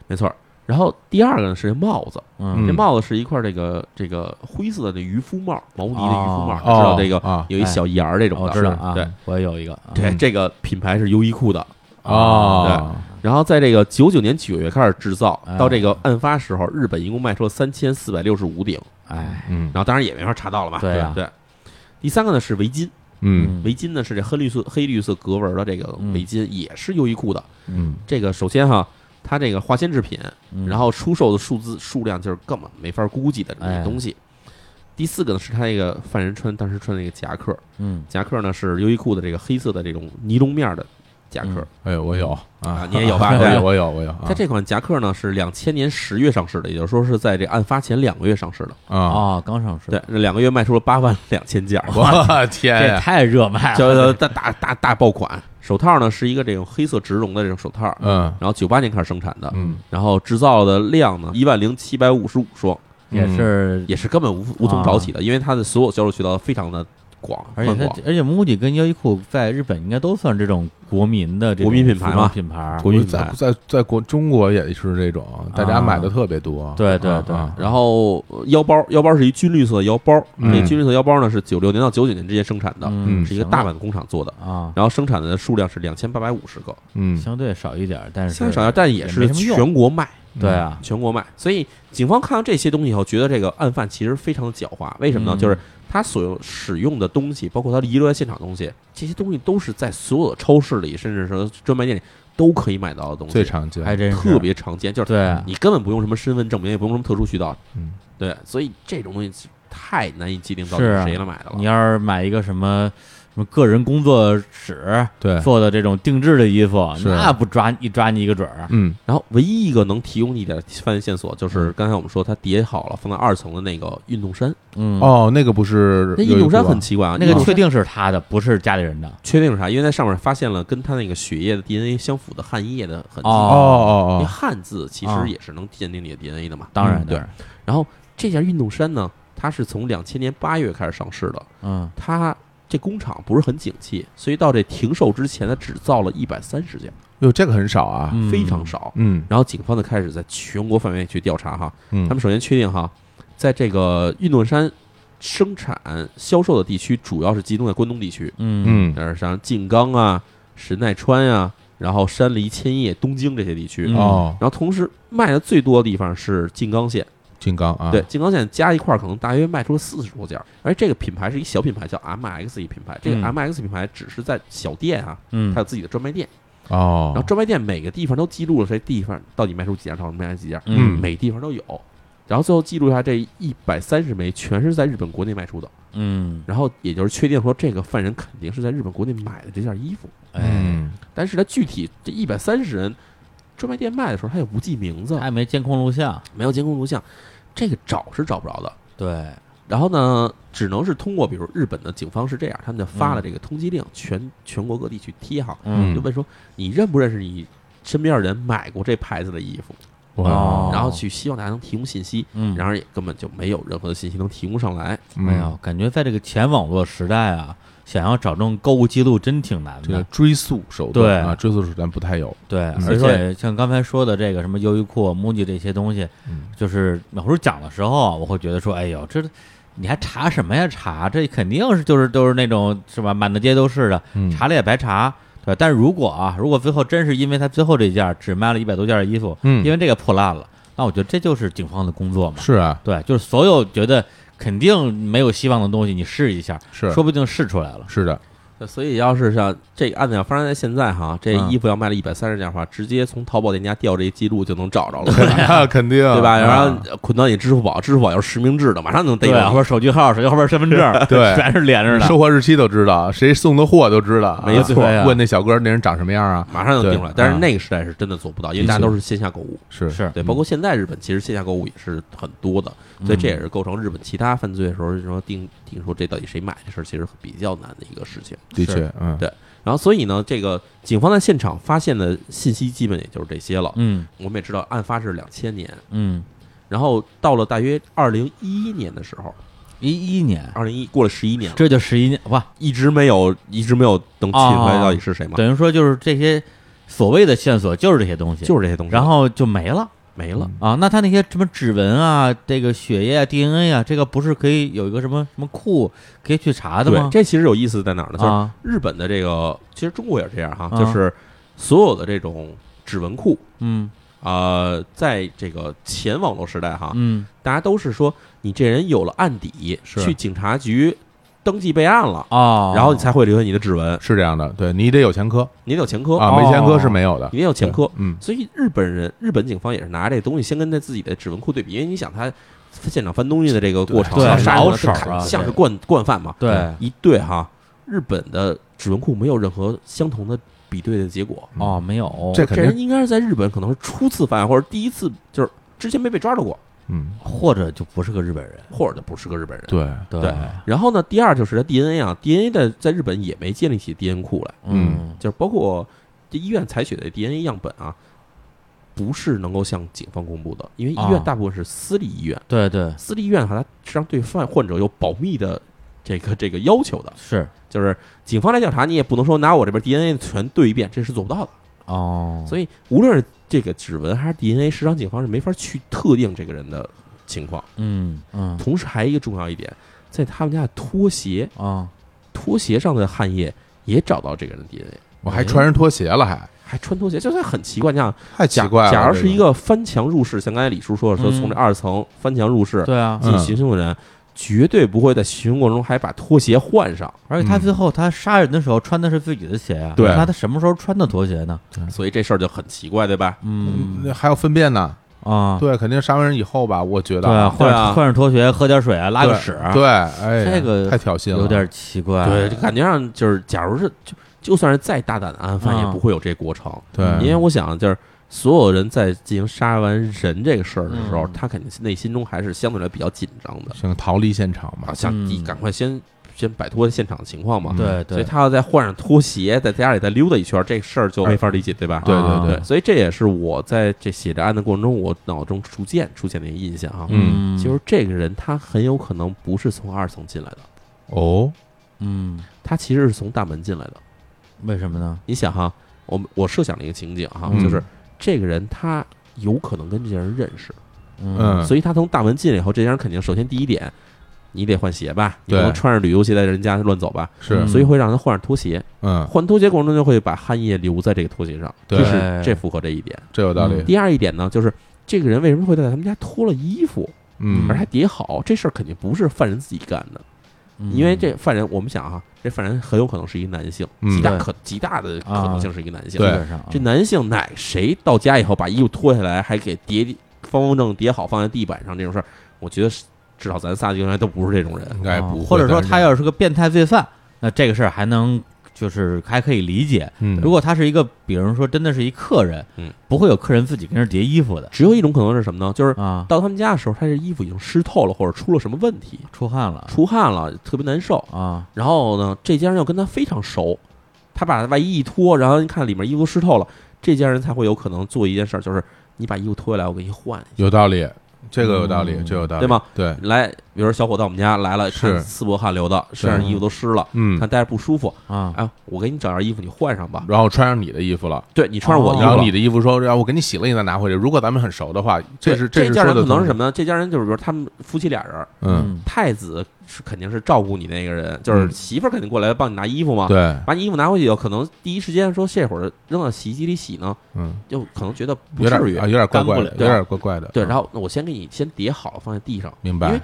Speaker 1: 没错儿。然后第二个呢是这帽子，
Speaker 2: 嗯
Speaker 1: 这
Speaker 3: 嗯
Speaker 1: 帽子是一块这个这个灰色的这渔夫帽，毛呢的渔夫帽，
Speaker 2: 哦
Speaker 1: 知道这个
Speaker 3: 啊
Speaker 1: 有一小檐儿这种
Speaker 2: 我
Speaker 1: 的，
Speaker 2: 知道啊，
Speaker 1: 哦对，
Speaker 2: 我也有一个啊，
Speaker 1: 这
Speaker 3: 嗯
Speaker 1: 这个品牌是优衣库的。
Speaker 3: 啊，
Speaker 1: 然后在这个九九年九月开始制造
Speaker 2: 哎，
Speaker 1: 到这个案发时候，日本一共卖出了三千四百六十五顶，
Speaker 2: 哎，
Speaker 3: 嗯
Speaker 1: 然后当然也没法查到了嘛，
Speaker 2: 对
Speaker 1: 对
Speaker 2: 呀
Speaker 1: 对。第三个呢是围巾，
Speaker 3: 嗯
Speaker 1: 围巾呢是这黑绿色黑绿色格纹的这个
Speaker 2: 嗯
Speaker 1: 围巾，也是优衣库的。
Speaker 3: 嗯
Speaker 1: 这个首先哈，它这个化纤制品，
Speaker 2: 嗯，
Speaker 1: 然后出售的数字数量就是根本没法估计的这么一
Speaker 2: 哎
Speaker 1: 个东西。第四个呢是他那个犯人穿当时穿的那个夹克，
Speaker 2: 嗯，
Speaker 1: 夹克呢是优衣库的这个黑色的这种尼龙面儿的夹克
Speaker 2: 嗯，啊
Speaker 3: 哎呦，我有啊
Speaker 1: 啊，你也有吧
Speaker 3: 我
Speaker 1: 对
Speaker 3: 有，我有，我有。
Speaker 1: 它这款夹克呢是两千年十月上市的，也就是说是在这案发前两个月上市的。
Speaker 3: 啊，
Speaker 2: 啊，刚上市，
Speaker 1: 对，那两个月卖出了八万两千件儿，
Speaker 3: 我天
Speaker 2: 这也
Speaker 3: 呀，
Speaker 2: 太热卖了，
Speaker 1: 就大大大大爆款。手套呢是一个这种黑色植绒的这种手套，
Speaker 3: 嗯
Speaker 1: 然后九八年开始生产的，
Speaker 3: 嗯，
Speaker 1: 然后制造的量呢一万零七百五十五双，
Speaker 2: 也
Speaker 3: 嗯
Speaker 2: 是
Speaker 1: 嗯也是根本无
Speaker 2: 啊
Speaker 1: 无从找起的，因为它的所有销售渠道非常的广，
Speaker 2: 而且
Speaker 1: 宽
Speaker 2: 它，
Speaker 1: 广。
Speaker 2: 而且 MUJI 跟优衣库在日本应该都算这种国民的这种
Speaker 1: 国民品牌嘛
Speaker 2: 服装品牌。
Speaker 1: 国民品
Speaker 3: 在
Speaker 1: 牌。
Speaker 3: 在在国中国也是这种，大家买的特别多。
Speaker 2: 对对对
Speaker 3: 啊
Speaker 1: 然后呃腰包，腰包是一军绿色的腰包，
Speaker 3: 嗯
Speaker 1: 那军绿色腰包呢是九六年到九九年之间生产的，
Speaker 2: 嗯，
Speaker 1: 是一个大阪工厂做的，
Speaker 2: 啊，
Speaker 1: 然后生产的数量是两千八百五十个，
Speaker 3: 嗯
Speaker 2: 相对少一点，但是
Speaker 1: 相对少量，但也
Speaker 2: 也
Speaker 1: 是
Speaker 2: 没什么用
Speaker 1: 全国卖，
Speaker 2: 对啊，
Speaker 1: 全国卖。所以警方看到这些东西以后，觉得这个案犯其实非常的狡猾，为什么呢？
Speaker 2: 嗯
Speaker 1: 就是他所使用的东西，包括他遗留在现场的东西，这些东西都是在所有的超市里，甚至说专卖店里都可以买到的东西，
Speaker 3: 最常见
Speaker 2: 还真是
Speaker 1: 特别嗯常见，就是
Speaker 2: 对，
Speaker 1: 你根本不用什么身份证明，也不用什么特殊渠道，
Speaker 3: 嗯
Speaker 1: 对，所以这种东西太难以界定到底
Speaker 2: 是啊
Speaker 1: 谁来买的了。
Speaker 2: 你要是买一个什么什么个人工作室
Speaker 3: 对，
Speaker 2: 做的这种定制的衣服，
Speaker 3: 是
Speaker 2: 那不抓一抓你一个准儿，啊
Speaker 3: 嗯
Speaker 1: 然后唯一一个能提供你的犯罪线索，就是刚才我们说他叠好了放在二层的那个运动衫，
Speaker 2: 嗯，
Speaker 3: 哦，那个不是
Speaker 1: 那
Speaker 3: 优
Speaker 1: 运
Speaker 3: 衣
Speaker 1: 动
Speaker 3: 库
Speaker 1: 衫
Speaker 3: 吧
Speaker 1: 很奇怪啊，
Speaker 2: 那
Speaker 1: 运
Speaker 2: 个
Speaker 1: 动
Speaker 2: 确
Speaker 1: 衫
Speaker 2: 定是他的，不是家里人的，
Speaker 1: 确定是啥？因为在上面发现了跟他那个血液的 DNA 相符的汗液的痕迹，
Speaker 3: 哦
Speaker 2: 哦
Speaker 1: 因为
Speaker 3: 哦
Speaker 1: 汉字其
Speaker 2: 啊
Speaker 1: 实也是能鉴定你的 DNA 的嘛。
Speaker 2: 当然
Speaker 3: 嗯
Speaker 1: 对
Speaker 2: 当然
Speaker 1: 然后这件运动衫呢，它是从两千年八月开始上市的，
Speaker 2: 嗯，
Speaker 1: 它这工厂不是很景气，所以到这停售之前，它只造了一百三十件，
Speaker 3: 哦，哟，这个很少啊，
Speaker 2: 嗯
Speaker 1: 非常少。
Speaker 3: 嗯
Speaker 1: 然后警方呢开始在全国范围内去调查哈，他
Speaker 3: 嗯
Speaker 1: 们首先确定哈，在这个运动衫生产销售的地区，主要是集中在关东地区，
Speaker 2: 嗯
Speaker 3: 嗯
Speaker 1: 呃，像静冈啊、神奈川啊，然后山梨、千叶、东京这些地区。
Speaker 2: 嗯
Speaker 3: 哦，
Speaker 1: 然后同时卖的最多的地方是静冈县，
Speaker 3: 金刚啊，
Speaker 1: 对，，静冈县加一块儿可能大约卖出了四十多件儿，而这个品牌是一小品牌，叫 MX 一品牌。这个
Speaker 2: 嗯
Speaker 1: MX 品牌只是在小店啊，
Speaker 2: 嗯
Speaker 1: 它有自己的专卖店，
Speaker 3: 哦，
Speaker 1: 然后专卖店每个地方都记录了这地方到底卖出几件儿，到底卖出几件儿，
Speaker 2: 嗯
Speaker 1: 每地方都有。然后最后记录一下这一百三十枚全是在日本国内卖出的，
Speaker 2: 嗯，
Speaker 1: 然后也就是确定说这个犯人肯定是在日本国内买的这件衣服。
Speaker 2: 哎，
Speaker 3: 嗯
Speaker 1: 但是他具体这一百三十人专卖店卖的时候，他也不记名字
Speaker 2: 他，也没监控录像，
Speaker 1: 没有监控录像，这个找是找不着的。
Speaker 2: 对，
Speaker 1: 然后呢，只能是通过比如日本的警方是这样，他们就发了这个通缉令，全全国各地去贴哈，
Speaker 2: 嗯
Speaker 1: 就问说你认不认识你身边的人买过这牌子的衣服，
Speaker 2: 哦
Speaker 1: 然后去希望大家能提供信息，
Speaker 2: 嗯，
Speaker 1: 然而也根本就没有任何的信息能提供上来。
Speaker 3: 嗯
Speaker 2: 哎呀，，感觉在这个前网络时代啊，想要找这种购物记录真挺难
Speaker 3: 这个
Speaker 2: 的。
Speaker 3: 追溯手
Speaker 2: 对
Speaker 3: 段啊，追溯手段不太有，
Speaker 2: 对，
Speaker 3: 嗯
Speaker 2: 而且像刚才说的这个什么优衣库、MUJI 这些东西，
Speaker 3: 嗯
Speaker 2: 就是有时候讲的时候啊，我会觉得说，哎呦，这你还查什么呀？查这肯定是就是都是那种是吧？满大街都是的，
Speaker 3: 嗯
Speaker 2: 查了也白查。对，但是如果啊，如果最后真是因为他最后这件只卖了一百多件的衣服，
Speaker 3: 嗯
Speaker 2: 因为这个破烂了，那我觉得这就是警方的工作嘛。
Speaker 3: 是啊
Speaker 2: 对，就是所有觉得肯定没有希望的东西，你试一下，
Speaker 3: 是啊
Speaker 2: 说不定试出来了。
Speaker 3: 是的，
Speaker 1: 所以要是像这个案子要发生在现在哈，这
Speaker 2: 嗯
Speaker 1: 衣服要卖了一百三十件的话，直接从淘宝店家调这记录就能找着了。
Speaker 3: 那 肯定
Speaker 1: 对吧？
Speaker 3: 啊，
Speaker 1: 然后捆到你支付宝，支付宝又是实名制的，马上能逮
Speaker 2: 嗯对，啊后
Speaker 1: 着
Speaker 2: 边手机号，手机后边身份证
Speaker 3: 对
Speaker 2: 全是连着的。
Speaker 3: 收货日期都知道，谁送的货都知道，
Speaker 1: 没
Speaker 3: 啊
Speaker 1: 错
Speaker 3: 对
Speaker 2: 呀
Speaker 3: 问那小哥那人长什么样啊？
Speaker 1: 你，马上就能定出来
Speaker 3: 对。
Speaker 1: 但是
Speaker 2: 嗯
Speaker 3: 啊
Speaker 1: 那个时代是真的做不到，因为大家
Speaker 3: 的确
Speaker 1: 都是线下购物，
Speaker 3: 是
Speaker 2: 是
Speaker 1: 对，包括现在日本其实线下购物也是很多的，所以这
Speaker 2: 嗯
Speaker 1: 也是构成日本其他犯罪的时候，就是说定定说这到底谁买的事儿，其实比较难的一个事情。
Speaker 2: 是
Speaker 3: 的确，嗯
Speaker 1: 对然后，所以呢，这个警方在现场发现的信息基本也就是这些了。
Speaker 2: 嗯
Speaker 1: 我们也知道，案发是两千年，
Speaker 2: 嗯
Speaker 1: 然后到了大约二零一一年的时候，
Speaker 2: 一一年，
Speaker 1: 二零一过了十一年了，
Speaker 2: 这就十一年哇，
Speaker 1: 一直没有一直没有能起出
Speaker 2: 哦
Speaker 1: 来到底是谁嘛，
Speaker 2: 等于说就是这些所谓的线索就是这些东西，
Speaker 1: 就是这些东西，
Speaker 2: 然后就没了
Speaker 1: 没了。
Speaker 2: 啊。那他那些什么指纹啊、这个血液啊、DNA 啊，这个不是可以有一个什么什么库可以去查的
Speaker 1: 对，
Speaker 2: 吗？
Speaker 1: 这其实有意思在哪儿呢？就是
Speaker 2: 啊，
Speaker 1: 日本的这个，其实中国也是这样哈，
Speaker 2: 啊
Speaker 1: 就是所有的这种指纹库。
Speaker 2: 嗯
Speaker 1: 呃，在这个前网络时代哈，
Speaker 2: 嗯
Speaker 1: 大家都是说你这人有了案底，
Speaker 3: 是
Speaker 1: 去警察局登记备案了，
Speaker 2: 哦，
Speaker 1: 然后你才会留下你的指纹。
Speaker 3: 是这样的，对你得有前科
Speaker 1: 你得有前科，
Speaker 3: 啊，没前科是没有的，
Speaker 1: 你得有前科
Speaker 3: 对，，嗯，
Speaker 1: 所以日本人、日本警方也是拿这东西先跟他自己的指纹库对比，因为你想他他现场翻东西的这个过程，
Speaker 2: 对
Speaker 1: 要杀人
Speaker 2: 老
Speaker 1: 了
Speaker 2: 手啊
Speaker 1: 他砍
Speaker 2: 对
Speaker 1: 像是惯惯犯嘛，
Speaker 2: 对
Speaker 1: 一对哈，日本的指纹库没有任何相同的比对的结果，
Speaker 2: 哦没有
Speaker 3: 这
Speaker 1: 嗯
Speaker 3: 肯
Speaker 1: 这
Speaker 3: 定
Speaker 1: 人应该是在日本可能是初次犯案，或者第一次就是之前没被抓着过，
Speaker 3: 嗯，
Speaker 2: 或者就不是个日本人，嗯
Speaker 1: 或者就不是个日本人。
Speaker 3: 对，
Speaker 1: 对然后呢，第二就是他 DNA 啊，DNA 的在日本也没建立起 DNA 库来，
Speaker 2: 嗯
Speaker 1: 就是包括这医院采取的 DNA 样本啊，不是能够向警方公布的，因为医
Speaker 3: 哦
Speaker 1: 院
Speaker 2: 啊
Speaker 1: 大部分是私立医院，
Speaker 2: 对对
Speaker 1: 私立医院好像是让对犯患者有保密的这个这个要求的，
Speaker 2: 是
Speaker 1: 就是警方来调查，你也不能说拿我这边 DNA 全对一遍，这是做不到的。
Speaker 2: 哦，
Speaker 1: 所以无论是这个指纹还是 DNA，市场警方是没法去特定这个人的情况。
Speaker 2: 嗯嗯
Speaker 1: 同时还有一个重要一点，在他们家的拖鞋，
Speaker 2: 啊
Speaker 1: 拖鞋上的汗液也找到这个人的 DNA，
Speaker 3: 我还穿人拖鞋了，还
Speaker 1: 还穿拖鞋，就算很奇怪。你想，
Speaker 3: 太奇
Speaker 1: 假
Speaker 3: 怪了。
Speaker 1: 假如
Speaker 3: 这
Speaker 1: 是一个翻墙入室，像刚才李叔说的，说
Speaker 2: 嗯
Speaker 1: 从这二层翻墙入室
Speaker 2: 对啊，
Speaker 3: 嗯
Speaker 1: 进行行凶的人，绝对不会在行凶过程中还把拖鞋换上。
Speaker 2: 而且他最后他杀人的时候穿的是自己的鞋啊，
Speaker 3: 对
Speaker 2: 那他什么时候穿的拖鞋呢？
Speaker 1: 所以这事儿就很奇怪，对吧？
Speaker 2: 嗯
Speaker 3: 那还要分辨呢，
Speaker 2: 啊，
Speaker 3: 对，肯定杀完人以后吧，我觉得
Speaker 2: 对啊，
Speaker 3: 啊
Speaker 2: 换
Speaker 1: 对啊
Speaker 2: 上换上拖鞋，喝点水啊，拉个
Speaker 3: 对
Speaker 2: 屎，
Speaker 3: 对，哎呀，
Speaker 2: 这个
Speaker 3: 太挑衅了，
Speaker 2: 有点奇怪，啊
Speaker 1: 对，就感觉上就是，假如是就就算是再大胆的案犯，
Speaker 2: 啊
Speaker 1: 也不会有这过程。
Speaker 3: 对
Speaker 1: 因为我想就是。所有人在进行杀完人这个事儿的时候，
Speaker 2: 嗯
Speaker 1: 他肯定内心中还是相对来比较紧张的
Speaker 3: 想逃离现场嘛
Speaker 1: 啊，，想你
Speaker 2: 嗯
Speaker 1: 赶快先先摆脱现场的情况嘛。
Speaker 2: 对
Speaker 1: 所以
Speaker 2: 对，
Speaker 1: 他要再换上拖鞋，在家里再溜达一圈，这事儿就没法理解，对吧？
Speaker 3: 对对
Speaker 2: 啊
Speaker 3: 对
Speaker 1: 对，所以这也是我在这写着案的过程中，我脑中逐渐出现的一个印象啊。
Speaker 3: 嗯
Speaker 1: 就是这个人他很有可能不是从二层进来的，
Speaker 3: 哦，
Speaker 2: 嗯，
Speaker 1: 他其实是从大门进来的。
Speaker 2: 为什么呢？
Speaker 1: 你想哈，我们我设想了一个情景哈，
Speaker 3: 嗯
Speaker 1: 就是这个人他有可能跟这些人认识，
Speaker 2: 嗯
Speaker 3: 嗯，
Speaker 1: 所以他从大门进来以后，这些人肯定首先第一点，你得换鞋吧，你不
Speaker 3: 对
Speaker 1: 能穿着旅游鞋在人家乱走吧，
Speaker 3: 是
Speaker 2: 嗯，
Speaker 1: 所以会让他换上拖鞋，
Speaker 3: 嗯，
Speaker 1: 换拖鞋过程中就会把汗液留在这个拖鞋上，
Speaker 3: 对
Speaker 1: 这是这符合这一点。
Speaker 3: 这有道理
Speaker 2: 嗯，
Speaker 1: 第二一点呢，就是这个人为什么会在他们家脱了衣服，
Speaker 3: 嗯
Speaker 1: 而，还叠好？这事儿肯定不是犯人自己干的，
Speaker 2: 嗯
Speaker 1: 因为这犯人，我们想啊，这犯人很有可能是一男性，
Speaker 3: 嗯啊
Speaker 1: 极大
Speaker 2: 对
Speaker 1: 可极大的可能性是一个男性。
Speaker 2: 基
Speaker 3: 对
Speaker 2: 本上啊
Speaker 1: 这男性乃谁到家以后把衣服脱下来，还给叠方方正正叠好放在地板上这种事儿，我觉得是至少咱仨应该都不是这种人。
Speaker 3: 应该不
Speaker 2: 啊
Speaker 3: 会，
Speaker 2: 或者说
Speaker 3: 但是
Speaker 2: 他要是个变态罪犯，那这个事儿还能就是还可以理解。
Speaker 3: 嗯，
Speaker 2: 如果他是一个，比如说真的是一客人，
Speaker 1: 嗯，
Speaker 2: 不会有客人自己跟这儿叠衣服的
Speaker 1: 只有一种可能是什么呢？就是
Speaker 2: 啊，
Speaker 1: 到他们家的时候，他这衣服已经湿透了，或者出了什么问题，
Speaker 2: 出汗
Speaker 3: 啊
Speaker 2: 了
Speaker 1: 出汗了，特别难受。
Speaker 2: 啊，
Speaker 1: 然后呢，这家人又跟他非常熟，他把外衣一脱，然后一看里面衣服都湿透了，这家人才会有可能做一件事儿，就是你把衣服脱下来，我给你换一下。
Speaker 3: 有道理，这个有道理，
Speaker 2: 嗯
Speaker 3: 这有道理，
Speaker 1: 对吗？
Speaker 3: 对，
Speaker 1: 来，比如说小伙到我们家来了，
Speaker 3: 是
Speaker 1: 看四脖汗流的，身上衣服都湿了，
Speaker 3: 嗯
Speaker 1: 看，待着不舒服，
Speaker 2: 啊，
Speaker 1: 哎，我给你找件衣服，你换上吧。
Speaker 3: 然后穿上你的衣服了。
Speaker 1: 对你穿上我的衣
Speaker 3: 哦然
Speaker 1: 服
Speaker 3: 后
Speaker 1: 了
Speaker 3: 你。的衣服说，让我给你洗了，你再拿回去。如果咱们很熟的话，这
Speaker 1: 对
Speaker 3: 是
Speaker 1: 这
Speaker 3: 是
Speaker 1: 家
Speaker 3: 说
Speaker 1: 人
Speaker 3: 得
Speaker 1: 可能
Speaker 3: 通
Speaker 1: 是什么呢？这家人就是比如他们夫妻俩人，
Speaker 3: 的，嗯，
Speaker 1: 太子是肯定是照顾你那个人，就是
Speaker 3: 嗯
Speaker 1: 媳妇儿肯定过来帮你拿衣服嘛。
Speaker 3: 对，
Speaker 1: 把你衣服拿回去以后，可能第一时间说这会儿扔到洗衣机里洗呢，
Speaker 3: 嗯，
Speaker 1: 就可能觉得不
Speaker 3: 有点
Speaker 1: 至于
Speaker 3: 啊，。有点怪
Speaker 2: 干不
Speaker 3: 怪
Speaker 2: 了
Speaker 3: 的，有点怪怪的。
Speaker 1: 对，
Speaker 3: 嗯
Speaker 1: 然后我先给你先叠好了，放在地上。
Speaker 3: 明
Speaker 1: 因为
Speaker 3: 白，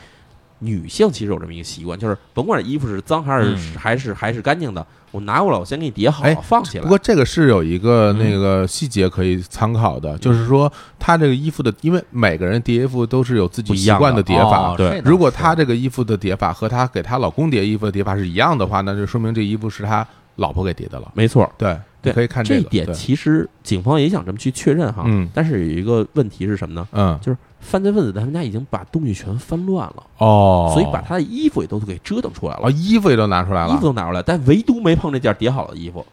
Speaker 1: 女性其实有这么一个习惯，就是甭管衣服是脏还是、
Speaker 2: 嗯
Speaker 1: 还是还是干净的，我拿过来我先给你叠好了，
Speaker 3: 哎
Speaker 1: 放起来。
Speaker 3: 不过这个是有一个
Speaker 2: 嗯
Speaker 3: 那个细节可以参考
Speaker 1: 嗯
Speaker 3: 的，就是说他这个衣服的，因为每个人叠衣服都是有自己
Speaker 1: 不一
Speaker 3: 习
Speaker 1: 样
Speaker 3: 惯
Speaker 1: 的
Speaker 3: 的叠法。
Speaker 2: 哦
Speaker 1: 对
Speaker 2: 这倒
Speaker 3: 如果
Speaker 2: 是
Speaker 3: 她这个衣服的叠法和她给她老公叠衣服的叠法是一样的话，那就说明这衣服是她老婆给叠的了。
Speaker 1: 没错，
Speaker 3: 对，
Speaker 1: 对
Speaker 3: 你可以看
Speaker 1: 这
Speaker 3: 个。
Speaker 1: 一点
Speaker 3: 对
Speaker 1: 其实警方也想这么去确认哈。
Speaker 3: 嗯
Speaker 1: 但是有一个问题是什么呢？
Speaker 3: 嗯
Speaker 1: 就是犯罪分子在他们家已经把东西全翻乱了，
Speaker 3: 哦，
Speaker 1: 嗯所以把他的衣服也都给折腾出来了，
Speaker 3: 哦衣服也都拿出来了，
Speaker 1: 衣服都拿出来，但唯独没碰这件叠好的衣服。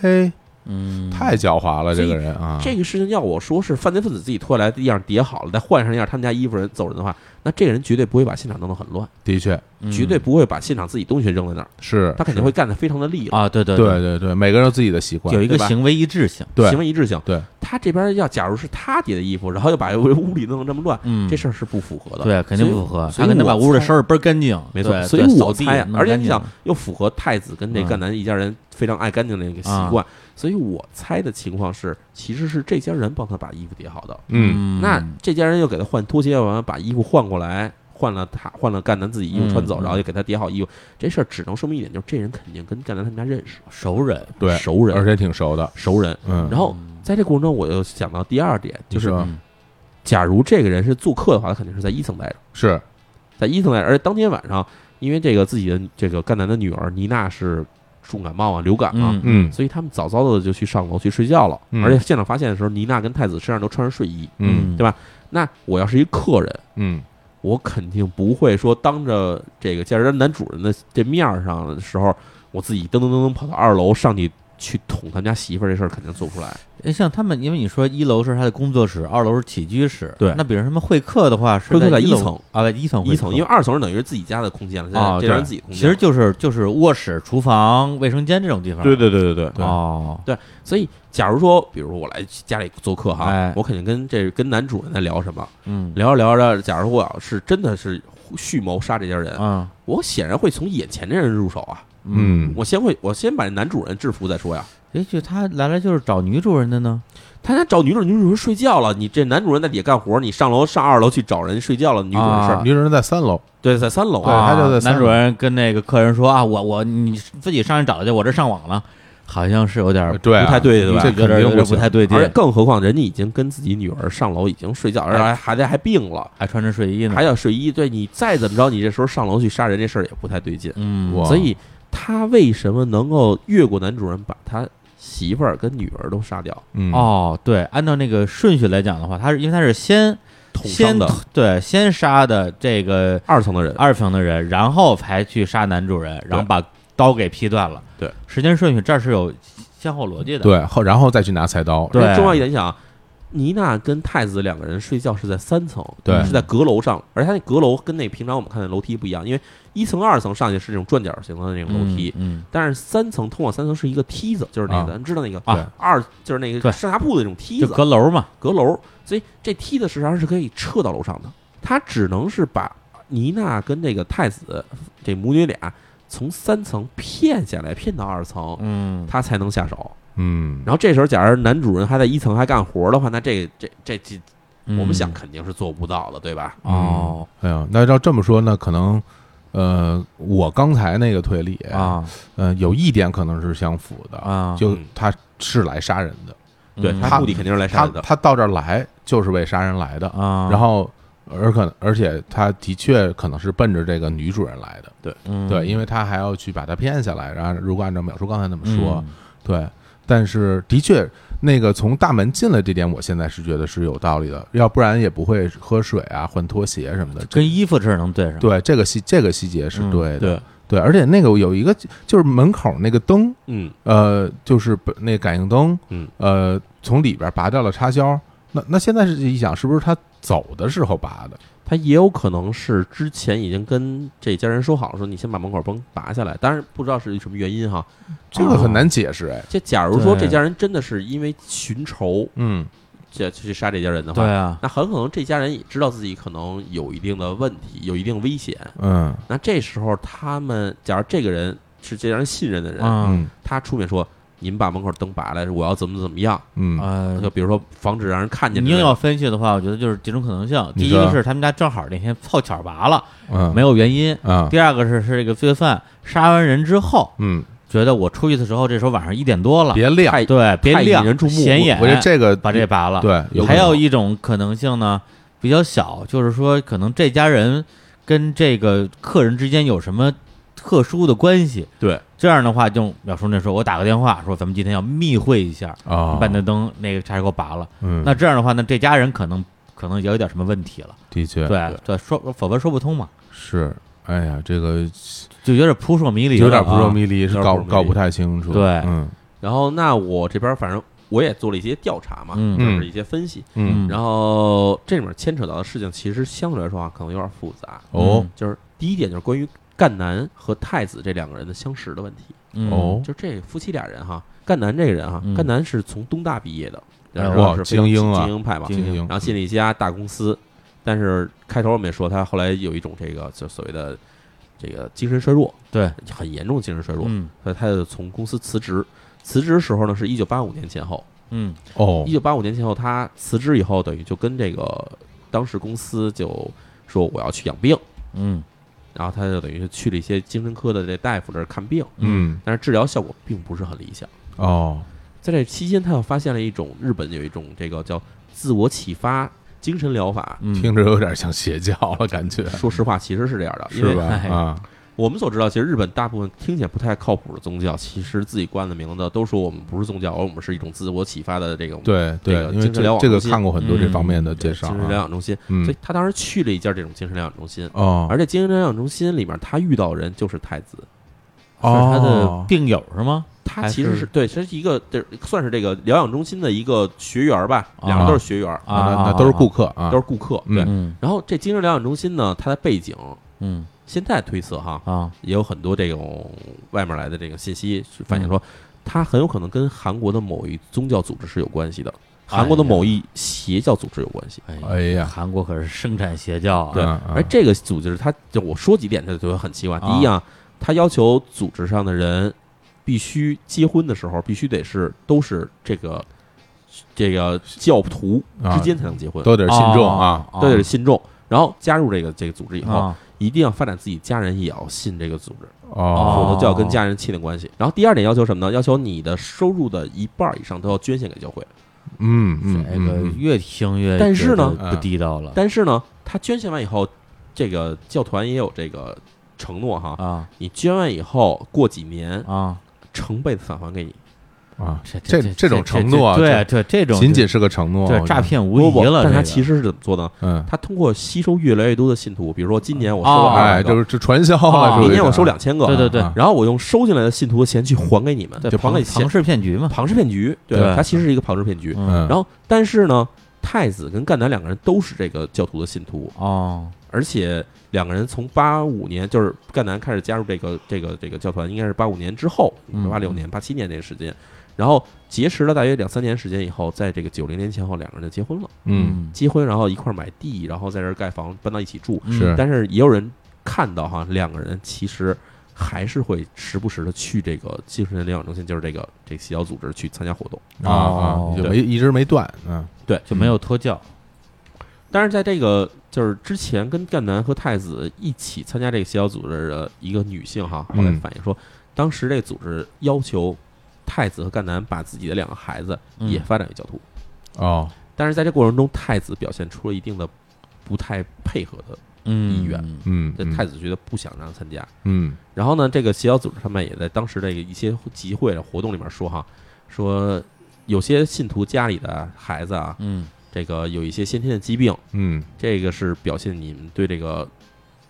Speaker 3: 嘿，
Speaker 2: 嗯，
Speaker 3: 太狡猾了，
Speaker 1: 所
Speaker 3: 这
Speaker 1: 以
Speaker 3: 个人啊，
Speaker 1: 这个事情要我说是犯罪分子自己脱下来的样叠好了，再换上一样他们家衣服人走人的话，那这个人绝对不会把现场弄得很乱，
Speaker 3: 的确
Speaker 2: 嗯
Speaker 1: 绝对不会把现场自己东西扔在那儿，
Speaker 3: 嗯是
Speaker 1: 他肯定会干得非常的利落，
Speaker 2: 啊，对对
Speaker 3: 是对，对对，每个人有自己的习惯
Speaker 2: 有，一个
Speaker 1: 对吧
Speaker 2: 行为一致性，
Speaker 3: 对
Speaker 1: 行为一致性。
Speaker 3: 对，
Speaker 1: 他这边要假如是他叠的衣服，然后又把屋里弄得这么乱，
Speaker 2: 嗯，
Speaker 1: 这事儿是不符合的。
Speaker 2: 对肯定不符
Speaker 1: 所以
Speaker 2: 合，
Speaker 1: 所
Speaker 2: 他
Speaker 1: 以
Speaker 2: 肯定把
Speaker 1: 我
Speaker 2: 屋里
Speaker 1: 猜
Speaker 2: 收拾倍儿干净，
Speaker 1: 没错
Speaker 2: 对，
Speaker 1: 所以
Speaker 2: 对
Speaker 1: 我
Speaker 2: 扫地
Speaker 1: 猜啊，
Speaker 2: 弄
Speaker 1: 而且
Speaker 2: 干
Speaker 1: 你
Speaker 2: 净
Speaker 1: 想，又符合太子跟这
Speaker 2: 嗯啊
Speaker 1: 赣南一家人非常爱干净的一个习惯，所以我猜的情况是，其实是这家人帮他把衣服叠好的。
Speaker 3: 嗯，
Speaker 1: 那这家人又给他换拖鞋，完把衣服换过来，换了他换了赣南自己衣服穿走，
Speaker 2: 嗯嗯
Speaker 1: 然后又给他叠好衣服。这事儿只能说明一点，就是这人肯定跟赣南他们家认识，
Speaker 2: 熟人，
Speaker 3: 对，
Speaker 1: 熟人
Speaker 3: 而且挺熟的，
Speaker 1: 熟人。
Speaker 3: 嗯，
Speaker 1: 啊然后
Speaker 2: 嗯
Speaker 1: 在这过程中，我又想到第二点，就是
Speaker 3: 是吧
Speaker 2: 嗯
Speaker 1: 假如这个人是做客的话，他肯定是在一层待着，
Speaker 3: 是
Speaker 1: 在一层待着。而当天晚上，因为这个自己的这个赣南的女儿妮娜是重感冒啊，流感啊。
Speaker 2: 嗯
Speaker 3: 嗯
Speaker 1: 所以他们早早的就去上楼去睡觉了，
Speaker 3: 嗯
Speaker 1: 而且现场发现的时候，妮娜跟太子身上都穿着睡衣。
Speaker 3: 嗯
Speaker 1: 对吧那我要是一客人，
Speaker 3: 嗯
Speaker 1: 我肯定不会说当着这个健身男主人的这面儿上的时候，我自己噔噔噔噔跑到二楼上去去捅他们家媳妇儿这事儿肯定做不出来。
Speaker 2: 哎，像他们，因为你说一楼是他的工作室，二楼是起居室。
Speaker 1: 对
Speaker 2: 那比如什么会客的话，是
Speaker 1: 会客在
Speaker 2: 一
Speaker 1: 一
Speaker 2: 楼
Speaker 1: 层
Speaker 2: 啊，在一层会
Speaker 1: 一层，
Speaker 2: 客
Speaker 1: 因为二层是等于是自己家的空间了，现
Speaker 2: 啊
Speaker 1: 在这
Speaker 2: 对
Speaker 1: 人自己空
Speaker 2: 其
Speaker 1: 间，
Speaker 2: 实就是就是卧室、厨房、卫生间这种地方。
Speaker 3: 对对对对对，
Speaker 2: 哦，
Speaker 1: 所以假如说，比如我来家里做客哈，
Speaker 2: 哎
Speaker 1: 我肯定跟这跟男主人在聊什么，
Speaker 2: 嗯
Speaker 1: 聊着聊着，假如我要是真的是蓄谋杀这家人，
Speaker 2: 嗯
Speaker 1: 我显然会从眼前这人入手啊，
Speaker 3: 嗯
Speaker 1: 我先会我先把男主人制服再说呀。
Speaker 2: 也许他来了就是找女主人的呢。
Speaker 1: 他家找女主人，女主人睡觉了，你这男主人在底下干活，你上楼上二楼去找人睡觉了，女主人事儿、
Speaker 2: 啊
Speaker 3: 女主人在三楼，
Speaker 1: 对，在三楼
Speaker 3: 对
Speaker 1: 啊，
Speaker 2: 啊
Speaker 3: 他就在三
Speaker 2: 男主人跟那个客人说啊，我我你自己上去找去，我这上网了，好像是有点儿
Speaker 3: 对啊，
Speaker 1: 不太对对吧
Speaker 3: 这
Speaker 2: 有
Speaker 3: 肯
Speaker 2: 点儿有
Speaker 3: 定
Speaker 2: 点儿
Speaker 3: 行
Speaker 2: 不太对劲
Speaker 1: 而且，更何况人家已经跟自己女儿上楼已经睡觉，而且还还在还病了，
Speaker 2: 还穿着睡衣呢。
Speaker 1: 还要睡衣，对你再怎么着，你这时候上楼去杀人这事儿也不太对劲，
Speaker 2: 嗯，
Speaker 3: 哇
Speaker 1: 所以他为什么能够越过男主人把他媳妇儿跟女儿都杀掉，
Speaker 3: 嗯，
Speaker 2: 哦，对，按照那个顺序来讲的话，他是因为他是先
Speaker 1: 捅
Speaker 2: 先
Speaker 1: 伤的
Speaker 2: 对先杀的这个
Speaker 1: 二层的人，
Speaker 2: 二层的人，然后才去杀男主人，然后把刀给劈断了。
Speaker 1: 对，
Speaker 2: 时间顺序这儿是有先后逻辑的。，
Speaker 3: 对，后然后再去拿菜刀，
Speaker 2: 对
Speaker 1: 而且重要一点，你想啊，妮娜跟太子两个人睡觉是在三层，
Speaker 3: 对
Speaker 1: 是在阁楼上，而他那阁楼跟那平常我们看的楼梯不一样，因为一层、二层上去是那种转角型的那种楼梯，
Speaker 2: 嗯，
Speaker 1: 但是三层通往三层是一个梯子，就是那个、咱知道那个
Speaker 2: 啊
Speaker 1: 对二就是那
Speaker 2: 对
Speaker 1: 个上下铺的那种
Speaker 2: 嗯
Speaker 1: 梯
Speaker 2: 就
Speaker 1: 子
Speaker 2: 阁楼嘛。
Speaker 1: 阁楼，所以这梯子实际上是可以撤到楼上的，他只能是把妮娜跟这个太子这母女俩从三层骗下来，骗到二层，
Speaker 2: 嗯，
Speaker 1: 他才能下手。
Speaker 3: 嗯，
Speaker 1: 然后这时候，假如男主人还在一层还干活的话，那这这这这，我们想
Speaker 2: 嗯
Speaker 1: 肯定是做不到的，对吧？
Speaker 2: 哦
Speaker 3: 哎呀，那要这么说呢，可能，呃，我刚才那个推理，
Speaker 2: 啊
Speaker 3: 呃，有一点可能是相符的，
Speaker 2: 啊，
Speaker 3: 就
Speaker 1: 嗯
Speaker 3: 他是来杀人的，
Speaker 1: 对
Speaker 2: 嗯
Speaker 1: 他目的肯定是来杀
Speaker 3: 他
Speaker 1: 人的，
Speaker 3: 他到这儿来就是为杀人来的，
Speaker 2: 啊，
Speaker 3: 然后而可而且他的确可能是奔着这个女主人来的，
Speaker 2: 嗯
Speaker 3: 对，因为他还要去把她骗下来，然后如果按照淼叔刚才那么说，
Speaker 2: 嗯
Speaker 3: 对，但是的确。那个从大门进来这点，我现在是觉得是有道理的，要不然也不会喝水啊、换拖鞋什么的。
Speaker 2: 跟衣服这儿能对上。
Speaker 3: 对，这个细这个细节是
Speaker 2: 嗯
Speaker 3: 对的，
Speaker 1: 对，
Speaker 3: 对，而且那个有一个就是门口那个灯，
Speaker 1: 嗯，
Speaker 3: 呃，就是本那感应灯，
Speaker 1: 嗯，
Speaker 3: 呃，从里边拔掉了插销。那那现在是一想，是不是他走的时候拔的？
Speaker 1: 他也有可能是之前已经跟这家人说好了，说你先把门口崩拔下来，当然不知道是什么原因哈。
Speaker 3: 这个很难解释，哎，
Speaker 1: 这假如说
Speaker 2: 对
Speaker 1: 这家人真的是因为寻仇
Speaker 3: 嗯，
Speaker 1: 这去杀这家人的
Speaker 2: 对
Speaker 1: 话，
Speaker 2: 啊，
Speaker 1: 那很可能这家人也知道自己可能有一定的问题，有一定危险。
Speaker 2: 啊
Speaker 3: 嗯
Speaker 1: 那这时候他们，假如这个人是这家人信任的人，
Speaker 2: 嗯
Speaker 3: 嗯
Speaker 1: 他出面说。您把门口灯拔来，我要怎么怎么样？
Speaker 3: 嗯
Speaker 2: 呃，
Speaker 1: 就比如说防止让人看见
Speaker 2: 你
Speaker 1: 之类
Speaker 2: 硬
Speaker 1: 的。
Speaker 2: 要分析的话，我觉得就是几种可能性。第
Speaker 3: 你
Speaker 2: 一
Speaker 3: 说
Speaker 2: 个是他们家正好那天凑巧拔了，
Speaker 3: 嗯，
Speaker 2: 没有原因；
Speaker 3: 啊，
Speaker 2: 第二个是是这个罪犯杀完人之后，
Speaker 3: 嗯，
Speaker 2: 觉得我出去的时候，这时候晚上一点多了，
Speaker 3: 别亮，
Speaker 1: 太
Speaker 2: 对，别
Speaker 1: 太引
Speaker 2: 亮
Speaker 1: 人注目
Speaker 2: 显眼，
Speaker 3: 我觉得这个
Speaker 2: 把这拔了。，
Speaker 3: 对，有
Speaker 2: 还
Speaker 3: 可能
Speaker 2: 有一种可能性呢，比较小，就是说可能这家人跟这个客人之间有什么特殊的关系。
Speaker 1: 对，
Speaker 2: 这样的话，就表叔那时候我打个电话说，咱们今天要密会一下，
Speaker 3: 啊，
Speaker 2: 把那灯那个插销给我拔了。
Speaker 3: 嗯，
Speaker 2: 那这样的话，那这家人可能可能也有点什么问题了，
Speaker 3: 的确
Speaker 2: 对对，说否则说不通嘛，
Speaker 3: 是，哎呀，这个
Speaker 2: 就有点扑朔迷离了
Speaker 3: 有
Speaker 2: 啊，
Speaker 3: 点扑朔迷离，
Speaker 1: 有
Speaker 3: 是
Speaker 1: 点
Speaker 3: 搞
Speaker 1: 扑朔迷离
Speaker 3: 搞不太清楚，
Speaker 2: 对
Speaker 3: 嗯
Speaker 1: 然后那我这边反正我也做了一些调查嘛，
Speaker 2: 嗯
Speaker 1: 就是一些分析。
Speaker 3: 嗯
Speaker 1: 然后这里面牵扯到的事情，其实相对来说啊，可能有点复杂。
Speaker 3: 哦
Speaker 2: 嗯
Speaker 1: 就是第一点，就是关于赣南和太子这两个人的相识的问题。
Speaker 2: 嗯
Speaker 3: 哦
Speaker 1: 就这夫妻俩人哈，赣南这个人哈
Speaker 2: 嗯，
Speaker 1: 赣南是从东大毕业的，
Speaker 2: 哎
Speaker 1: 然后
Speaker 3: 哇
Speaker 1: 是非常
Speaker 3: 精英啊
Speaker 1: 精英派嘛，
Speaker 2: 精
Speaker 3: 精英
Speaker 1: 嗯然后进了一家大公司，但是开头我们也说他后来有一种这个就所谓的这个精神衰弱，
Speaker 2: 对，
Speaker 1: 很严重的精神衰弱，
Speaker 2: 嗯
Speaker 1: 所以他就从公司辞职。辞职时候呢是一九八五年前后，
Speaker 2: 嗯
Speaker 3: 哦
Speaker 1: 一九八五年前后他辞职以后，等于就跟这个当时公司就说我要去养病，
Speaker 2: 嗯
Speaker 1: 然后他就等于是去了一些精神科的这大夫这儿看病，
Speaker 3: 嗯
Speaker 1: 但是治疗效果并不是很理想。
Speaker 3: 哦
Speaker 1: 在这期间，他又发现了一种日本有一种这个叫自我启发精神疗法。
Speaker 2: 嗯，
Speaker 3: 听着有点像邪教了，感觉
Speaker 1: 说实话，其实是这样的，因
Speaker 3: 是
Speaker 1: 为
Speaker 3: 吧？
Speaker 2: 哎
Speaker 3: 啊，
Speaker 1: 我们所知道，其实日本大部分听起来不太靠谱的宗教，其实自己冠的名字都说我们不是宗教，而我们是一种自我启发的这种
Speaker 3: 对对
Speaker 1: 这个，
Speaker 3: 因为
Speaker 1: 精神疗
Speaker 3: 这
Speaker 1: 养
Speaker 3: 这个
Speaker 1: 中心
Speaker 3: 看过很多这方面的介
Speaker 1: 精
Speaker 3: 绍
Speaker 1: 神
Speaker 3: 啊
Speaker 1: 疗养中心。所
Speaker 3: 嗯
Speaker 1: 以他当时去了一家这种精神疗养中心，
Speaker 3: 哦
Speaker 1: 而这精神疗养中心里面，他遇到的人就是太子，
Speaker 2: 是他的
Speaker 3: 哦
Speaker 2: 病友是吗？
Speaker 1: 他
Speaker 2: 还
Speaker 1: 其实
Speaker 2: 是
Speaker 1: 是对，这是一个这算是这个疗养中心的一个学员吧，两个都是学员，
Speaker 2: 啊
Speaker 3: 那那都是顾客啊
Speaker 1: 都是顾客，对。
Speaker 2: 嗯
Speaker 1: 然后这精神疗养中心呢，它的背景
Speaker 2: 嗯
Speaker 1: 现在推测哈，
Speaker 2: 啊
Speaker 1: 也有很多这种外面来的这个信息是反映说，它很有可能跟韩国的某一宗教组织是有关系的，韩国的某一邪教组织有关系。
Speaker 2: 呀
Speaker 3: 哎呀
Speaker 2: 韩国可是生产邪教啊，
Speaker 1: 对，
Speaker 3: 啊啊
Speaker 1: 而这个组织它，就我说几点，这就很奇怪。第一啊，它要求组织上的人必须结婚的时候必须得是都是这个这个教徒
Speaker 3: 啊
Speaker 1: 之间才能结婚，
Speaker 3: 都得是信众啊，
Speaker 2: 啊，
Speaker 1: 对，信众。然后加入这个这个组织以后，
Speaker 2: 啊
Speaker 1: 一定要发展自己家人也要信这个组织，
Speaker 3: 哦
Speaker 2: 哦
Speaker 1: 否则就要跟家人亲的关系。然后第二点要求什么呢？要求你的收入的一半以上都要捐献给教会。
Speaker 3: 嗯嗯
Speaker 2: 这个
Speaker 3: 嗯
Speaker 2: 越听越，
Speaker 1: 但是呢
Speaker 2: 不地道了
Speaker 1: 但是呢，他捐献完以后，这个教团也有这个承诺哈，
Speaker 2: 啊
Speaker 1: 你捐完以后过几年
Speaker 2: 啊，
Speaker 1: 成倍的返还给你。
Speaker 3: 嗯啊，
Speaker 2: 这
Speaker 3: 这
Speaker 2: 这
Speaker 3: 这种承诺啊
Speaker 2: 对对，这种
Speaker 3: 仅仅是个承诺，
Speaker 2: 对
Speaker 3: 我觉
Speaker 2: 诈
Speaker 3: 得，
Speaker 2: 骗无
Speaker 1: 不不，
Speaker 2: 疑了，
Speaker 1: 但他
Speaker 2: 这个
Speaker 1: 其实是怎么做的呢？
Speaker 3: 嗯，
Speaker 1: 他通过吸收越来越多的信徒，比如说今年我收
Speaker 2: 哦
Speaker 1: 了
Speaker 3: 哎，
Speaker 1: 200
Speaker 3: 就
Speaker 1: 个，
Speaker 3: 是这传销
Speaker 2: 哦
Speaker 3: 啊，属于
Speaker 1: 明年我
Speaker 3: 是
Speaker 1: 收两千个，
Speaker 2: 对对对
Speaker 3: 啊
Speaker 1: 然后我用收进来的信徒的钱去还给你们，
Speaker 2: 对
Speaker 1: 就还
Speaker 2: 庞
Speaker 1: 给
Speaker 2: 庞
Speaker 1: 庞
Speaker 2: 氏骗局嘛，
Speaker 1: 庞氏骗局，对
Speaker 2: 对，
Speaker 1: 它其实是一个庞氏骗局。
Speaker 2: 嗯
Speaker 3: 嗯，
Speaker 1: 然后，但是呢，太子跟赣南两个人都是这个教徒的信徒，
Speaker 2: 哦
Speaker 1: 而且两个人从八五年，就是赣南开始加入这个这个这个教团，应该是八五年之后
Speaker 2: 嗯，
Speaker 1: 八六年、八七年这个时间，然后结识了大约两三年时间以后，在这个九零年前后，两个人就结婚了。
Speaker 3: 嗯，
Speaker 1: 结婚，然后一块儿买地，然后在这儿盖房，搬到一起住。
Speaker 2: 嗯
Speaker 3: 是
Speaker 1: 但是也有人看到哈，两个人其实还是会时不时的去这个精神疗养中心，就是这个这个邪教组织去参加活动。
Speaker 3: 啊啊
Speaker 2: 哦，
Speaker 3: 就没一直没断，嗯，
Speaker 2: 就没有脱教，
Speaker 1: 但是在这个就是之前跟赣南和太子一起参加这个邪教组织的一个女性哈，后来
Speaker 3: 嗯
Speaker 1: 反映说，当时这个组织要求太子和赣南把自己的两个孩子
Speaker 2: 嗯
Speaker 1: 也发展为教徒，
Speaker 3: 哦，
Speaker 1: 但是在这过程中，太子表现出了一定的不太配合的，
Speaker 2: 嗯
Speaker 1: 意愿
Speaker 3: 嗯，
Speaker 1: 这太子觉得不想让他参加。
Speaker 3: 嗯，
Speaker 1: 然后呢，这个邪教组织上面也在当时这个一些集会的活动里面说哈，说有些信徒家里的孩子啊，
Speaker 2: 嗯
Speaker 1: 这个有一些先天的疾病，
Speaker 3: 嗯
Speaker 1: 这个是表现你们对这个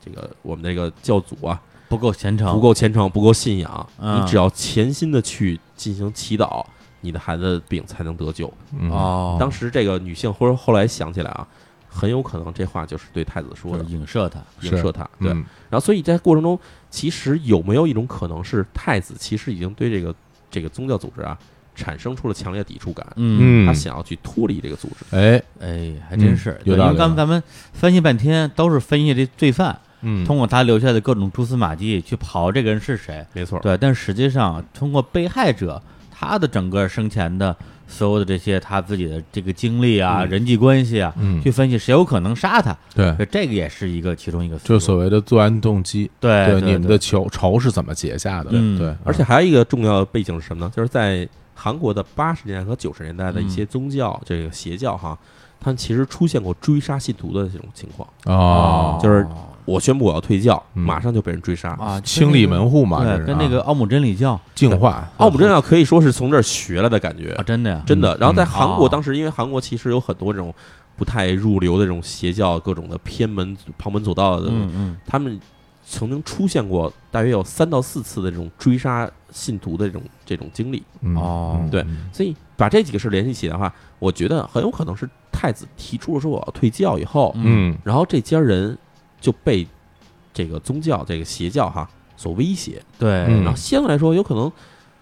Speaker 1: 这个我们这个教祖啊
Speaker 2: 不够虔诚，
Speaker 1: 不够虔诚、不够信仰。
Speaker 2: 嗯
Speaker 1: 你只要潜心的去进行祈祷，你的孩子的病才能得救。
Speaker 3: 嗯，
Speaker 2: 哦，
Speaker 1: 当时这个女性或者后来想起来啊，很有可能这话就是对太子说
Speaker 2: 就
Speaker 1: 的
Speaker 2: 是，影射他，
Speaker 1: 影射他。对，
Speaker 3: 嗯
Speaker 1: 然后所以在过程中，其实有没有一种可能是太子其实已经对这个这个宗教组织啊产生出了强烈的抵触感，
Speaker 2: 嗯，
Speaker 3: 嗯，
Speaker 1: 他想要去脱离这个组织。
Speaker 3: 哎，
Speaker 2: 哎，还真是，
Speaker 3: 有
Speaker 2: 对
Speaker 3: 道
Speaker 2: 因
Speaker 3: 理
Speaker 2: 为刚才咱们分析半天都是分析这罪犯，
Speaker 3: 嗯，
Speaker 2: 通过他留下的各种蛛丝马迹去刨这个人是谁，
Speaker 1: 没错，
Speaker 2: 对，但实际上通过被害者他的整个生前的所有的这些他自己的这个经历啊、
Speaker 1: 嗯
Speaker 2: 人际关系啊，
Speaker 3: 嗯
Speaker 2: 去分析谁有可能杀他，
Speaker 3: 对，
Speaker 2: 对，这个也是一个其中一个思
Speaker 3: 就
Speaker 2: 路，
Speaker 3: 是所谓的作案动机，
Speaker 2: 对哎对
Speaker 3: 你们
Speaker 2: 对
Speaker 3: 的仇仇是怎么结下的？
Speaker 2: 嗯
Speaker 3: 对，
Speaker 1: 而且还有一个重要的背景是什么呢？就是在韩国的八十年代和九十年代的一
Speaker 2: 嗯
Speaker 1: 些宗教、这个邪教哈，他们其实出现过追杀信徒的这种情况。
Speaker 3: 哦，
Speaker 1: 就是我宣布我要退教，
Speaker 3: 嗯
Speaker 1: 马上就被人追杀。
Speaker 2: 啊，
Speaker 3: 清理门户嘛，
Speaker 2: 对
Speaker 3: 这，是
Speaker 2: 跟那
Speaker 3: 啊
Speaker 2: 个奥姆真理教
Speaker 3: 净化，
Speaker 1: 奥姆真教可以说是从这儿学来的感觉
Speaker 2: 啊，，真的呀，
Speaker 1: 真的。然后在韩国
Speaker 2: 哦
Speaker 1: 当时，因为韩国其实有很多这种不太入流的这种邪教，各种的偏门旁门左道的，
Speaker 2: 嗯嗯
Speaker 1: 他们曾经出现过大约有三到四次的这种追杀信徒的这种这种经历。
Speaker 3: 嗯
Speaker 2: 哦
Speaker 3: 嗯
Speaker 1: 对
Speaker 3: 嗯
Speaker 1: 所以把这几个事联系起来的话，我觉得很有可能是太子提出了说我要退教以后，
Speaker 3: 嗯
Speaker 1: 然后这家人就被这个宗教这个邪教哈所威胁。
Speaker 2: 对，
Speaker 3: 嗯
Speaker 1: 然后相对来说，有可能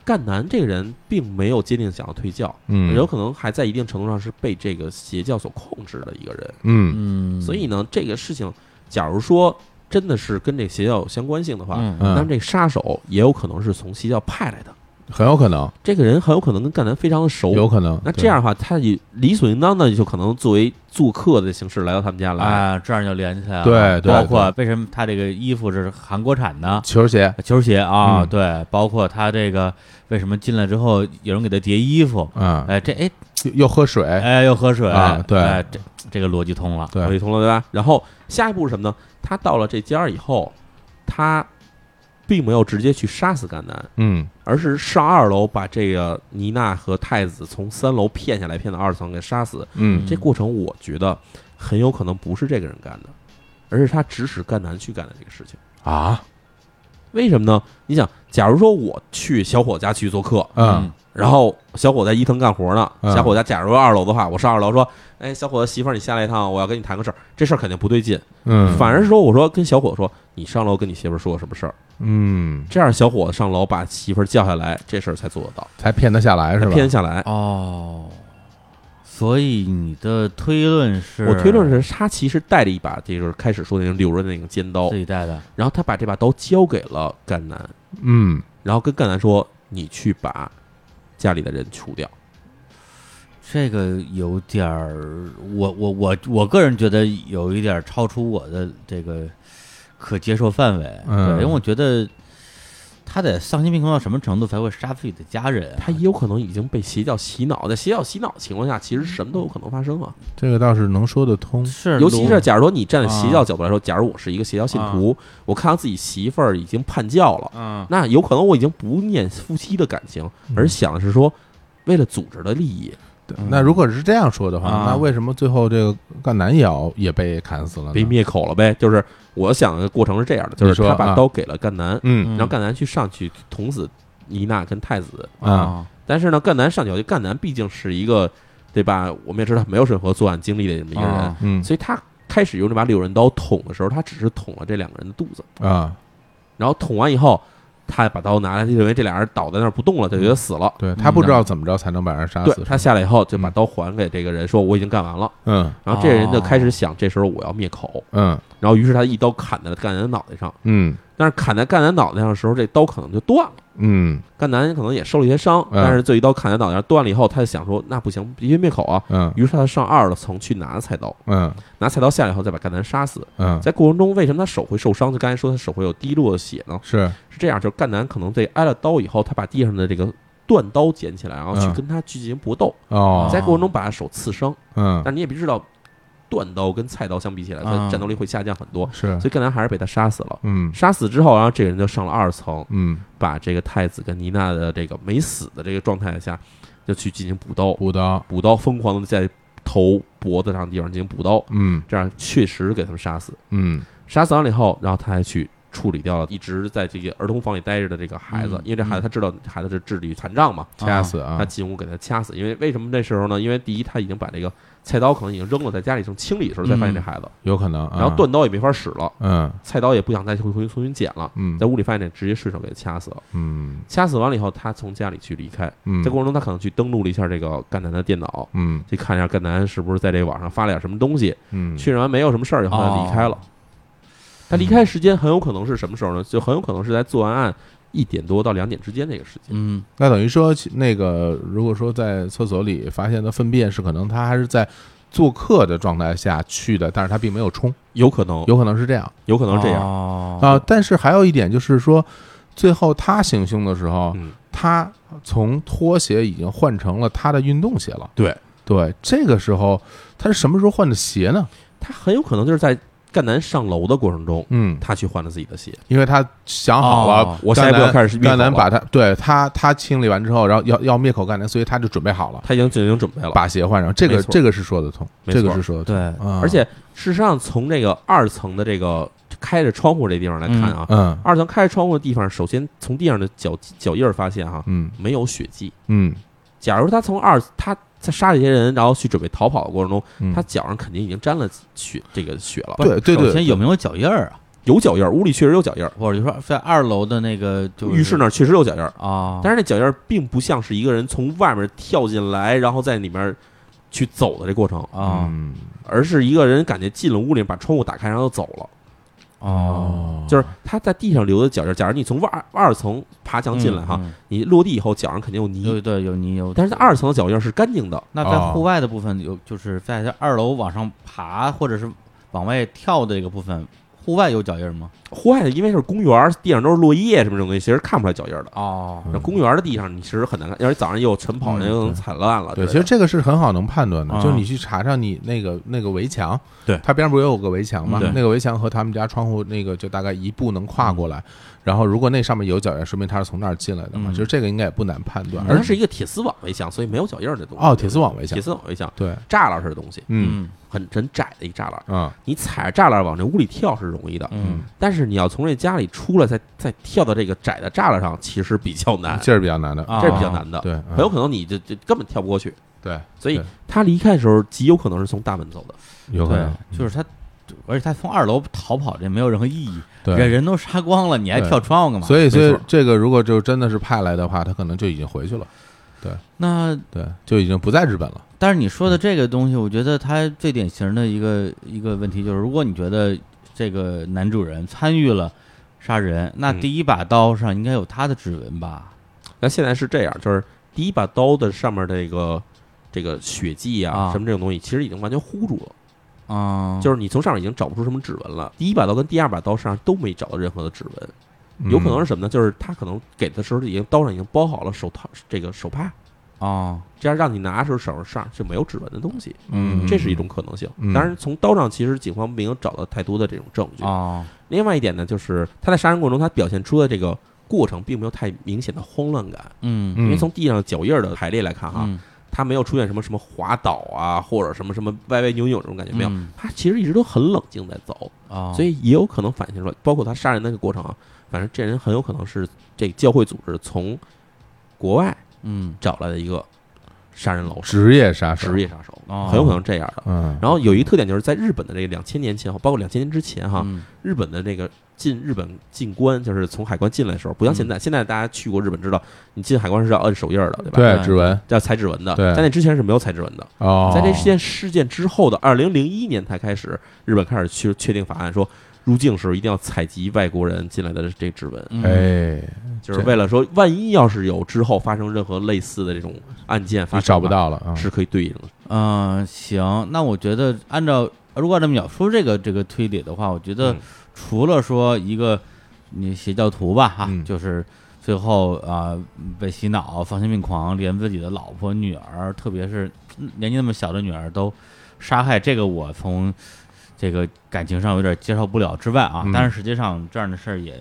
Speaker 1: 赣南这个人并没有坚定想要退教，
Speaker 3: 嗯
Speaker 1: 有可能还在一定程度上是被这个邪教所控制的一个人。
Speaker 3: 嗯
Speaker 2: 嗯，
Speaker 1: 所以呢，这个事情，假如说真的是跟这个邪教有相关性的话，
Speaker 2: 嗯
Speaker 3: 嗯
Speaker 1: 那么这个杀手也有可能是从邪教派来的。
Speaker 3: 很有可能，
Speaker 1: 这个人很有可能跟赣南非常的熟，
Speaker 3: 有可能。
Speaker 1: 哦那这样的话，他也理所应当的就可能作为做客的形式来到他们家
Speaker 3: 哎
Speaker 1: 来。
Speaker 2: 啊，这样就连起来了，
Speaker 3: 对对
Speaker 2: 包括为什么他这个衣服是韩国产的
Speaker 3: 对。球鞋，
Speaker 2: 球鞋啊，
Speaker 3: 嗯
Speaker 2: 对，包括他这个为什么进来之后有人给他叠衣服，
Speaker 3: 嗯，
Speaker 2: 哎，这哎
Speaker 3: 又又喝水，
Speaker 2: 哎又喝水
Speaker 3: 啊对
Speaker 2: 哎这这个逻辑通了，
Speaker 1: 我
Speaker 3: 对，
Speaker 1: 理通了，对吧？然后下一步是什么呢？他到了这家儿以后，他并没有直接去杀死赣南，
Speaker 3: 嗯
Speaker 1: 而是上二楼把这个妮娜和太子从三楼骗下来，骗到二层给杀死。
Speaker 3: 嗯
Speaker 1: 这过程我觉得很有可能不是这个人干的，而是他指使赣南去干的这个事情。
Speaker 3: 啊，
Speaker 1: 为什么呢？你想，假如说我去小伙家去做客，
Speaker 3: 嗯
Speaker 1: 然后小伙在一层干活呢，
Speaker 3: 嗯
Speaker 1: 小伙在假如二楼的话，我上二楼说，哎，小伙子媳妇儿，你下来一趟，我要跟你谈个事儿。这事儿肯定不对劲，
Speaker 3: 嗯，
Speaker 1: 反而是说，我说跟小伙说，你上楼跟你媳妇儿说个什么事儿，
Speaker 3: 嗯，
Speaker 1: 这样小伙子上楼把媳妇儿叫下来，这事儿才做得到，
Speaker 3: 才骗得下来是
Speaker 1: 才
Speaker 3: 吧？
Speaker 1: 骗下来。
Speaker 2: 哦，所以你的推论是，
Speaker 1: 我推论是，他其实带着一把，这就是开始说的那个柳刃的那个尖刀
Speaker 2: 自，己带的，
Speaker 1: 然后他把这把刀交给了赣南，
Speaker 3: 嗯，
Speaker 1: 然后跟赣南说，你去把家里的人除掉。
Speaker 2: 这个有点儿，我我我我个人觉得有一点儿超出我的这个可接受范围，
Speaker 3: 嗯
Speaker 2: 对，因为我觉得他得丧心病狂到什么程度才会杀自己的家人啊？
Speaker 1: 他也有可能已经被邪教洗脑，在邪教洗脑的情况下，其实什么都有可能发生啊。
Speaker 3: 这个倒是能说得通，
Speaker 2: 是，
Speaker 1: 尤其是假如说你站在
Speaker 2: 啊
Speaker 1: 邪教角度来说，假如我是一个邪教信
Speaker 3: 啊
Speaker 1: 徒，我看到自己媳妇儿已经叛教了，
Speaker 2: 嗯
Speaker 1: 那有可能我已经不念夫妻的感情，而
Speaker 3: 嗯
Speaker 1: 想的是说，为了组织的利益，
Speaker 3: 对
Speaker 2: 嗯
Speaker 3: 那如果是这样说的话
Speaker 2: 啊，
Speaker 3: 那为什么最后这个赣南也要也被砍死了呢？
Speaker 1: 被灭口了呗。就是我想的过程是这样的，就
Speaker 3: 你
Speaker 1: 是
Speaker 3: 说
Speaker 1: 他把
Speaker 3: 啊
Speaker 1: 刀给了赣南，
Speaker 3: 嗯
Speaker 1: 然后赣南去上去捅死妮娜跟太子，
Speaker 3: 啊，
Speaker 2: 啊，
Speaker 1: 但是呢，赣南上去，赣南毕竟是一个，对吧？我们也知道他没有任何作案经历的这么一个人
Speaker 2: 啊，
Speaker 3: 嗯
Speaker 1: 所以他开始用这把柳刃刀捅的时候，他只是捅了这两个人的肚子。
Speaker 3: 啊，
Speaker 1: 然后捅完以后，他把刀拿来，就认为这俩人倒在那儿不动了，就觉得死了。
Speaker 3: 对他不知道怎么着才能把人杀
Speaker 1: 嗯对
Speaker 3: 啊死，
Speaker 1: 他下来以后，就把刀还给这个人，说我已经干完了。
Speaker 3: 嗯
Speaker 1: 然后这人就开始想，这时候我要灭口。
Speaker 3: 嗯
Speaker 1: 然后于是他一刀砍在了赣南的脑袋上，
Speaker 3: 嗯
Speaker 1: 但是砍在赣南脑袋上的时候，这刀可能就断了。
Speaker 3: 嗯
Speaker 1: 赣南可能也受了一些伤，
Speaker 3: 嗯
Speaker 1: 但是这一刀砍在脑袋上断了以后，他就想说，那不行，必须灭口啊。
Speaker 3: 嗯
Speaker 1: 于是他上二楼层去拿菜刀，
Speaker 3: 嗯
Speaker 1: 拿菜刀下来以后再把赣南杀死。
Speaker 3: 嗯，
Speaker 1: 在过程中，为什么他手会受伤？就刚才说他手会有滴落的血呢？
Speaker 3: 是
Speaker 1: 是这样，就是赣南可能被挨了刀以后，他把地上的这个断刀捡起来，然后去
Speaker 3: 嗯
Speaker 1: 跟他去进行搏斗，
Speaker 3: 哦，
Speaker 1: 在过程中把他手刺伤。
Speaker 3: 嗯
Speaker 1: 但你也必须知道，断刀跟菜刀相比起来，它
Speaker 2: 嗯
Speaker 1: 战斗力会下降很多，
Speaker 3: 是
Speaker 1: 所以赣南还是被他杀死了。
Speaker 3: 嗯
Speaker 1: 杀死之后，然后这个人就上了二层，
Speaker 3: 嗯，
Speaker 1: 把这个太子跟妮娜的这个没死的这个状态下，就去进行补刀，
Speaker 3: 补刀，
Speaker 1: 补刀疯狂的在头、脖子上的地方进行补刀，
Speaker 3: 嗯
Speaker 1: 这样确实给他们杀死。
Speaker 3: 嗯
Speaker 1: 杀死完了以后，然后他还去处理掉了一直在这个儿童房里待着的这个孩子，
Speaker 2: 嗯
Speaker 1: 因为这孩子他知道孩子是智力残障嘛，
Speaker 3: 掐死啊
Speaker 1: 他，进屋给他掐死。因为为什么那时候呢？因为第一他已经把这个菜刀可能已经扔了，在家里正清理的时候才发现这孩子，
Speaker 3: 有可能，嗯啊
Speaker 1: 然后断刀也没法使了，
Speaker 3: 嗯
Speaker 1: 菜刀也不想再重新重新捡了。
Speaker 3: 嗯
Speaker 1: 在屋里发现这直接顺手给他掐死了，
Speaker 3: 嗯
Speaker 1: 掐死完了以后，他从家里去离开，
Speaker 3: 嗯，
Speaker 1: 在过程中他可能去登录了一下这个赣南的电脑，
Speaker 3: 嗯
Speaker 1: 去看一下赣南是不是在这网上发了点什么东西，
Speaker 3: 嗯哦
Speaker 1: 确认完没有什么事儿以后，他离开了。
Speaker 2: 哦
Speaker 1: 他离开时间很有可能是什么时候呢？就很有可能是在做完案一点多到两点之间这个时间。
Speaker 2: 嗯，
Speaker 3: 那等于说，其那个如果说在厕所里发现的粪便是可能他还是在做客的状态下去的，但是他并没有冲，
Speaker 1: 有可能，有
Speaker 3: 有可能是这样
Speaker 1: 可能这样。
Speaker 2: 样
Speaker 3: 啊、但是还有一点就是说，最后他行凶的时候，
Speaker 1: 嗯，
Speaker 3: 他从拖鞋已经换成了他的运动鞋了。
Speaker 1: 对
Speaker 3: 对，这个时候他是什么时候换的鞋呢？
Speaker 1: 他很有可能就是在赣南上楼的过程中，
Speaker 3: 嗯，
Speaker 1: 他去换了自己的鞋。
Speaker 3: 因为他
Speaker 1: 啊
Speaker 3: 想好了，
Speaker 2: 哦
Speaker 1: 我下一步要开始灭
Speaker 3: 赣
Speaker 1: 口
Speaker 3: 南
Speaker 1: 了，
Speaker 3: 把他对他他清理完之后，然后要要灭口赣南，所以他就准备好了，
Speaker 1: 他已经已经准备了。
Speaker 3: 把鞋换上。这
Speaker 1: 没
Speaker 3: 个
Speaker 1: 错
Speaker 3: 这个是说得通，
Speaker 1: 没
Speaker 3: 这个
Speaker 1: 错
Speaker 3: 是说得通。
Speaker 2: 对，
Speaker 3: 啊
Speaker 1: 而且事实上，从这个二层的这个开着窗户这地方来看啊，
Speaker 3: 嗯
Speaker 1: 二层开着窗户的地方，首先从地上的脚脚印儿发现哈、
Speaker 3: 嗯
Speaker 1: 没有血迹。
Speaker 3: 嗯
Speaker 1: 假如他从二他在杀这些人，然后去准备逃跑的过程中，
Speaker 3: 嗯，
Speaker 1: 他脚上肯定已经沾了血这个血了，
Speaker 2: 不是
Speaker 3: 对对对
Speaker 2: 首先有没有脚印儿啊？
Speaker 1: 有脚印儿，屋里确实有脚印儿，
Speaker 2: 我就说在二楼的那个就是
Speaker 1: 浴室那儿确实有脚印儿，
Speaker 2: 啊，
Speaker 1: 但是那脚印儿并不像是一个人从外面跳进来，然后在里面去走的这过程，
Speaker 2: 啊
Speaker 3: 嗯
Speaker 1: 而是一个人感觉进了屋里，把窗户打开，然后走了。
Speaker 3: 啊
Speaker 2: 哦，
Speaker 1: 就是他在地上留的脚印儿。假如你从二二层爬墙进来哈，
Speaker 2: 嗯，嗯
Speaker 1: 你落地以后脚上肯定有泥，
Speaker 2: 对对，有泥有，
Speaker 1: 但是在二层的脚印儿是干净的。
Speaker 2: 那在
Speaker 3: 哦
Speaker 2: 户外的部分有，就是在这二楼往上爬或者是往外跳的这个部分，户外有脚印吗？
Speaker 1: 户外的因为是公园儿，地上都是落叶什么这种东西，其实看不出来脚印儿的。
Speaker 2: 哦
Speaker 1: 那公园儿的地上你其实很难看，要是早上又晨跑，
Speaker 3: 嗯
Speaker 1: 那又能踩烂了之类
Speaker 3: 对，
Speaker 1: 的。
Speaker 3: 其实这个是很好能判断的，
Speaker 2: 啊
Speaker 3: 就是你去查查你那个那个围墙，
Speaker 2: 对
Speaker 3: 它边上不是有个围墙吗
Speaker 2: 嗯对？
Speaker 3: 那个围墙和他们家窗户那个就大概一步能跨过来，然后如果那上面有脚印，说明他是从那儿进来的嘛。
Speaker 2: 嗯
Speaker 3: 其实这个应该也不难判断，
Speaker 2: 嗯
Speaker 1: 而
Speaker 3: 而
Speaker 1: 它是一个铁丝网围墙，所以没有脚印儿这东西。
Speaker 3: 哦，铁丝网围墙
Speaker 1: 铁，丝网围墙，
Speaker 3: 对，
Speaker 1: 栅栏式的东西，
Speaker 3: 嗯
Speaker 1: 很很窄的一栅栏。
Speaker 3: 啊
Speaker 1: 你踩着栅栏往这屋里跳是容易的，
Speaker 2: 嗯
Speaker 1: 但是你要从这家里出来，再再跳到这个窄的栅栏上，其实比较难，
Speaker 3: 这是比较难的，
Speaker 2: 啊
Speaker 1: 这是比较难的。
Speaker 3: 对，嗯
Speaker 1: 很有可能你就就根本跳不过去。
Speaker 3: 对，
Speaker 1: 所以
Speaker 3: 对
Speaker 1: 他离开的时候，极有可能是从大门走的。
Speaker 3: 有可能嗯
Speaker 2: 对，就是他。而且他从二楼逃跑，这没有任何意义。人
Speaker 3: 对。
Speaker 2: 人都杀光了，你还
Speaker 3: 对
Speaker 2: 跳窗户干嘛？
Speaker 3: 所以，所
Speaker 1: 没
Speaker 3: 以
Speaker 1: 错
Speaker 3: 这个如果就真的是派来的话，他可能就已经回去了，
Speaker 2: 那
Speaker 3: 对，就已经不在日本了。
Speaker 2: 但是你说的这个东西，我觉得它最典型的一个一个问题就是，如果你觉得这个男主人参与了杀人，那
Speaker 1: 嗯
Speaker 2: 第一把刀上应该有他的指纹吧？
Speaker 1: 那现在是这样，就是第一把刀的上面这个这个血迹啊，
Speaker 2: 啊
Speaker 1: 什么这种东西，其实已经完全糊住了，
Speaker 3: 嗯
Speaker 2: 啊、
Speaker 1: 就是你从上面已经找不出什么指纹了。第一把刀跟第二把刀上都没找到任何的指纹，有可
Speaker 3: 嗯
Speaker 1: 能是什么呢？就是他可能给的时候已经刀上已经包好了手套，这个手帕。
Speaker 3: 哦
Speaker 2: 啊，
Speaker 1: 这样让你拿的时候手上上就没有指纹的东西，
Speaker 3: 嗯，嗯，
Speaker 1: 这是一种可能性。
Speaker 3: 嗯
Speaker 1: 当然，从刀上其实警方没有找到太多的这种证据。
Speaker 2: 啊，
Speaker 1: 另外一点呢，就是他在杀人过程中，他表现出的这个过程并没有太明显的慌乱感，
Speaker 2: 嗯
Speaker 1: 因为
Speaker 3: 嗯
Speaker 1: 从地上脚印儿的排列来看哈，
Speaker 2: 嗯
Speaker 1: 他没有出现什么什么滑倒啊，或者什么什么歪歪扭扭这种感觉没有。
Speaker 2: 嗯
Speaker 1: 他其实一直都很冷静在走，
Speaker 2: 啊，
Speaker 1: 所以也有可能反映出来，包括他杀人那个过程啊，反正这人很有可能是这教会组织从国外
Speaker 2: 嗯
Speaker 1: 找来的一个杀人老师。
Speaker 3: 职业杀手，
Speaker 1: 职业杀手，
Speaker 2: 哦
Speaker 1: 很有可能这样的。
Speaker 3: 嗯，
Speaker 1: 然后有一个特点就是在日本的这个两千年前后，包括两千年之前哈，
Speaker 2: 嗯
Speaker 1: 日本的这个进日本进关，就是从海关进来的时候，不
Speaker 2: 嗯
Speaker 1: 像现在，现在大家去过日本知道，你进海关是要摁手印儿的，对吧？
Speaker 3: 对指纹
Speaker 1: 要采指纹的，
Speaker 3: 对
Speaker 1: 在那之前是没有采指纹的。
Speaker 3: 哦，
Speaker 1: 在这件事件之后的二零零一年才开始，日本开始去确定法案说。入境时候一定要采集外国人进来的这指纹，
Speaker 2: 嗯
Speaker 3: 哎，
Speaker 1: 就是为了说，万一要是有之后发生任何类似的这种案件发
Speaker 3: 你
Speaker 1: 生，
Speaker 3: 找不，到了啊，
Speaker 1: 是可以对应的。
Speaker 2: 嗯、行，那我觉得按照如果按照秒叔这个这个推理的话，我觉得
Speaker 1: 嗯
Speaker 2: 除了说一个你邪教徒吧，哈、
Speaker 3: 嗯
Speaker 2: 就是最后啊、被洗脑、丧心病狂，连自己的老婆、女儿，特别是嗯年纪那么小的女儿都杀害，这个我从这个感情上有点接受不了之外啊，
Speaker 3: 嗯
Speaker 2: 但是实际上这样的事儿也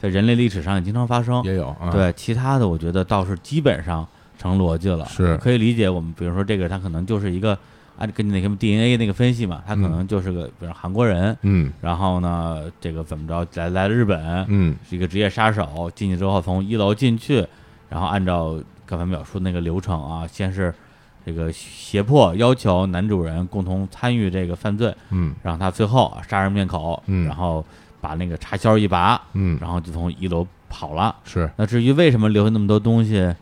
Speaker 2: 在人类历史上也经常发生，
Speaker 3: 也有啊，，
Speaker 2: 对，其他的我觉得倒是基本上成逻辑了，
Speaker 3: 是
Speaker 2: 可以理解。我们比如说这个，他可能就是一个按根据那个什么 DNA 那个分析嘛，他可
Speaker 3: 嗯
Speaker 2: 能就是个比如韩国人，
Speaker 3: 嗯
Speaker 2: 然后呢，这个怎么着来来了日本，
Speaker 3: 嗯
Speaker 2: 是一个职业杀手，进去之后从一楼进去，然后按照刚才描述那个流程啊，先是这个胁迫要求男主人共同参与这个犯罪，
Speaker 3: 嗯
Speaker 2: 让他最后啊杀人灭口，
Speaker 3: 嗯
Speaker 2: 然后把那个插销一拔，
Speaker 3: 嗯，
Speaker 2: 然后就从一楼跑了。
Speaker 3: 是
Speaker 2: 那至于为什么留下那么多东西，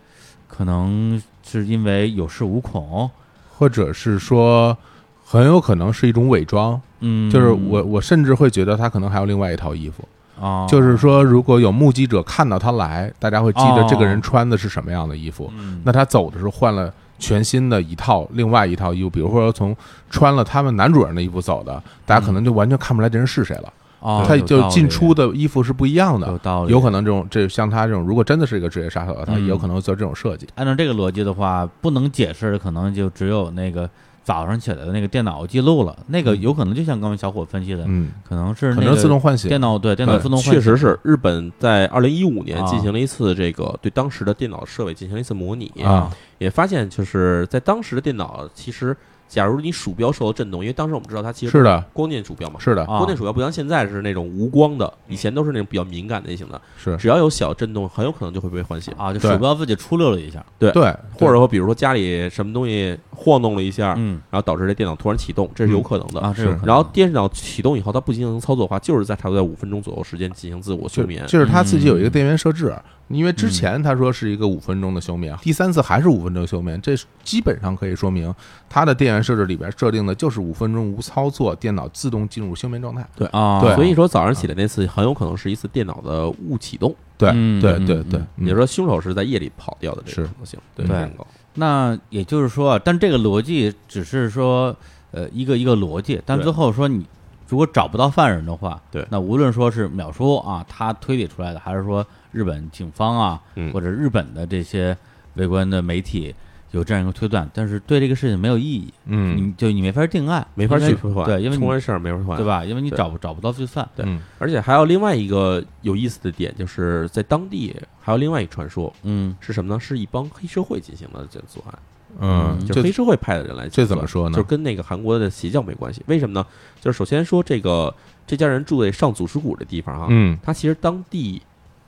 Speaker 2: 可能是因为有恃无恐。
Speaker 3: 或者是说。很有可能是一种伪装，
Speaker 2: 嗯，
Speaker 3: 就是我，我甚至会觉得他可能还有另外一套衣服，
Speaker 1: 哦
Speaker 2: 啊，
Speaker 3: 就是说，如果有目击者看到他来，大家会记得这个人穿的是什么样的衣服。
Speaker 2: 嗯，
Speaker 3: 那他走的时候换了全新的一套，另外一套衣服，比如说从穿了他们男主人的衣服走的，大家可能就完全看不出来这人是谁了。
Speaker 2: 嗯哦
Speaker 3: 他
Speaker 2: 有道
Speaker 3: 就进
Speaker 2: 理
Speaker 3: 出的衣服是不一样的，
Speaker 2: 有道理，
Speaker 3: 有可能这种这像他这种，如果真的是一个职业杀手，他
Speaker 2: 嗯
Speaker 3: 也有可能会做这种设计。
Speaker 2: 按照这个逻辑的话，不能解释的可能就只有那个早上起来的那个电脑记录了。那个有可能就像刚刚小伙分析的，
Speaker 3: 嗯，
Speaker 2: 可能是
Speaker 3: 可
Speaker 2: 那
Speaker 3: 能
Speaker 2: 个
Speaker 3: 自动唤醒
Speaker 2: 电。脑对电脑自动
Speaker 1: 嗯
Speaker 2: 唤
Speaker 1: 确
Speaker 2: 醒
Speaker 1: 实是日本在二零一五年
Speaker 2: 啊
Speaker 1: 进行了一次这个对当时的电脑设备进行了一次模拟
Speaker 3: 啊，
Speaker 1: 也发现就是在当时的电脑其实假如你鼠标受到震动，因为当时我们知道它其实
Speaker 3: 是的，
Speaker 1: 光键鼠标嘛，
Speaker 3: 是的，
Speaker 2: 啊
Speaker 1: 光键鼠标不像现在是那种无光的，以前都是那种比较敏感的类型的，
Speaker 3: 是
Speaker 1: 只要有小震动，很有可能就会被唤醒。
Speaker 2: 啊，就
Speaker 3: 对
Speaker 2: 鼠标自己出溜了一下，
Speaker 3: 对，
Speaker 1: 或者说，比如说家里什么东西晃动了一下，
Speaker 2: 嗯
Speaker 1: 然后导致这电脑突然启动，这是有可能的。
Speaker 2: 啊，这有
Speaker 3: 是
Speaker 2: 可能
Speaker 1: 然后电脑启动以后，它不进行操作的话，就是在差不多在五分钟左右时间进行自我休
Speaker 3: 就
Speaker 1: 眠。
Speaker 3: 就是他自己有一个电源设置，因为之前他说是一个五分钟的休眠，第三次还是五分钟休眠，这基本上可以说明他的电源设置里边设定的就是五分钟无操作，电脑自动进入休眠状态。
Speaker 2: 啊，
Speaker 3: 对
Speaker 1: 所以说早上起来那次很有可能是一次电脑的误启动，
Speaker 3: 对
Speaker 2: 嗯
Speaker 3: 对
Speaker 2: 嗯
Speaker 3: 对
Speaker 2: 嗯
Speaker 3: 对，
Speaker 1: 也就是说凶手是在夜里跑掉的这个
Speaker 3: 是
Speaker 1: 可能性，对
Speaker 2: 对
Speaker 1: 非常高
Speaker 2: 那也就是说，但这个逻辑只是说，呃，一个一个逻辑，但
Speaker 1: 对
Speaker 2: 最后说你如果找不到犯人的话，
Speaker 1: 对
Speaker 2: 那无论说是秒叔啊，他推理出来的，还是说日本警方啊，
Speaker 1: 嗯
Speaker 2: 或者日本的这些围观的媒体有这样一个推断，但是对这个事情没有意义，
Speaker 3: 嗯
Speaker 2: 你就你没法定案，
Speaker 1: 没法
Speaker 2: 因为
Speaker 1: 去推翻，
Speaker 2: 对，因为
Speaker 1: 重
Speaker 2: 你
Speaker 1: 完事儿没法推翻，
Speaker 2: 对？吧？因为你
Speaker 1: 对
Speaker 2: 找不找不到罪犯，
Speaker 1: 对
Speaker 3: 嗯
Speaker 1: 而且还有另外一个有意思的点，就是在当地还有另外一个传说
Speaker 2: 嗯
Speaker 1: 是什么呢？是一帮黑社会进行了这作案，
Speaker 3: 嗯，
Speaker 1: 就是
Speaker 3: 这
Speaker 1: 黑社会派的人来
Speaker 3: 这
Speaker 1: 进行作案。
Speaker 3: 怎么说呢
Speaker 1: 就是？跟那个韩国的邪教没关系，为什么呢？就是首先说这个这家人住在上祖师谷这地方啊，
Speaker 3: 嗯
Speaker 1: 它其实当地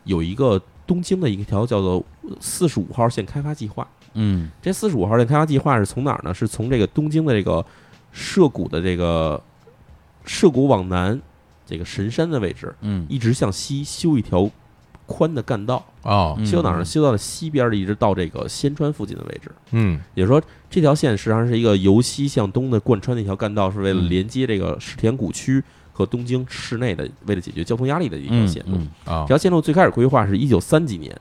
Speaker 1: 有一个东京的一条叫做四十五号线开发计划。
Speaker 2: 嗯
Speaker 1: 这四十五号线开发计划是从哪儿呢？是从这个东京的这个涉谷的这个涉谷往南这个神山的位置，
Speaker 2: 嗯
Speaker 1: 一直向西修一条宽的干道，
Speaker 3: 哦
Speaker 2: 嗯
Speaker 1: 修到哪儿呢？修到了西边的，一直到这个仙川附近的位置。
Speaker 3: 嗯
Speaker 1: 也就是说，这条线实际上是一个由西向东的贯穿的一条干道，是为了
Speaker 2: 嗯
Speaker 1: 连接这个石田谷区和东京市内的，为了解决交通压力的一条
Speaker 2: 嗯
Speaker 1: 线路。
Speaker 2: 嗯
Speaker 3: 啊
Speaker 1: 这条线路最开始规划是一九三几年，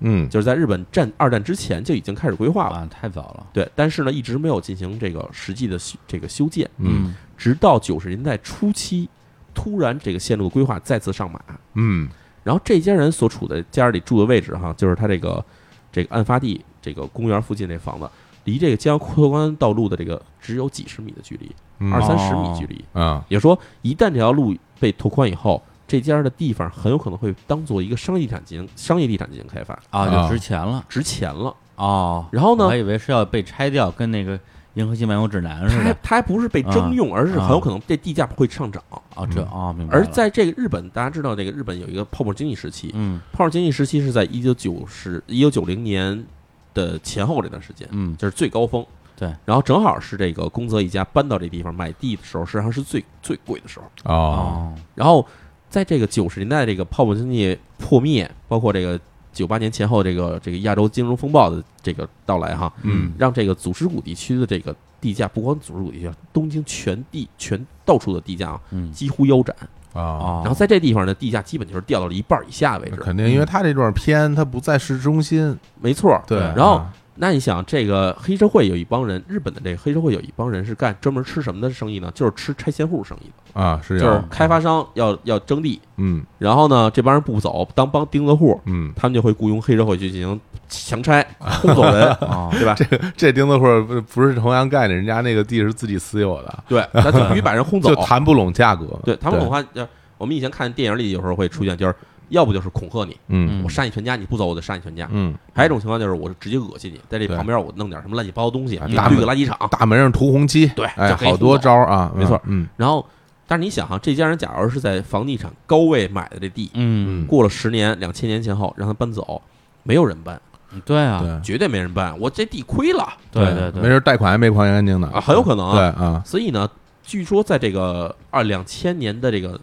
Speaker 3: 嗯
Speaker 1: 就是在日本战二战之前就已经开始规划了。
Speaker 2: 啊，太早了，
Speaker 1: 对，但是呢，一直没有进行这个实际的修这个修建，
Speaker 3: 嗯
Speaker 1: 直到九十年代初期，突然这个线路的规划再次上马。
Speaker 3: 嗯
Speaker 1: 然后这家人所处的家里住的位置哈，就是他这个这个案发地这个公园附近这房子，离这个江拓关道路的这个只有几十米的距离，
Speaker 3: 嗯
Speaker 1: 二三十
Speaker 2: 哦
Speaker 1: 米距离。
Speaker 3: 啊
Speaker 1: 也就是说，一旦这条路被拓宽以后，这家的地方很有可能会当做一个商业地产进行商业地产进行开发，
Speaker 2: 啊，
Speaker 3: 啊
Speaker 2: 就值钱了
Speaker 1: 值钱了。
Speaker 2: 哦。
Speaker 1: 然后
Speaker 2: 我
Speaker 1: 呢
Speaker 2: 还，以为是要被拆掉，跟那个《银河系漫游指南》
Speaker 1: 它
Speaker 2: 似
Speaker 1: 还
Speaker 2: 的。
Speaker 1: 它还不是被征用，而是很有可能这地价会上涨。
Speaker 2: 哦，这哦，明白了。
Speaker 1: 而在这个日本，大家知道这个日本有一个泡沫经济时期，
Speaker 2: 嗯
Speaker 1: 泡沫经济时期是在一九九十一九九零年的前后这段时间。
Speaker 2: 嗯
Speaker 1: 就是最高峰。
Speaker 2: 对，
Speaker 1: 然后正好是这个宫泽一家搬到这地方买地的时候，实际上是最最贵的时候。
Speaker 3: 哦
Speaker 2: 哦
Speaker 1: 然后在这个九十年代这个泡沫经济破灭，包括这个九八年前后这个这个亚洲金融风暴的这个到来哈，
Speaker 3: 嗯
Speaker 1: 让这个祖师谷地区的这个地价，不光祖师谷地区，东京全地全到处的地价啊，
Speaker 2: 嗯
Speaker 1: 几乎腰斩。
Speaker 3: 啊。
Speaker 2: 哦，
Speaker 1: 然后在这地方呢，地价基本就是掉到了一半以下的位
Speaker 3: 那
Speaker 1: 置。
Speaker 3: 肯定，因为它这段偏，它不在市中心，
Speaker 1: 没错，
Speaker 3: 对。
Speaker 2: 然，
Speaker 1: 后
Speaker 3: 啊
Speaker 1: 那你想，这个黑社会有一帮人，日本的这个黑社会有一帮人是干专门吃什么的生意呢？就是吃拆迁户生意的，
Speaker 3: 啊是
Speaker 1: 就是
Speaker 3: 有
Speaker 1: 开发商要要征地，
Speaker 3: 嗯
Speaker 1: 然后呢，这帮人不走，当帮钉子户，
Speaker 3: 嗯，
Speaker 1: 他们就会雇佣黑社会去进行强拆、 轰走人
Speaker 2: 哦
Speaker 1: 对吧？
Speaker 3: 这钉子户儿不不是同样概念，人家那个地是自己私有的，
Speaker 1: 对，那就必须把人轰走
Speaker 3: 就。谈不拢价格。
Speaker 1: 对，他们的话，呃我们以前看电影里有时候会出现，就是要不就是恐吓你，
Speaker 3: 嗯
Speaker 1: 我杀你全家，你不走我就杀你全家；
Speaker 3: 嗯，
Speaker 1: 还有一种情况就是我直接恶心你，在这
Speaker 3: 对
Speaker 1: 旁边我弄点什么乱七八糟东西，
Speaker 3: 啊
Speaker 1: 你
Speaker 3: 大
Speaker 1: 绿个
Speaker 3: 门
Speaker 1: 垃圾场，
Speaker 3: 大门上涂红漆，
Speaker 1: 对
Speaker 3: 哎，
Speaker 1: 就可以
Speaker 3: 好多招儿啊，
Speaker 1: 没错
Speaker 3: 嗯，
Speaker 1: 然后，但是你想哈、这家人假如是在房地产高位买的这地，
Speaker 2: 嗯，
Speaker 1: 过了十年、两千年前后让他搬走，没有人搬，
Speaker 2: 对啊，
Speaker 3: 嗯，
Speaker 1: 绝对没人搬，我这地亏了
Speaker 2: 对对对，
Speaker 3: 没准贷款还没还干净呢
Speaker 1: 啊，很有可能
Speaker 3: 嗯对
Speaker 1: 啊。
Speaker 3: 啊，
Speaker 1: 所以呢，据说在这个二两千年的这个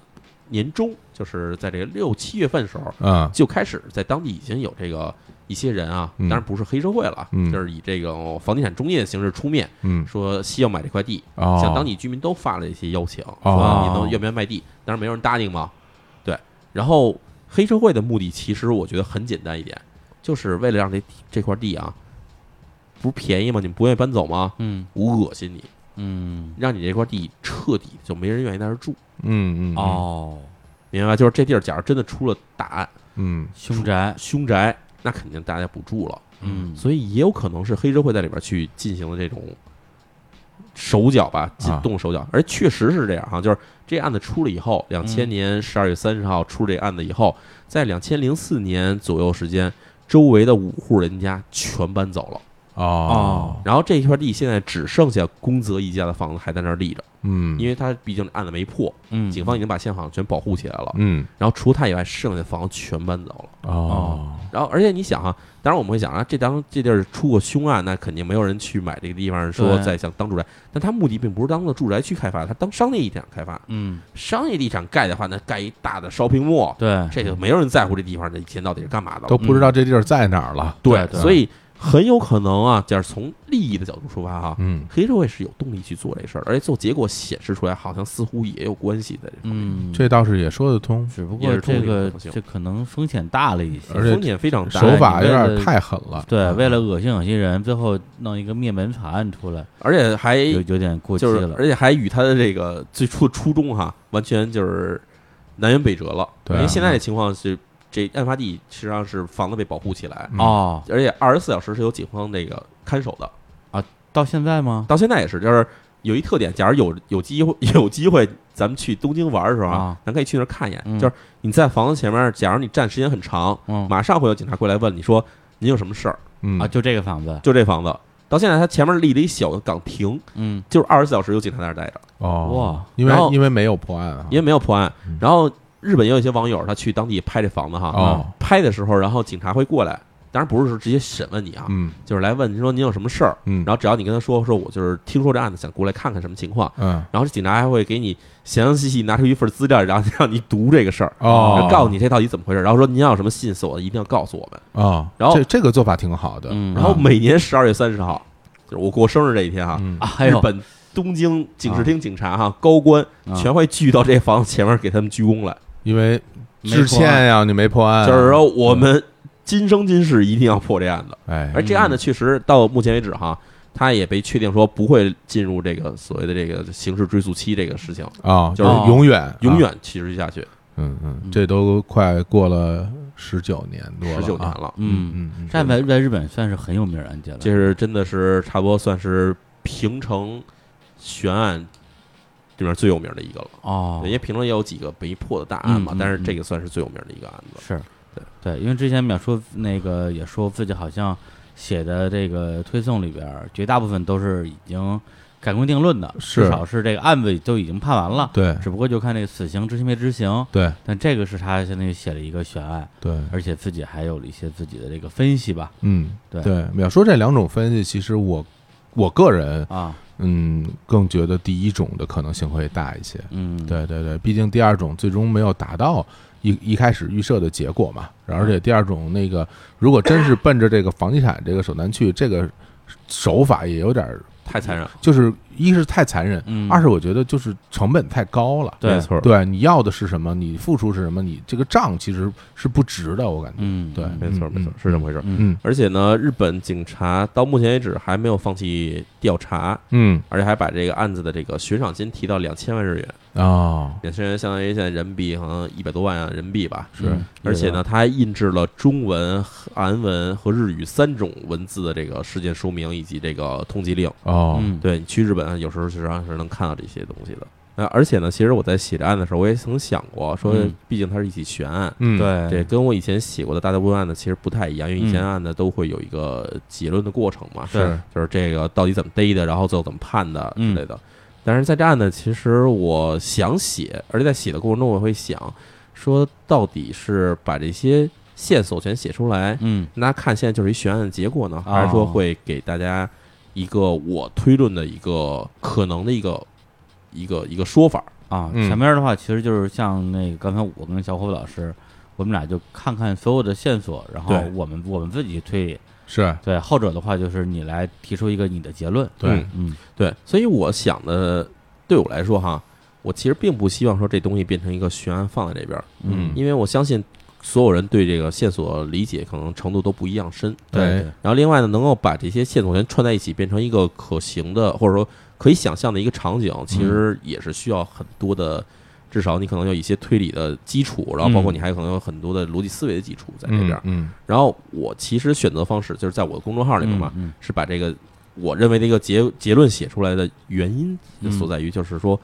Speaker 1: 年中，就是在这个六七月份时候，
Speaker 3: 嗯
Speaker 1: 就开始在当地已经有这个一些人啊，
Speaker 3: 嗯
Speaker 1: 当然不是黑社会了啊，
Speaker 3: 嗯
Speaker 1: 就是以这个房地产中介的形式出面，
Speaker 3: 嗯，
Speaker 1: 说希望买这块地，
Speaker 3: 哦，
Speaker 1: 向当地居民都发了一些邀请，
Speaker 3: 哦
Speaker 1: 说你能愿不愿意卖地？但是没有人答应嘛。对，然后黑社会的目的其实我觉得很简单一点，就是为了让这地这块地啊，不是便宜吗？你们不愿意搬走吗？
Speaker 2: 嗯
Speaker 1: 我恶心你，
Speaker 2: 嗯
Speaker 1: 让你这块地彻底就没人愿意在这儿住，
Speaker 3: 嗯嗯
Speaker 2: 哦，
Speaker 1: 明白吧？就是这地儿，假如真的出了大案，
Speaker 3: 嗯
Speaker 2: 凶宅，
Speaker 1: 凶宅，那肯定大家不住了。
Speaker 2: 嗯
Speaker 1: 所以也有可能是黑社会在里边去进行了这种手脚吧，进
Speaker 3: 啊嗯
Speaker 1: 动手脚，而确实是这样哈、就是这案子出了以后，两千年十二月三十号出这案子以后，在两千零四年左右时间，周围的五户人家全搬走了，
Speaker 3: 哦，
Speaker 1: 然后这一块地现在只剩下宫泽一家的房子还在那儿立着，
Speaker 3: 嗯，
Speaker 1: 因为他毕竟案子没破，
Speaker 2: 嗯，
Speaker 1: 警方已经把现场全保护起来了。
Speaker 3: 嗯
Speaker 1: 然后除他以外，剩下的房子全搬走了。
Speaker 3: 哦，
Speaker 1: 然后，而且你想啊，当然我们会想啊，这当这地儿出过凶案，那肯定没有人去买这个地方，说
Speaker 2: 对
Speaker 1: 再想当住宅。但他目的并不是当做住宅区开发，他当商业地产开发。
Speaker 2: 嗯，
Speaker 1: 商业地产盖的话，那盖一大的 shopping mall，
Speaker 2: 对，
Speaker 1: 这就没有人在乎这地方的以前到底是干嘛的了。
Speaker 3: 都不知道这地儿在哪儿了，
Speaker 2: 对对
Speaker 1: 所以很有可能啊，就是从利益的角度出发啊哈、
Speaker 3: 嗯
Speaker 1: 黑社会是有动力去做这事儿的，而且做结果显示出来，好像似乎也有关系在这方面，
Speaker 2: 嗯，
Speaker 3: 这倒是也说得通，
Speaker 2: 只不
Speaker 1: 也
Speaker 2: 过
Speaker 1: 是处
Speaker 2: 这
Speaker 1: 理
Speaker 2: 个
Speaker 1: 可行
Speaker 2: 这可能风险大了一些，
Speaker 3: 而且
Speaker 1: 风险非常大。
Speaker 3: 手法有
Speaker 2: 你为
Speaker 3: 点
Speaker 2: 了
Speaker 3: 太狠了，
Speaker 1: 嗯
Speaker 2: 对，为了恶心恶心人，最后弄一个灭门查案出来，
Speaker 1: 而且还
Speaker 2: 有有点过激
Speaker 1: 哎就是，
Speaker 2: 了
Speaker 1: 而。且还与他的这个最初的初衷哈，完全就是南辕北辙了。
Speaker 3: 对啊
Speaker 1: 因为现在的情况是，这案发地实际上是房子被保护起来，
Speaker 3: 嗯
Speaker 2: 哦，
Speaker 1: 而且二十四小时是有警方那个看守的，
Speaker 2: 到现在吗？
Speaker 1: 到现在也是，就是有一特点，假如有有机会 有机会，咱们去东京玩的时候
Speaker 2: 啊，
Speaker 1: 咱可以去那儿看一眼。
Speaker 2: 嗯
Speaker 1: 就是你在房子前面，假如你站时间很长，
Speaker 2: 嗯
Speaker 1: 马上会有警察过来问你说您有什么事儿？
Speaker 3: 嗯
Speaker 2: 啊，就这个房子，
Speaker 1: 就这房子，到现在它前面立了一小岗亭，
Speaker 2: 嗯，
Speaker 1: 就是二十四小时有警察在那儿待着，
Speaker 3: 哦，
Speaker 2: 哇，
Speaker 3: 因为
Speaker 1: 然后
Speaker 3: 因为没有破案啊
Speaker 1: 因，为没有破案
Speaker 3: 嗯。
Speaker 1: 然后日本也有一些网友他去当地拍这房子哈，
Speaker 3: 哦
Speaker 1: 拍的时候，然后警察会过来，当然不是说直接审问你啊，
Speaker 3: 嗯
Speaker 1: 就是来问你说您有什么事儿，
Speaker 3: 嗯，
Speaker 1: 然后只要你跟他说说我就是听说这案子，想过来看看什么情况。
Speaker 3: 嗯
Speaker 1: 然后警察还会给你详详细细拿出一份资料，然后让你读这个事儿，
Speaker 3: 哦，
Speaker 1: 告诉你这到底怎么回事，然后说您要有什么线索，一定要告诉我们。
Speaker 3: 哦，
Speaker 1: 然后
Speaker 3: 这这个做法挺好的，啊
Speaker 2: 嗯
Speaker 1: 然后每年十二月三十号，就是我过生日这一天哈，
Speaker 3: 嗯
Speaker 2: 啊，
Speaker 3: 啊
Speaker 2: 还
Speaker 1: 日
Speaker 2: 有
Speaker 1: 本东京警视厅警察哈高官
Speaker 2: 啊
Speaker 1: 全会聚到这房子前面给他们鞠躬来，
Speaker 3: 因为
Speaker 2: 没
Speaker 3: 致
Speaker 2: 破案
Speaker 3: 歉呀，你没破案啊，
Speaker 1: 就是说我们今生今世一定要破这案子。
Speaker 3: 哎，
Speaker 1: 而这案子确实到目前为止哈。他也被确定说不会进入这个所谓的这个刑事追诉期这个事情，
Speaker 3: 啊，
Speaker 1: 就是
Speaker 3: 永远
Speaker 1: 永，
Speaker 3: 啊
Speaker 1: 远持续下去，
Speaker 3: 嗯嗯，这都快过了十九年多了啊，
Speaker 1: 十九年了。
Speaker 2: 嗯，
Speaker 3: 嗯，嗯，
Speaker 2: 这案在在日本算是很有名儿案件了。
Speaker 1: 这是真的是差不多算是平城悬案里面最有名的一个了。
Speaker 2: 哦
Speaker 1: 对，因为平城也有几个没破的大案嘛，
Speaker 2: 嗯嗯
Speaker 1: 但是这个算是最有名的一个案
Speaker 3: 嗯
Speaker 1: 子。
Speaker 2: 是，
Speaker 1: 对
Speaker 2: 对，因为之前淼叔那个也说自己好像写的这个推送里边儿，绝大部分都是已经改供定论的，
Speaker 3: 是
Speaker 2: 至少是这个案子都已经判完了，
Speaker 3: 对
Speaker 2: 只不过就看这个死刑执行没执行。
Speaker 3: 对
Speaker 2: 但这个是他相当于写了一个悬案，
Speaker 3: 对，
Speaker 2: 而且自己还有了一些自己的这个分析吧。
Speaker 3: 嗯
Speaker 2: 对
Speaker 3: 对，秒说这两种分析，其实我我个人
Speaker 2: 啊，
Speaker 3: 嗯更觉得第一种的可能性会大一些，
Speaker 2: 嗯，，
Speaker 3: 对对对，毕竟第二种最终没有达到一一开始预设的结果嘛。然后而且第二种那个，如果真是奔着这个房地产这个手段去，这个手法也有点儿，
Speaker 1: 太残忍了，
Speaker 3: 就是一是太残忍，
Speaker 2: 嗯，
Speaker 3: 二是我觉得就是成本太高了。
Speaker 2: 对
Speaker 1: 没错，
Speaker 3: 对，你要的是什么？你付出是什么？你这个账其实是不值的，我感觉。
Speaker 2: 嗯，
Speaker 3: 对
Speaker 1: 没错，
Speaker 3: 嗯
Speaker 1: 没错
Speaker 3: 嗯，
Speaker 1: 是这么回事儿。
Speaker 2: 嗯
Speaker 3: 嗯
Speaker 1: 而且呢，日本警察到目前为止还没有放弃调查，
Speaker 3: 嗯
Speaker 1: 而且还把这个案子的这个悬赏金提到两千万日元，
Speaker 3: 哦，
Speaker 1: 两千元相当于现在人民币好像一百多万啊人民币吧。
Speaker 3: 是
Speaker 2: 嗯，
Speaker 1: 而且呢，他还印制了中文、韩文和日语三种文字的这个事件说明以及这个通缉令。
Speaker 3: 哦，
Speaker 2: 嗯，
Speaker 1: 对你去日本啊有时候实际上是能看到这些东西的。呃，而且呢，其实我在写这案的时候，我也曾想过，说
Speaker 2: 嗯
Speaker 1: 毕竟它是一起悬案，
Speaker 3: 嗯，
Speaker 2: 对
Speaker 1: 对，，跟我以前写过的大家不案呢其实不太一样，因为以前案子都会有一个结论的过程嘛，
Speaker 2: 对
Speaker 3: 是，
Speaker 1: 就是这个到底怎么逮的，然后最后怎么判的之
Speaker 2: 嗯
Speaker 1: 类的。但是在这案呢，其实我想写，而且在写的过程中，我会想说，到底是把这些线索全写出来，
Speaker 2: 嗯
Speaker 1: 那看现在就是一悬案的结果呢，还是说会给大家一个我推论的一个可能的一个一个一个说法？
Speaker 2: 啊，
Speaker 3: 嗯
Speaker 2: 前面的话其实就是像那个刚才我跟小伙子老师，我们俩就看看所有的线索，然后
Speaker 1: 对
Speaker 2: 我们我们自己推理。
Speaker 3: 是，
Speaker 2: 对，后者的话就是你来提出一个你的结论。
Speaker 3: 对
Speaker 1: 嗯，
Speaker 2: 嗯
Speaker 1: 对，所以我想的，对我来说哈，我其实并不希望说这东西变成一个悬案放在这边儿，
Speaker 2: 嗯，
Speaker 1: 因为我相信所有人对这个线索理解可能程度都不一样深。
Speaker 2: 对
Speaker 3: 对
Speaker 2: 对，
Speaker 1: 然后另外呢，能够把这些线索全串在一起，变成一个可行的，或者说可以想象的一个场景，其
Speaker 2: 嗯
Speaker 1: 实也是需要很多的，至少你可能有一些推理的基础，然后
Speaker 2: 嗯
Speaker 1: 包括你还可能有很多的逻辑思维的基础在这边。
Speaker 3: 嗯，
Speaker 1: 然后我其实选择方式就是在我的公众号里面嘛，
Speaker 2: 嗯
Speaker 1: 是把这个我认为的一个结结论写出来的原因所在于，就是说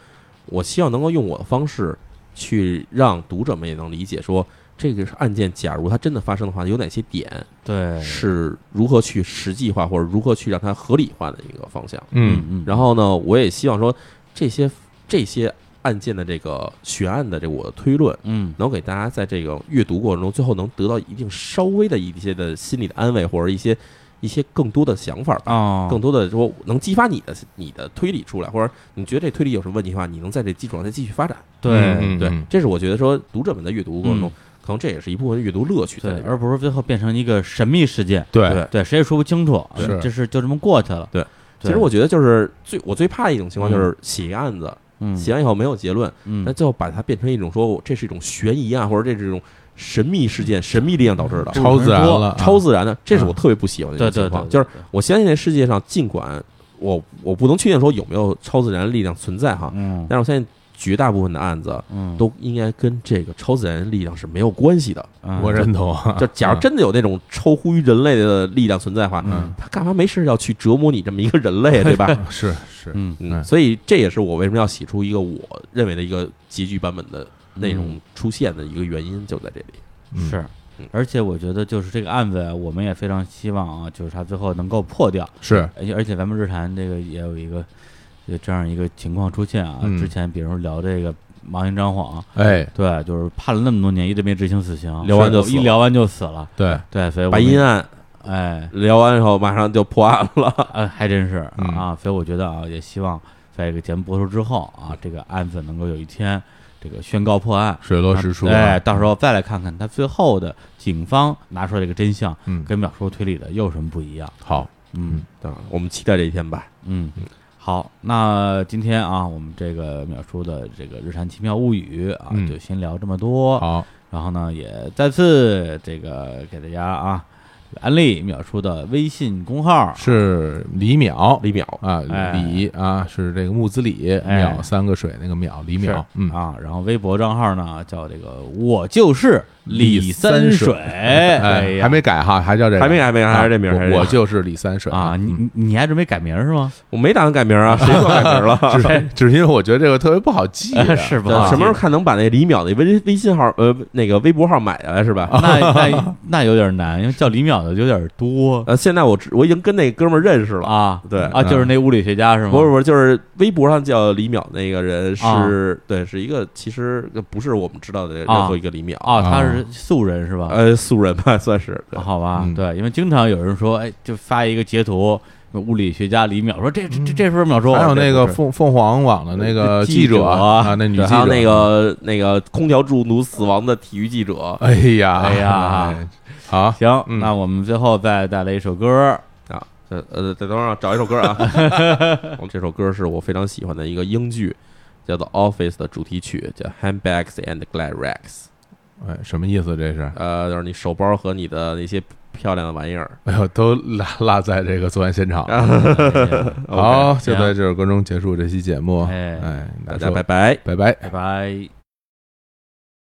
Speaker 1: 我希望能够用我的方式去让读者们也能理解说。这个案件假如它真的发生的话，有哪些点
Speaker 2: 对，
Speaker 1: 是如何去实际化，或者如何去让它合理化的一个方向？
Speaker 2: 嗯
Speaker 3: 嗯
Speaker 2: 嗯，
Speaker 1: 然后呢，我也希望说这些这些案件的这个悬案的这个我的推论，
Speaker 2: 嗯
Speaker 1: 能给大家在这个阅读过程中，最后能得到一定稍微的一些的心理的安慰，或者一些一些更多的想法吧。
Speaker 2: 哦，
Speaker 1: 更多的说能激发你的你的推理出来，或者你觉得这推理有什么问题的话，你能在这基础上再继续发展。
Speaker 2: 对
Speaker 3: 嗯
Speaker 1: 对，这是我觉得说读者们的阅读过程中
Speaker 2: 嗯，
Speaker 1: 可能这也是一部分阅读乐趣在里
Speaker 2: 对，
Speaker 1: 边。
Speaker 2: 而不是最后变成一个神秘事件，
Speaker 3: 对
Speaker 2: 对，谁也说不清楚，
Speaker 3: 是
Speaker 2: 这事就这么过去了。
Speaker 1: 对
Speaker 2: 对，
Speaker 1: 其实我觉得就是最我最怕的一种情
Speaker 3: 嗯
Speaker 1: 况就是写一个案子，
Speaker 2: 嗯
Speaker 1: 写完以后没有结论，
Speaker 2: 嗯
Speaker 1: 那最后把它变成一种说我这是一种悬疑啊，或者这是一种神秘事件、神秘力量导致的。
Speaker 3: 嗯超自然了，嗯
Speaker 1: 超
Speaker 3: 自
Speaker 1: 自然的，这是我特别不喜欢的一
Speaker 2: 对
Speaker 1: 种
Speaker 2: 对
Speaker 1: 情
Speaker 2: 对，
Speaker 1: 况。就是啊
Speaker 2: 对
Speaker 1: 我相信这世界上，尽管我我不能确定说有没有超自然力量存在哈，
Speaker 2: 嗯
Speaker 1: 但是我相信绝大部分的案子
Speaker 2: 嗯
Speaker 1: 都应该跟这个超自然力量是没有关系的。
Speaker 2: 嗯
Speaker 3: 我认同，
Speaker 1: 就假如真的有那种超乎于人类的力量存在的话，
Speaker 2: 嗯
Speaker 1: 他干嘛没事要去折磨你这么一个人类，对吧？
Speaker 3: 是是，
Speaker 2: 嗯
Speaker 1: 嗯，所以这也是我为什么要写出一个我认为的一个结局版本的内容出现的一个原因，就在这里。
Speaker 3: 嗯
Speaker 2: 是
Speaker 1: 嗯。
Speaker 2: 而且我觉得，就是这个案子，啊我们也非常希望啊，就是它最后能够破掉。
Speaker 3: 是，
Speaker 2: 而且而且咱们日坛这个也有一个有这样一个情况出现啊。
Speaker 3: 嗯
Speaker 2: 之前比如聊这个盲刑张晃，啊
Speaker 3: 哎，
Speaker 2: 对，就是判了那么多年，一直没执行死刑，
Speaker 1: 聊完就死
Speaker 2: 一
Speaker 1: 了
Speaker 2: 聊完就死了。
Speaker 3: 对，
Speaker 2: 对，所以我
Speaker 1: 白
Speaker 2: 们
Speaker 1: 银啊案
Speaker 2: 哎
Speaker 1: 聊完以后，马上就破案了。
Speaker 2: 呃，还真是
Speaker 3: 嗯
Speaker 2: 啊，所以我觉得啊，也希望在这个节目播出之后啊，这个案子能够有一天这个宣告破案。
Speaker 3: 水落石出，啊
Speaker 2: 哎，，到时候再来看看他最后的警方拿出来这个真相，
Speaker 3: 嗯，
Speaker 2: 跟秒叔推理的又有什么不一样？
Speaker 3: 好，
Speaker 2: 嗯
Speaker 1: 啊，我们期待这一天吧。
Speaker 2: 嗯，好，那今天啊，我们这个秒叔的这个《日常奇妙物语》啊，
Speaker 3: 嗯
Speaker 2: 就先聊这么多。
Speaker 3: 好，
Speaker 2: 然后呢，也再次这个给大家啊安利秒叔的微信公号，
Speaker 3: 是李淼
Speaker 1: 李淼，
Speaker 3: 啊，
Speaker 2: 哎
Speaker 3: 李啊是这个木子李，
Speaker 2: 哎
Speaker 3: 淼三个水那个淼，李淼
Speaker 2: 是，
Speaker 3: 嗯，
Speaker 2: 啊，然后微博账号呢叫这个我就是
Speaker 3: 李
Speaker 2: 三
Speaker 3: 三水
Speaker 2: 哎呀
Speaker 3: 还没改哈，还叫这个，
Speaker 1: 还没改名，还是这名
Speaker 3: 啊
Speaker 1: 儿，还是这
Speaker 3: 我
Speaker 1: 名
Speaker 3: 我
Speaker 1: 儿
Speaker 3: 就是李三水嗯
Speaker 2: 啊，你你你还准备改名儿是吗？，
Speaker 1: 我没打算改名啊，谁说改名了？
Speaker 3: 只 是只是因为我觉得这个特别不好记啊
Speaker 2: 是不
Speaker 1: 对
Speaker 2: 好
Speaker 1: 什么时候
Speaker 2: 记
Speaker 1: 看能把那李淼的微微信号呃那个微博号买下来是吧？
Speaker 2: 那那那有点难，因为叫李淼的有点多
Speaker 1: 呃，现在我知我已经跟那哥们儿认识了，
Speaker 2: 啊
Speaker 1: 对
Speaker 2: 啊，就是那物理学家是吗？
Speaker 1: 不是不是，就是微博上叫李淼那个人
Speaker 2: 啊
Speaker 1: 是，对，是一个其实呃不是我们知道的
Speaker 2: 啊
Speaker 1: 任何一个李淼，
Speaker 2: 啊，他是素人是吧？
Speaker 1: 呃，素人吧算是，对
Speaker 2: 好吧，
Speaker 3: 嗯
Speaker 2: 对，因为经常有人说，哎，就发一个截图，物理学家李淼说这这这这是不是淼叔？
Speaker 3: 还有那个
Speaker 2: 这不是
Speaker 3: 凤凤凰网的 那个
Speaker 2: 记
Speaker 3: 者
Speaker 2: 者
Speaker 3: 啊，那女记
Speaker 1: 对，
Speaker 3: 者，
Speaker 1: 还有那，个那个空调助奴死亡的体育记 者，
Speaker 3: 哎呀，
Speaker 2: 哎呀，
Speaker 3: 好，
Speaker 2: 行，
Speaker 3: 嗯
Speaker 2: 那我们最后再带来一首歌，
Speaker 1: 啊，呃呃，在等会儿啊找一首歌 啊，我这首歌是我非常喜欢的一个英剧，叫做《Office》的主题曲，叫《Handbags and Glad Rags》。
Speaker 3: 哎，什么意思这是？
Speaker 1: 呃，就是你手包和你的那些漂亮的玩意 儿。啊
Speaker 3: 哎呦，都落落在这个作案现场了。
Speaker 1: OK，
Speaker 3: 好，就在这首歌中结束这期节目。
Speaker 2: 哎
Speaker 3: 哎，
Speaker 1: 大家拜拜。
Speaker 3: 拜拜。
Speaker 2: 拜拜。